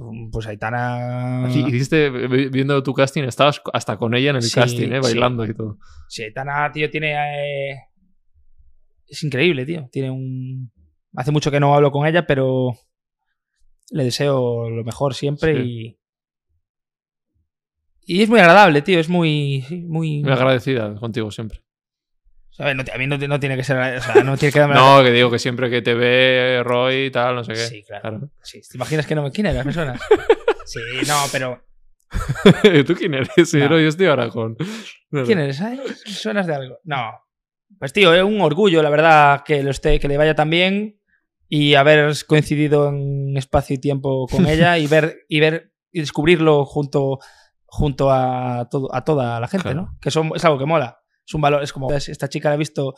S2: Mm, Pues Aitana.
S1: aquí hiciste, vi- viendo tu casting, estabas hasta con ella en el
S2: Sí,
S1: casting, ¿eh?
S2: sí.
S1: bailando y todo.
S2: Sí, Aitana, tío, tiene. eh, Es increíble, tío. Tiene un. Hace mucho que no hablo con ella, pero. le deseo lo mejor siempre
S1: Sí.
S2: y. Y es muy agradable, tío. Es muy. muy...
S1: Muy agradecida contigo siempre.
S2: A ver, no, te- a mí no, te- no tiene que ser. O sea, no
S1: (laughs)
S2: tiene que darme
S1: No, que digo que siempre que te ve Roy y tal, no sé qué.
S2: Sí, claro.
S1: Claro.
S2: Sí, ¿Te imaginas que no me quién eras? ¿Me suena? (laughs) Sí, no, pero.
S1: (laughs) ¿Tú quién eres? Sí,
S2: No.
S1: no, yo estoy ahora con. No, no.
S2: ¿Quién eres? Ay, ¿Suenas de algo? No. Pues tío, es un orgullo, la verdad, que lo esté, que le vaya tan bien y haber coincidido en espacio y tiempo con (laughs) ella y ver y ver y descubrirlo junto junto a todo, a toda la gente,
S1: Claro.
S2: ¿no? Que son, es algo que mola. Es un valor, es como es- esta chica la he visto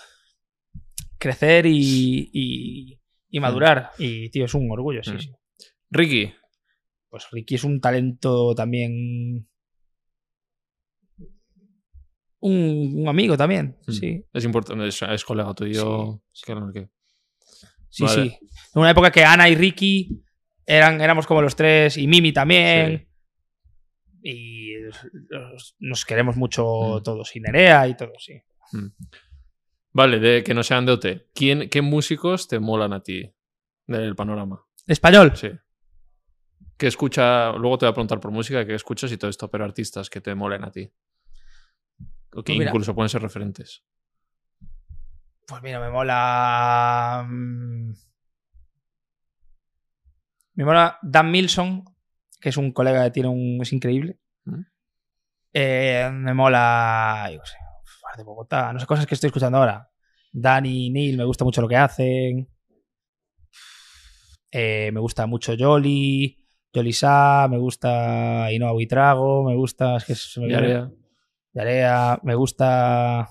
S2: crecer y, y- y madurar y tío, es un orgullo, sí,
S1: Mm.
S2: sí.
S1: Ricky.
S2: Pues Ricky es un talento también un, un amigo también,
S1: Mm.
S2: sí.
S1: Es importante, es, es colega tuyo. es que no, que-
S2: Sí,
S1: Vale.
S2: sí. En una época que Ana y Ricky eran, éramos como los tres, y Mimi también. Y los- nos queremos mucho
S1: Mm.
S2: todos, y Nerea y todos, sí.
S1: Vale, de que no sean de OT. ¿Quién, ¿Qué músicos te molan a ti del panorama?
S2: Español.
S1: Sí. ¿Qué escucha? Luego te voy a preguntar por música, qué escuchas y todo esto, pero artistas que te molen a ti. O que
S2: Pues mira.
S1: incluso pueden ser referentes.
S2: Pues mira, me mola. mm, Me mola Dan Milson, que es un colega que tiene un. es increíble.
S1: Mm.
S2: Eh, me mola. Yo qué sé, Far de Bogotá. No sé, cosas que estoy escuchando ahora. Dan y Neil, me gusta mucho lo que hacen. Eh, me gusta mucho Jolly. Jolly Sa, me gusta Inoa Buitrago, me gusta. Es que se me
S1: Ya,
S2: viene-
S1: ya.
S2: Yarea, me gusta.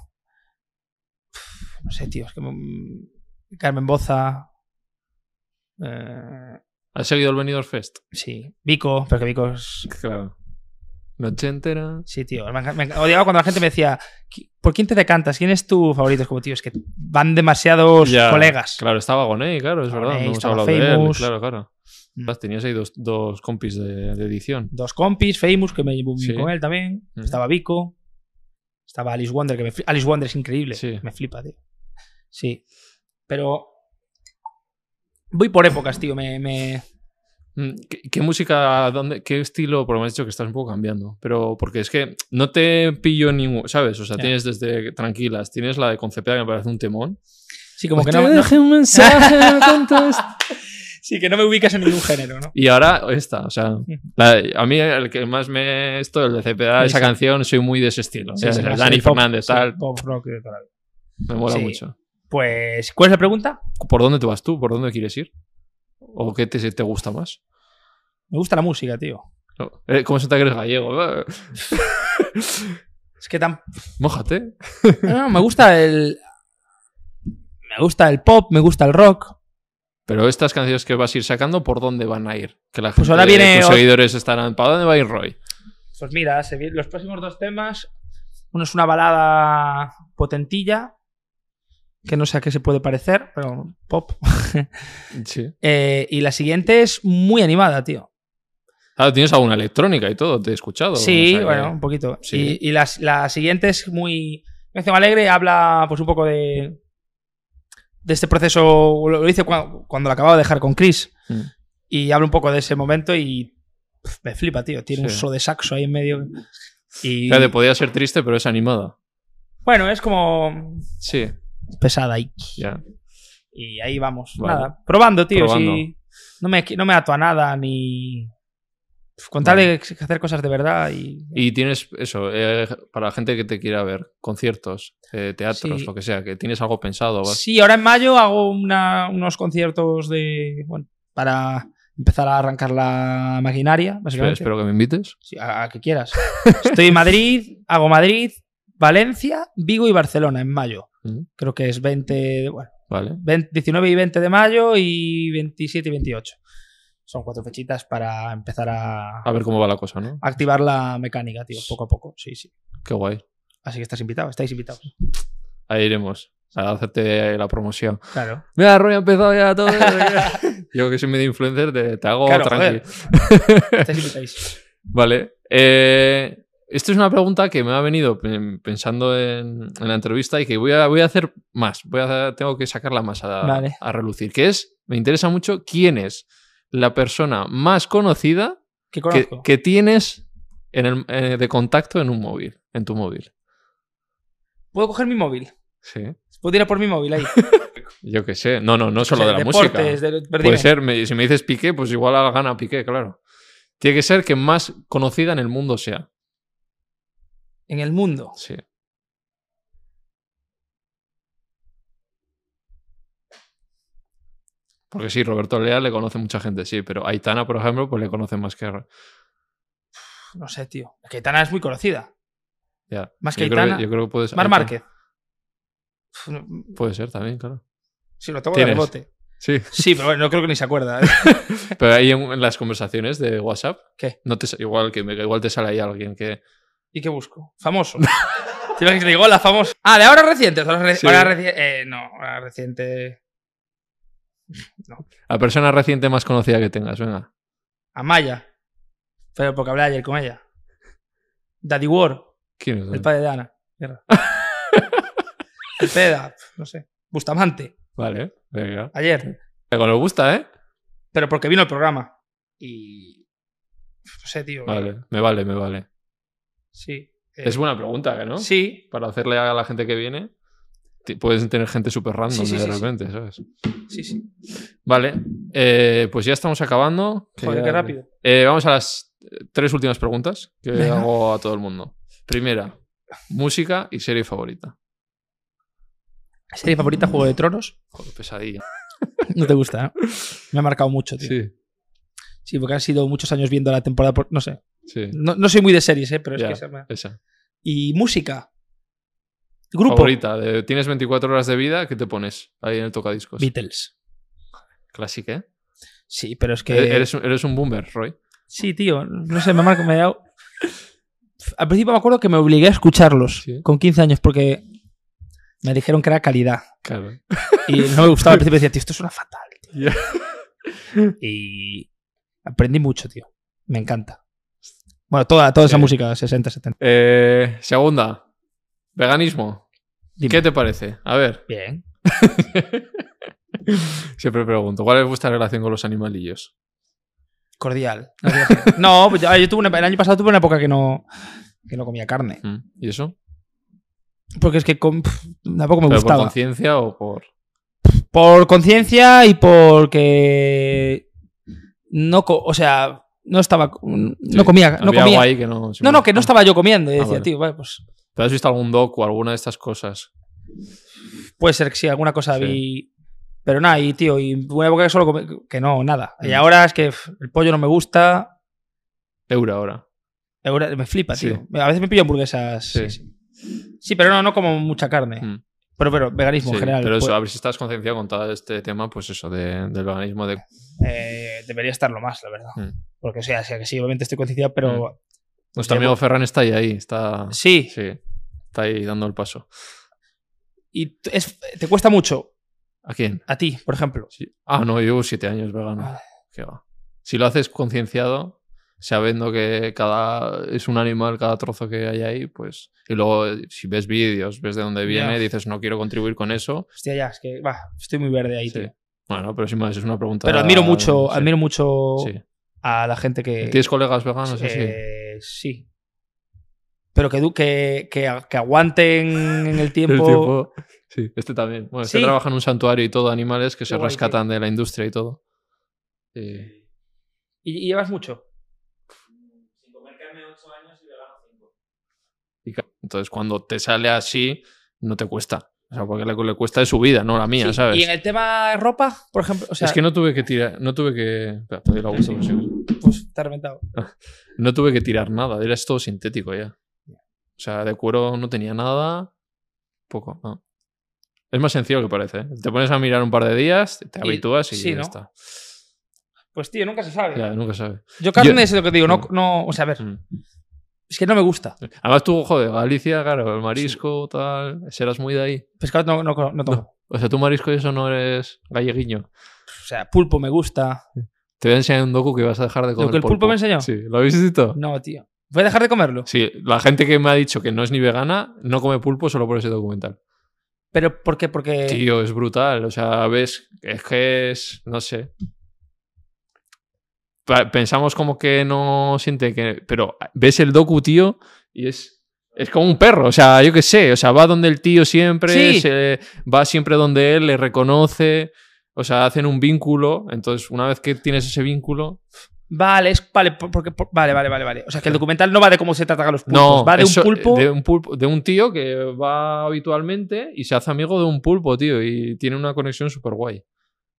S2: No sé, tío, es que me- Carmen Boza. eh,
S1: ¿Has seguido el Benidorm Fest?
S2: sí, Vico, pero que Vico es.
S1: Claro. Noche entera.
S2: Sí, tío. Me, enca- me enca- odiaba cuando la gente me decía, "¿Qui- ¿por quién te decantas? ¿Quién es tu favorito? Es como, tío, es que van demasiados
S1: Ya,
S2: colegas.
S1: Claro, estaba Gonei, claro, es verdad.
S2: Gonei,
S1: No hemos
S2: estaba
S1: hablado
S2: Famous.
S1: de él. Claro, claro.
S2: Mm.
S1: Las Tenías ahí dos, dos compis de, de edición.
S2: Dos compis, Famous, que me llevo
S1: Sí.
S2: bien con él también.
S1: Ujú.
S2: Estaba Vico. Estaba Alice Wonder, que me fli- Alice Wonder es increíble.
S1: Sí.
S2: Me flipa, tío. Sí. Pero. Voy por épocas, tío. Me, me-
S1: Mm, ¿Qué, qué música, dónde, qué estilo? Porque me has dicho que estás un poco cambiando. Pero porque es que no te pillo ningún. ¿Sabes? O sea,
S2: Ya.
S1: tienes desde Tranquilas, tienes la de Concepeda que me parece un temón.
S2: Sí, como que
S1: Pues
S2: no,
S1: te
S2: no-
S1: dejé un
S2: (laughs)
S1: mensaje no contestas.
S2: sí, que no me ubicas en ningún género, ¿no?
S1: Y ahora esta, o sea, la- a mí el que más me. Esto, el de Cepeda,
S2: Sí,
S1: esa
S2: sí.
S1: canción, soy muy de ese estilo.
S2: Sí,
S1: O
S2: sí,
S1: sea,
S2: más
S1: Dani
S2: el pop-
S1: Fernández,
S2: sí,
S1: tal,
S2: pop rock de toda la vida.
S1: me mola
S2: Sí.
S1: mucho.
S2: Pues, ¿cuál es la pregunta?
S1: ¿Por dónde te vas tú? ¿Por dónde quieres ir? ¿O qué te, te gusta más?
S2: Me gusta la música, tío.
S1: No. Eh, ¿Cómo se nota que eres gallego? Eh,
S2: Es que tan...
S1: Mójate.
S2: No, (laughs) no, me gusta el... Me gusta el pop, me gusta el rock.
S1: Pero estas canciones que vas a ir sacando, ¿por dónde van a ir? Que la gente,
S2: Pues ahora viene
S1: tus
S2: o-
S1: seguidores estarán. ¿Para dónde va a ir Roy?
S2: Pues mira, se vi- los próximos dos temas. Uno es una balada potentilla, que no sé a qué se puede parecer, pero pop.
S1: Sí.
S2: Eh, y la siguiente es muy animada, tío.
S1: Ah, tienes alguna electrónica y todo, te he escuchado.
S2: sí,
S1: o sea que-
S2: bueno, un poquito.
S1: sí.
S2: Y, y las- la, siguiente es muy... Me hace alegre, habla pues un poco de... De este proceso, lo, lo hice cuando, cuando lo acababa de dejar con Chris.
S1: Mm.
S2: Y habla un poco de ese momento y pf, me flipa, tío. Tiene un
S1: Sí.
S2: solo de saxo ahí en medio. Y,
S1: Fíjate, podía ser triste, pero es animada.
S2: bueno, es como
S1: Sí,
S2: pesada ahí.
S1: ya.
S2: Y ahí vamos.
S1: Vale.
S2: Nada. Probando, tío.
S1: Probando.
S2: si no, me, no me ato a nada ni. Con tal de hacer cosas de verdad y.
S1: Y tienes eso, eh, para la gente que te quiera ver, conciertos, eh, teatros,
S2: Sí.
S1: lo que sea, que tienes algo pensado. vas-
S2: Sí, ahora en mayo hago una- unos conciertos de. Bueno, para empezar a arrancar la maquinaria,
S1: Espero,
S2: básicamente.
S1: espero que me invites.
S2: Sí, a, a que quieras. Estoy en Madrid, hago Madrid, Valencia, Vigo y Barcelona en mayo.
S1: Mm,
S2: Creo que es 20. de- Bueno,
S1: Vale.
S2: 20 19 y 20 de mayo y 27 y 28. Son cuatro fechitas para empezar a,
S1: A ver cómo va la cosa, ¿no?
S2: activar la mecánica, tío, poco a poco. Sí, sí.
S1: Qué guay.
S2: Así que estás invitado,
S1: (laughs)
S2: estáis invitados.
S1: Ahí iremos. A hacerte la promoción.
S2: Claro.
S1: Mira, Roy ha empezado ya todo.
S2: (laughs)
S1: Yo que soy medio influencer, te, te hago
S2: Claro,
S1: tranqui.
S2: joder. Estáis invitadísimos.
S1: Vale. Eh, esto es una pregunta que me ha venido pen- pensando en, en la entrevista y que voy a, voy a hacer más. Voy a, tengo que sacarla más a,
S2: Vale.
S1: a relucir. Que es, me interesa mucho quién es la persona más conocida
S2: ¿Qué
S1: que,
S2: conozco?
S1: que tienes en el- eh, de contacto en un móvil, en tu móvil.
S2: ¿Puedo coger mi móvil?
S1: Sí.
S2: ¿Puedo ir a por mi móvil ahí?
S1: Yo qué sé. No, no, no solo
S2: O sea,
S1: de la
S2: deportes,
S1: música.
S2: de- pero
S1: Puede
S2: dime,
S1: ser, me- si me dices Piqué, pues igual gana Piqué, claro. Tiene que ser que más conocida en el mundo sea.
S2: En el mundo.
S1: Sí. Porque sí, Roberto Leal le conoce mucha gente, sí, pero Aitana, por ejemplo, pues le conoce más que.
S2: No sé, tío. Es que Aitana es muy conocida.
S1: ya.
S2: Más que
S1: yo creo
S2: Aitana,
S1: yo creo que puedes.
S2: Mar
S1: Aitana-
S2: Márquez. Uf, no,
S1: Puede ser también, claro.
S2: Si lo tengo de
S1: Tienes.
S2: rebote.
S1: Sí,
S2: Sí, pero bueno, no creo que ni se
S1: (laughs)
S2: acuerda. ¿eh?
S1: pero ahí en, en las conversaciones de WhatsApp.
S2: ¿Qué?
S1: No te, sa- igual, que, me- igual te sale ahí alguien que.
S2: ¿Y qué busco? Famoso. (laughs) Te imaginas que digo, hola, famoso. Ah, de ahora reciente. Ahora
S1: Sí.
S2: reciente. no, ahora reciente.
S1: La persona reciente más conocida que tengas, venga.
S2: Amaya. Pero porque hablé ayer con ella. Daddy War,
S1: ¿Quién es?
S2: el padre de Ana.
S1: (laughs)
S2: Mierda. Cepeda, no sé. Bustamante,
S1: Vale, venga.
S2: ayer.
S1: Como nos gusta, ¿eh?
S2: Pero porque vino el programa. Y. No sé, tío.
S1: Vale, me vale, me vale.
S2: Sí. eh,
S1: Es buena pregunta, ¿que ¿no?
S2: Sí,
S1: Para hacerle a la gente que viene, te- puedes tener gente súper random
S2: Sí, sí,
S1: de
S2: sí, sí.
S1: repente, ¿sabes?
S2: sí, sí.
S1: Vale, eh, pues ya estamos acabando. Que
S2: Joder,
S1: ya-
S2: qué rápido.
S1: Eh, vamos a las eh, tres últimas preguntas que
S2: Venga.
S1: hago a todo el mundo. Primera, música y serie favorita.
S2: ¿Serie favorita, Juego de Tronos? (laughs)
S1: Joder, pesadilla.
S2: No te gusta, ¿no? Me ha marcado mucho, tío.
S1: Sí,
S2: Sí, porque han sido muchos años viendo la temporada. Por... No sé.
S1: sí.
S2: No, no soy muy de series, ¿eh? pero es
S1: Ya.
S2: que se me-
S1: Esa.
S2: Y música. Grupo.
S1: Favorita. de- tienes 24 horas de vida, ¿qué te pones ahí en el tocadiscos?
S2: Beatles.
S1: Clásica, ¿eh?
S2: Sí, pero es que.
S1: E- Eres, un- eres un boomer, Roy.
S2: Sí, tío. No sé, me marco, me ha dado. Al principio me acuerdo que me obligué a escucharlos
S1: Sí.
S2: con 15 años porque me dijeron que era calidad.
S1: Claro.
S2: Y no me gustaba al principio. Decía, tío, esto suena fatal. tío".
S1: Ya.
S2: Y aprendí mucho, tío. Me encanta. Bueno, toda, toda esa
S1: Sí.
S2: música, 60, 70.
S1: Eh, segunda, veganismo.
S2: Dime.
S1: ¿Qué te parece? A ver,
S2: Bien.
S1: siempre pregunto, ¿cuál es vuestra relación con los animalillos?
S2: Cordial. No, pues yo, yo tuve una- el año pasado tuve una época que no, que no comía carne.
S1: Mm, ¿Y eso?
S2: Porque es que con- pf, tampoco me
S1: ¿Pero por
S2: gustaba.
S1: conciencia o por...?
S2: Por conciencia y porque no, co- o sea, no estaba, no
S1: Sí,
S2: comía, no
S1: Había
S2: comía.
S1: algo ahí que no...
S2: No, no, que no
S1: Ah,
S2: estaba yo comiendo. Y
S1: Ah,
S2: decía,
S1: vale.
S2: tío, vale, pues
S1: ¿Pero has visto algún docu, alguna de estas cosas?
S2: puede ser que sí, alguna cosa
S1: Sí.
S2: vi. Pero nada, y tío, y hubo una época que solo comí, que no, nada. Y
S1: Mm.
S2: ahora es que pf, el pollo no me gusta.
S1: Euro ahora.
S2: Ahora me flipa,
S1: Sí.
S2: tío. A veces me pillo hamburguesas. Sí,
S1: Sí.
S2: sí. Sí, pero no, no como mucha carne.
S1: Mm,
S2: Pero, pero, veganismo
S1: sí,
S2: Eh, en general.
S1: pero eso,
S2: pues-
S1: a ver si estás concienciado con todo este tema, pues eso, de- del veganismo. De...
S2: eh, debería estarlo más, la verdad.
S1: Mm.
S2: Porque, o sea, sí, que sí, obviamente estoy concienciado, pero
S1: Nuestro
S2: llevo-
S1: amigo Ferran está ahí, ahí, está...
S2: sí.
S1: Sí, está ahí dando el paso.
S2: Y t- es- te cuesta mucho,
S1: ¿A quién?
S2: a ti, por ejemplo.
S1: Sí. Ah, no, yo llevo siete años vegano.
S2: Ah.
S1: Qué va. Si lo haces concienciado, sabiendo que cada es un animal cada trozo que hay ahí, pues. Y luego, eh, si ves vídeos, ves de dónde viene,
S2: Ya.
S1: dices no quiero contribuir con eso.
S2: Hostia, ya, es que, va, estoy muy verde ahí,
S1: Sí.
S2: tío.
S1: Bueno, pero sin más, es una pregunta.
S2: Pero admiro mucho,
S1: sí,
S2: admiro mucho
S1: sí.
S2: a la gente que.
S1: ¿Tienes colegas veganos? así?
S2: eh, sí. Pero que, du- que, que, que aguanten en el tiempo.
S1: (laughs) El tipo- Sí, este también. Bueno, este
S2: Sí.
S1: trabaja en un santuario y todo, animales que
S2: Qué
S1: se
S2: guay,
S1: rescatan de la industria y todo. Eh, Sí.
S2: ¿Y, y llevas mucho?
S1: Y ca- Entonces, cuando te sale así, no te cuesta. O sea, porque le, le cuesta de su vida, no la mía,
S2: Sí.
S1: ¿sabes?
S2: Y en el tema ropa, por ejemplo, o sea,
S1: es que no tuve que tirar, no tuve que. espera, te doy la vuelta, porque-
S2: pues, te ha reventado.
S1: No tuve que tirar nada, era todo sintético ya. O sea, de cuero no tenía nada. Poco, no. Es más sencillo que parece. ¿eh? Te pones a mirar un par de días, te
S2: Y-
S1: habitúas y,
S2: sí,
S1: ya
S2: ¿no?
S1: está.
S2: Pues tío, nunca se sabe.
S1: Ya, nunca sabes.
S2: Yo carne
S1: Yo-
S2: es lo que digo, no,
S1: Mm.
S2: no, o sea, a ver,
S1: Mm.
S2: es que no me gusta.
S1: Además, tú, joder, Galicia, claro, el marisco, tal. Serás muy de ahí.
S2: Pescado no, no, no tomo.
S1: No. O sea, tú marisco y eso no eres galleguiño.
S2: O sea, pulpo me gusta.
S1: Te voy a enseñar un docu que vas a dejar de comer.
S2: que el pulpo me enseñó?
S1: Sí, ¿lo habéis visto?
S2: No, tío. ¿Voy a dejar de comerlo?
S1: Sí, la gente que me ha dicho que no es ni vegana no come pulpo solo por ese documental.
S2: ¿Pero por qué? Porque...
S1: Tío, es brutal. O sea, ves, es que es. No sé. pa- pensamos como que no siente que. Pero ves el docu, tío, y es. Es como un perro, o sea, yo qué sé, o sea, va donde el tío siempre,
S2: Sí.
S1: se- va siempre donde él, le reconoce, o sea, hacen un vínculo, entonces una vez que tienes ese vínculo,
S2: Vale, es, vale, por- porque, por- vale, vale, vale, vale. O sea, que el documental no va de cómo se tratan a los pulpos,
S1: no,
S2: va de
S1: eso- eh,
S2: un pulpo.
S1: de un pulpo- de un tío que va habitualmente y se hace amigo de un pulpo, tío, y tiene una conexión súper guay,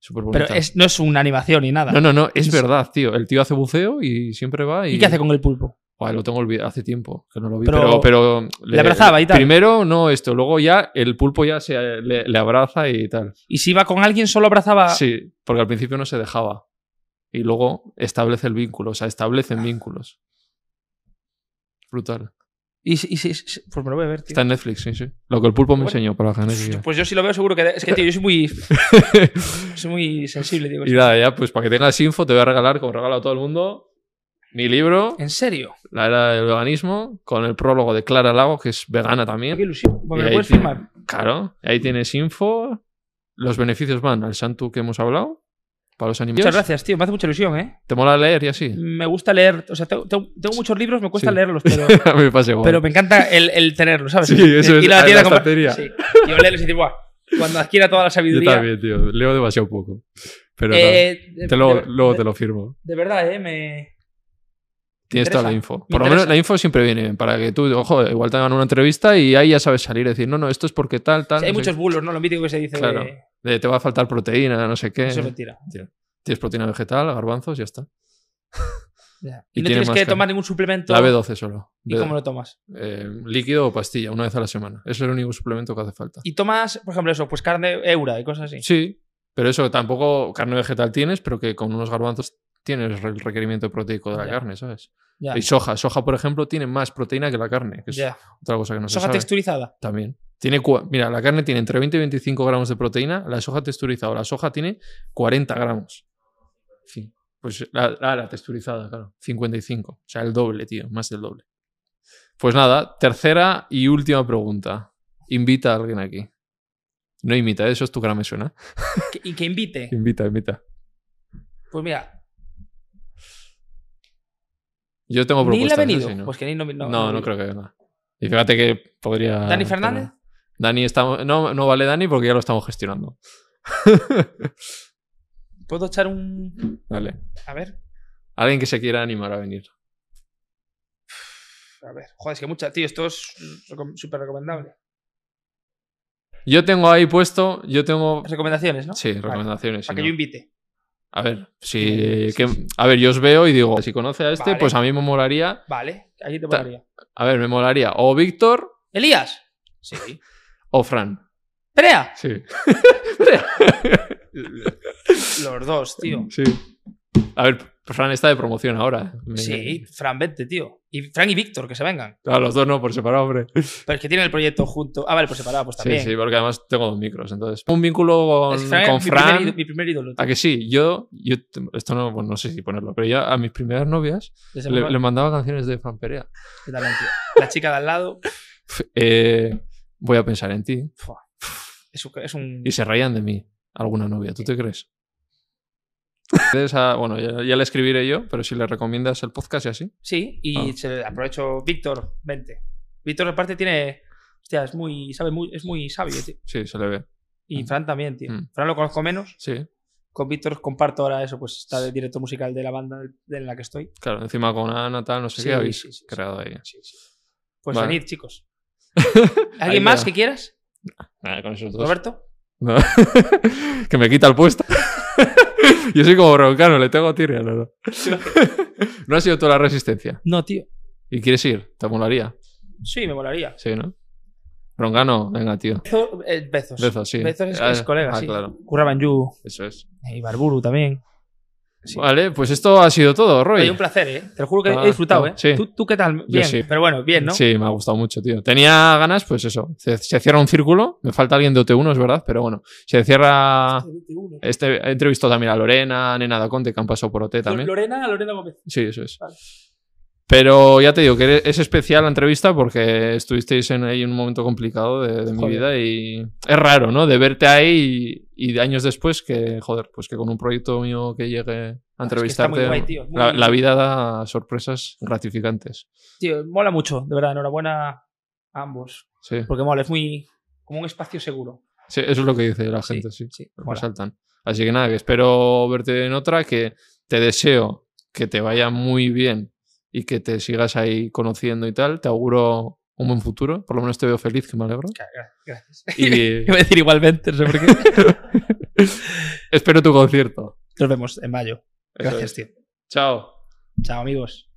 S1: súper
S2: Pero es- no es una animación ni nada.
S1: No, no, no, es
S2: Es-
S1: verdad, tío. El tío hace buceo y siempre va y...
S2: ¿Y qué hace con el pulpo?
S1: Buah, lo tengo olvidado hace tiempo que no lo vi.
S2: Pero-
S1: Pero, pero
S2: le abrazaba y tal.
S1: Primero no esto, luego ya el pulpo ya se, le, le abraza y tal.
S2: ¿Y si iba con alguien solo abrazaba?
S1: Sí, porque al principio no se dejaba. Y luego establece el vínculo, o sea, establecen vínculos. Brutal.
S2: Y, si- y si- si- pues me lo voy a ver, tío.
S1: Está en Netflix, sí, sí. Lo que el pulpo me
S2: Bueno.
S1: enseñó para la gente. que-
S2: Pues yo si lo veo seguro que... Es que, tío, yo
S1: (laughs)
S2: soy muy... soy muy sensible, digo.
S1: Y nada, ya, pues para que tengas info, te voy a regalar, como regalo a todo el mundo, mi libro,
S2: ¿En serio?
S1: La era del veganismo, con el prólogo de Clara Lago, que es vegana
S2: Qué
S1: también.
S2: ilusión. Bueno,
S1: Y
S2: ¿Me lo
S1: ahí
S2: puedes
S1: tiene-
S2: firmar?
S1: Claro, ahí tienes info. Los beneficios van al Santu que hemos hablado, para los animales.
S2: Muchas gracias, tío. Me hace mucha ilusión, ¿eh?
S1: ¿Te mola leer y así? (laughs)
S2: Me gusta leer... O sea, tengo, tengo- tengo muchos libros, me cuesta
S1: Sí. (laughs)
S2: leerlos, pero...
S1: A mí me pasa igual.
S2: Pero me encanta el, el tenerlo, ¿sabes?
S1: Sí,
S2: El-
S1: eso es,
S2: Ir a la
S1: en
S2: tienda
S1: la
S2: a comprar-
S1: estantería.
S2: Sí. Y olerlos y decir, "Buah, Cuando adquiera toda la
S1: Yo
S2: sabiduría...
S1: también, tío. Leo demasiado poco. Pero nada,
S2: Eh, de-
S1: te lo-
S2: de-
S1: luego
S2: de-
S1: te lo firmo.
S2: De verdad, ¿eh? Me...
S1: Tienes toda la
S2: interesa,
S1: info.
S2: me
S1: Por lo menos
S2: interesa.
S1: la info siempre viene bien. Para que tú, ojo, igual te hagan una entrevista y ahí ya sabes salir y decir, no, no, esto es porque tal, tal.
S2: Sí, hay
S1: no sé
S2: muchos bulos, ¿no? Lo mítico que se dice...
S1: Ah, Claro.
S2: de-
S1: qué. Eh, Te va a faltar proteína, no sé qué.
S2: Eso es mentira.
S1: Tienes proteína vegetal, garbanzos, ya está.
S2: Ya.
S1: Y
S2: Y, no
S1: tiene
S2: tienes
S1: más
S2: que
S1: cara.
S2: tomar ningún suplemento.
S1: La B12 solo.
S2: ¿Y
S1: B-
S2: cómo lo tomas?
S1: eh, líquido o pastilla, una vez a la semana. Es el único suplemento que hace falta.
S2: Y tomas, por ejemplo, eso, pues carne eura y cosas así.
S1: Sí, pero eso tampoco carne vegetal tienes, pero que con unos garbanzos tienes el requerimiento proteico de la
S2: Ya.
S1: carne, ¿sabes?
S2: Ya.
S1: Y soja. Soja, por ejemplo, tiene más proteína que la carne, que es
S2: ya.
S1: otra cosa que no se
S2: Soja
S1: sabe.
S2: texturizada.
S1: También. Tiene cua- Mira, la carne tiene entre 20 y 25 gramos de proteína, la soja texturizada o la soja tiene 40 gramos. Sí. Pues la, la- la texturizada, claro, 55. O sea, el doble, tío, más del doble. Pues nada, tercera y última pregunta. Invita a alguien aquí. No imita, ¿eh? eso es tu gran me suena. (laughs)
S2: Que- y que invite.
S1: Invita, invita.
S2: Pues mira,
S1: Yo tengo
S2: Neil ha
S1: propuestas. ¿eh?
S2: venido.
S1: Si no.
S2: Pues que Neil no no,
S1: no, no, creo que venga. Y fíjate que podría...
S2: ¿Dani Fernández?
S1: pero- Dani, estamos... no, no vale Dani porque ya lo estamos gestionando.
S2: ¿Puedo echar un.
S1: Vale.
S2: A ver.
S1: Alguien que se quiera animar a venir.
S2: A ver. Joder, es que mucha, tío, esto es recom- súper recomendable.
S1: Yo tengo ahí puesto, yo tengo.
S2: Recomendaciones, ¿no?
S1: Sí,
S2: Vale.
S1: recomendaciones. si
S2: Para que
S1: no.
S2: yo invite.
S1: A ver,
S2: Sí,
S1: si.
S2: sí,
S1: que-
S2: sí.
S1: A ver, yo os veo y digo, si conoce a este,
S2: Vale.
S1: pues a mí me molaría.
S2: Vale, aquí te
S1: Ta-
S2: pondría.
S1: A ver, me molaría o Víctor
S2: ¿Elías? Sí.
S1: o Fran.
S2: ¿Perea?
S1: Sí.
S2: Los dos, tío.
S1: sí. A ver, Fran está de promoción ahora. eh. Me-
S2: Sí, Fran, vente, tío. Y Fran y Víctor, que se vengan.
S1: A los dos no, por separado, hombre.
S2: Pero es que tienen el proyecto junto. Ah, vale, pues separado, pues
S1: Sí,
S2: también.
S1: sí, porque además tengo dos micros. Entonces, un vínculo con
S2: Es Fran,
S1: con
S2: mi primer
S1: Fran.
S2: ídolo- mi primer ídolo. tío.
S1: A que sí, yo, yo esto no, bueno, no sé si ponerlo, pero yo a mis primeras novias
S2: Desde
S1: le,
S2: Manuel.
S1: le mandaba canciones de Fran Perea.
S2: Yo también, tío. La chica de al lado
S1: Pf, eh, voy a pensar en ti.
S2: es un. es un-
S1: Y se reían de mí, alguna novia, ¿tú te crees? Entonces, ah, bueno, ya, ya le escribiré yo, pero si le recomiendas el podcast y así.
S2: Sí, y
S1: Ah.
S2: se- aprovecho. Víctor, vente. Víctor, aparte, tiene. Hostia, es muy, sabe, muy, es muy sabio, tío.
S1: Sí, se le ve.
S2: Y
S1: Mm.
S2: Fran también, tío.
S1: Mm.
S2: Fran lo conozco menos.
S1: Sí,
S2: Con Víctor comparto ahora eso, pues está de director musical de la banda en la que estoy.
S1: claro, encima con Ana, tal, no sé
S2: Sí,
S1: qué habéis
S2: sí, sí, sí.
S1: creado ahí.
S2: Sí, sí. Pues
S1: Vale.
S2: venid,
S1: (laughs)
S2: chicos.
S1: Ahí
S2: ¿Alguien más
S1: queda.
S2: que quieras? Ah,
S1: Nada, con esos dos.
S2: ¿Roberto?
S1: No. (laughs) que me quita el puesto. (laughs) yo soy como broncano, le tengo tirria, la verdad. (laughs) no ha sido toda la resistencia.
S2: No, tío.
S1: ¿Y quieres ir? ¿Te molaría?
S2: Sí, me molaría.
S1: Sí, ¿no? Broncano, venga, tío.
S2: Bezo- eh, Bezos.
S1: Bezos, sí.
S2: Bezos es,
S1: Ah,
S2: es colega,
S1: ah,
S2: sí.
S1: claro.
S2: Curraban Yu
S1: Eso es.
S2: y Barburu eh, también. Sí.
S1: Vale, pues esto ha sido todo, Roy.
S2: Oye, un placer, ¿eh? Te lo juro que
S1: Ah,
S2: he disfrutado,
S1: no,
S2: ¿eh?
S1: sí.
S2: ¿Tú, tú qué tal? Bien,
S1: sí.
S2: pero bueno, bien, ¿no?
S1: Sí, me ha gustado mucho, tío. Tenía ganas, pues eso. Se, se cierra un círculo. Me falta alguien de OT1, es verdad, pero bueno. Se
S2: Ah.
S1: cierra. Este, he entrevistado también a Lorena, a Nena da Conte, que han pasado por OT también.
S2: Lorena, Lorena Gómez.
S1: Sí, eso es.
S2: Vale.
S1: Pero ya te digo que es especial la entrevista porque estuvisteis en ahí en un momento complicado de, de mi
S2: Joder.
S1: vida y es raro, ¿no? De verte ahí y, Y de años después que, joder, pues que con un proyecto mío que llegue a
S2: es que está
S1: entrevistarte,
S2: muy guay, tío, muy
S1: la,
S2: guay.
S1: la vida da sorpresas gratificantes.
S2: Tío, mola mucho, de verdad. Enhorabuena a ambos.
S1: Sí,
S2: Porque mola, es muy. como un espacio seguro.
S1: sí, eso es lo que dice la gente, sí. Pues
S2: Sí,
S1: lo
S2: mola.
S1: resaltan. Así que nada, que espero verte en otra, que te deseo que te vaya muy bien y que te sigas ahí conociendo y tal. Te auguro un buen futuro, por lo menos te veo feliz, que me alegro.
S2: Gra-
S1: (laughs)
S2: Gracias. (laughs)
S1: Y
S2: Iba a decir igualmente, no sé por qué.
S1: espero tu concierto.
S2: Nos vemos en mayo.
S1: Eso
S2: Gracias, tío.
S1: es. Chao.
S2: Chao, amigos.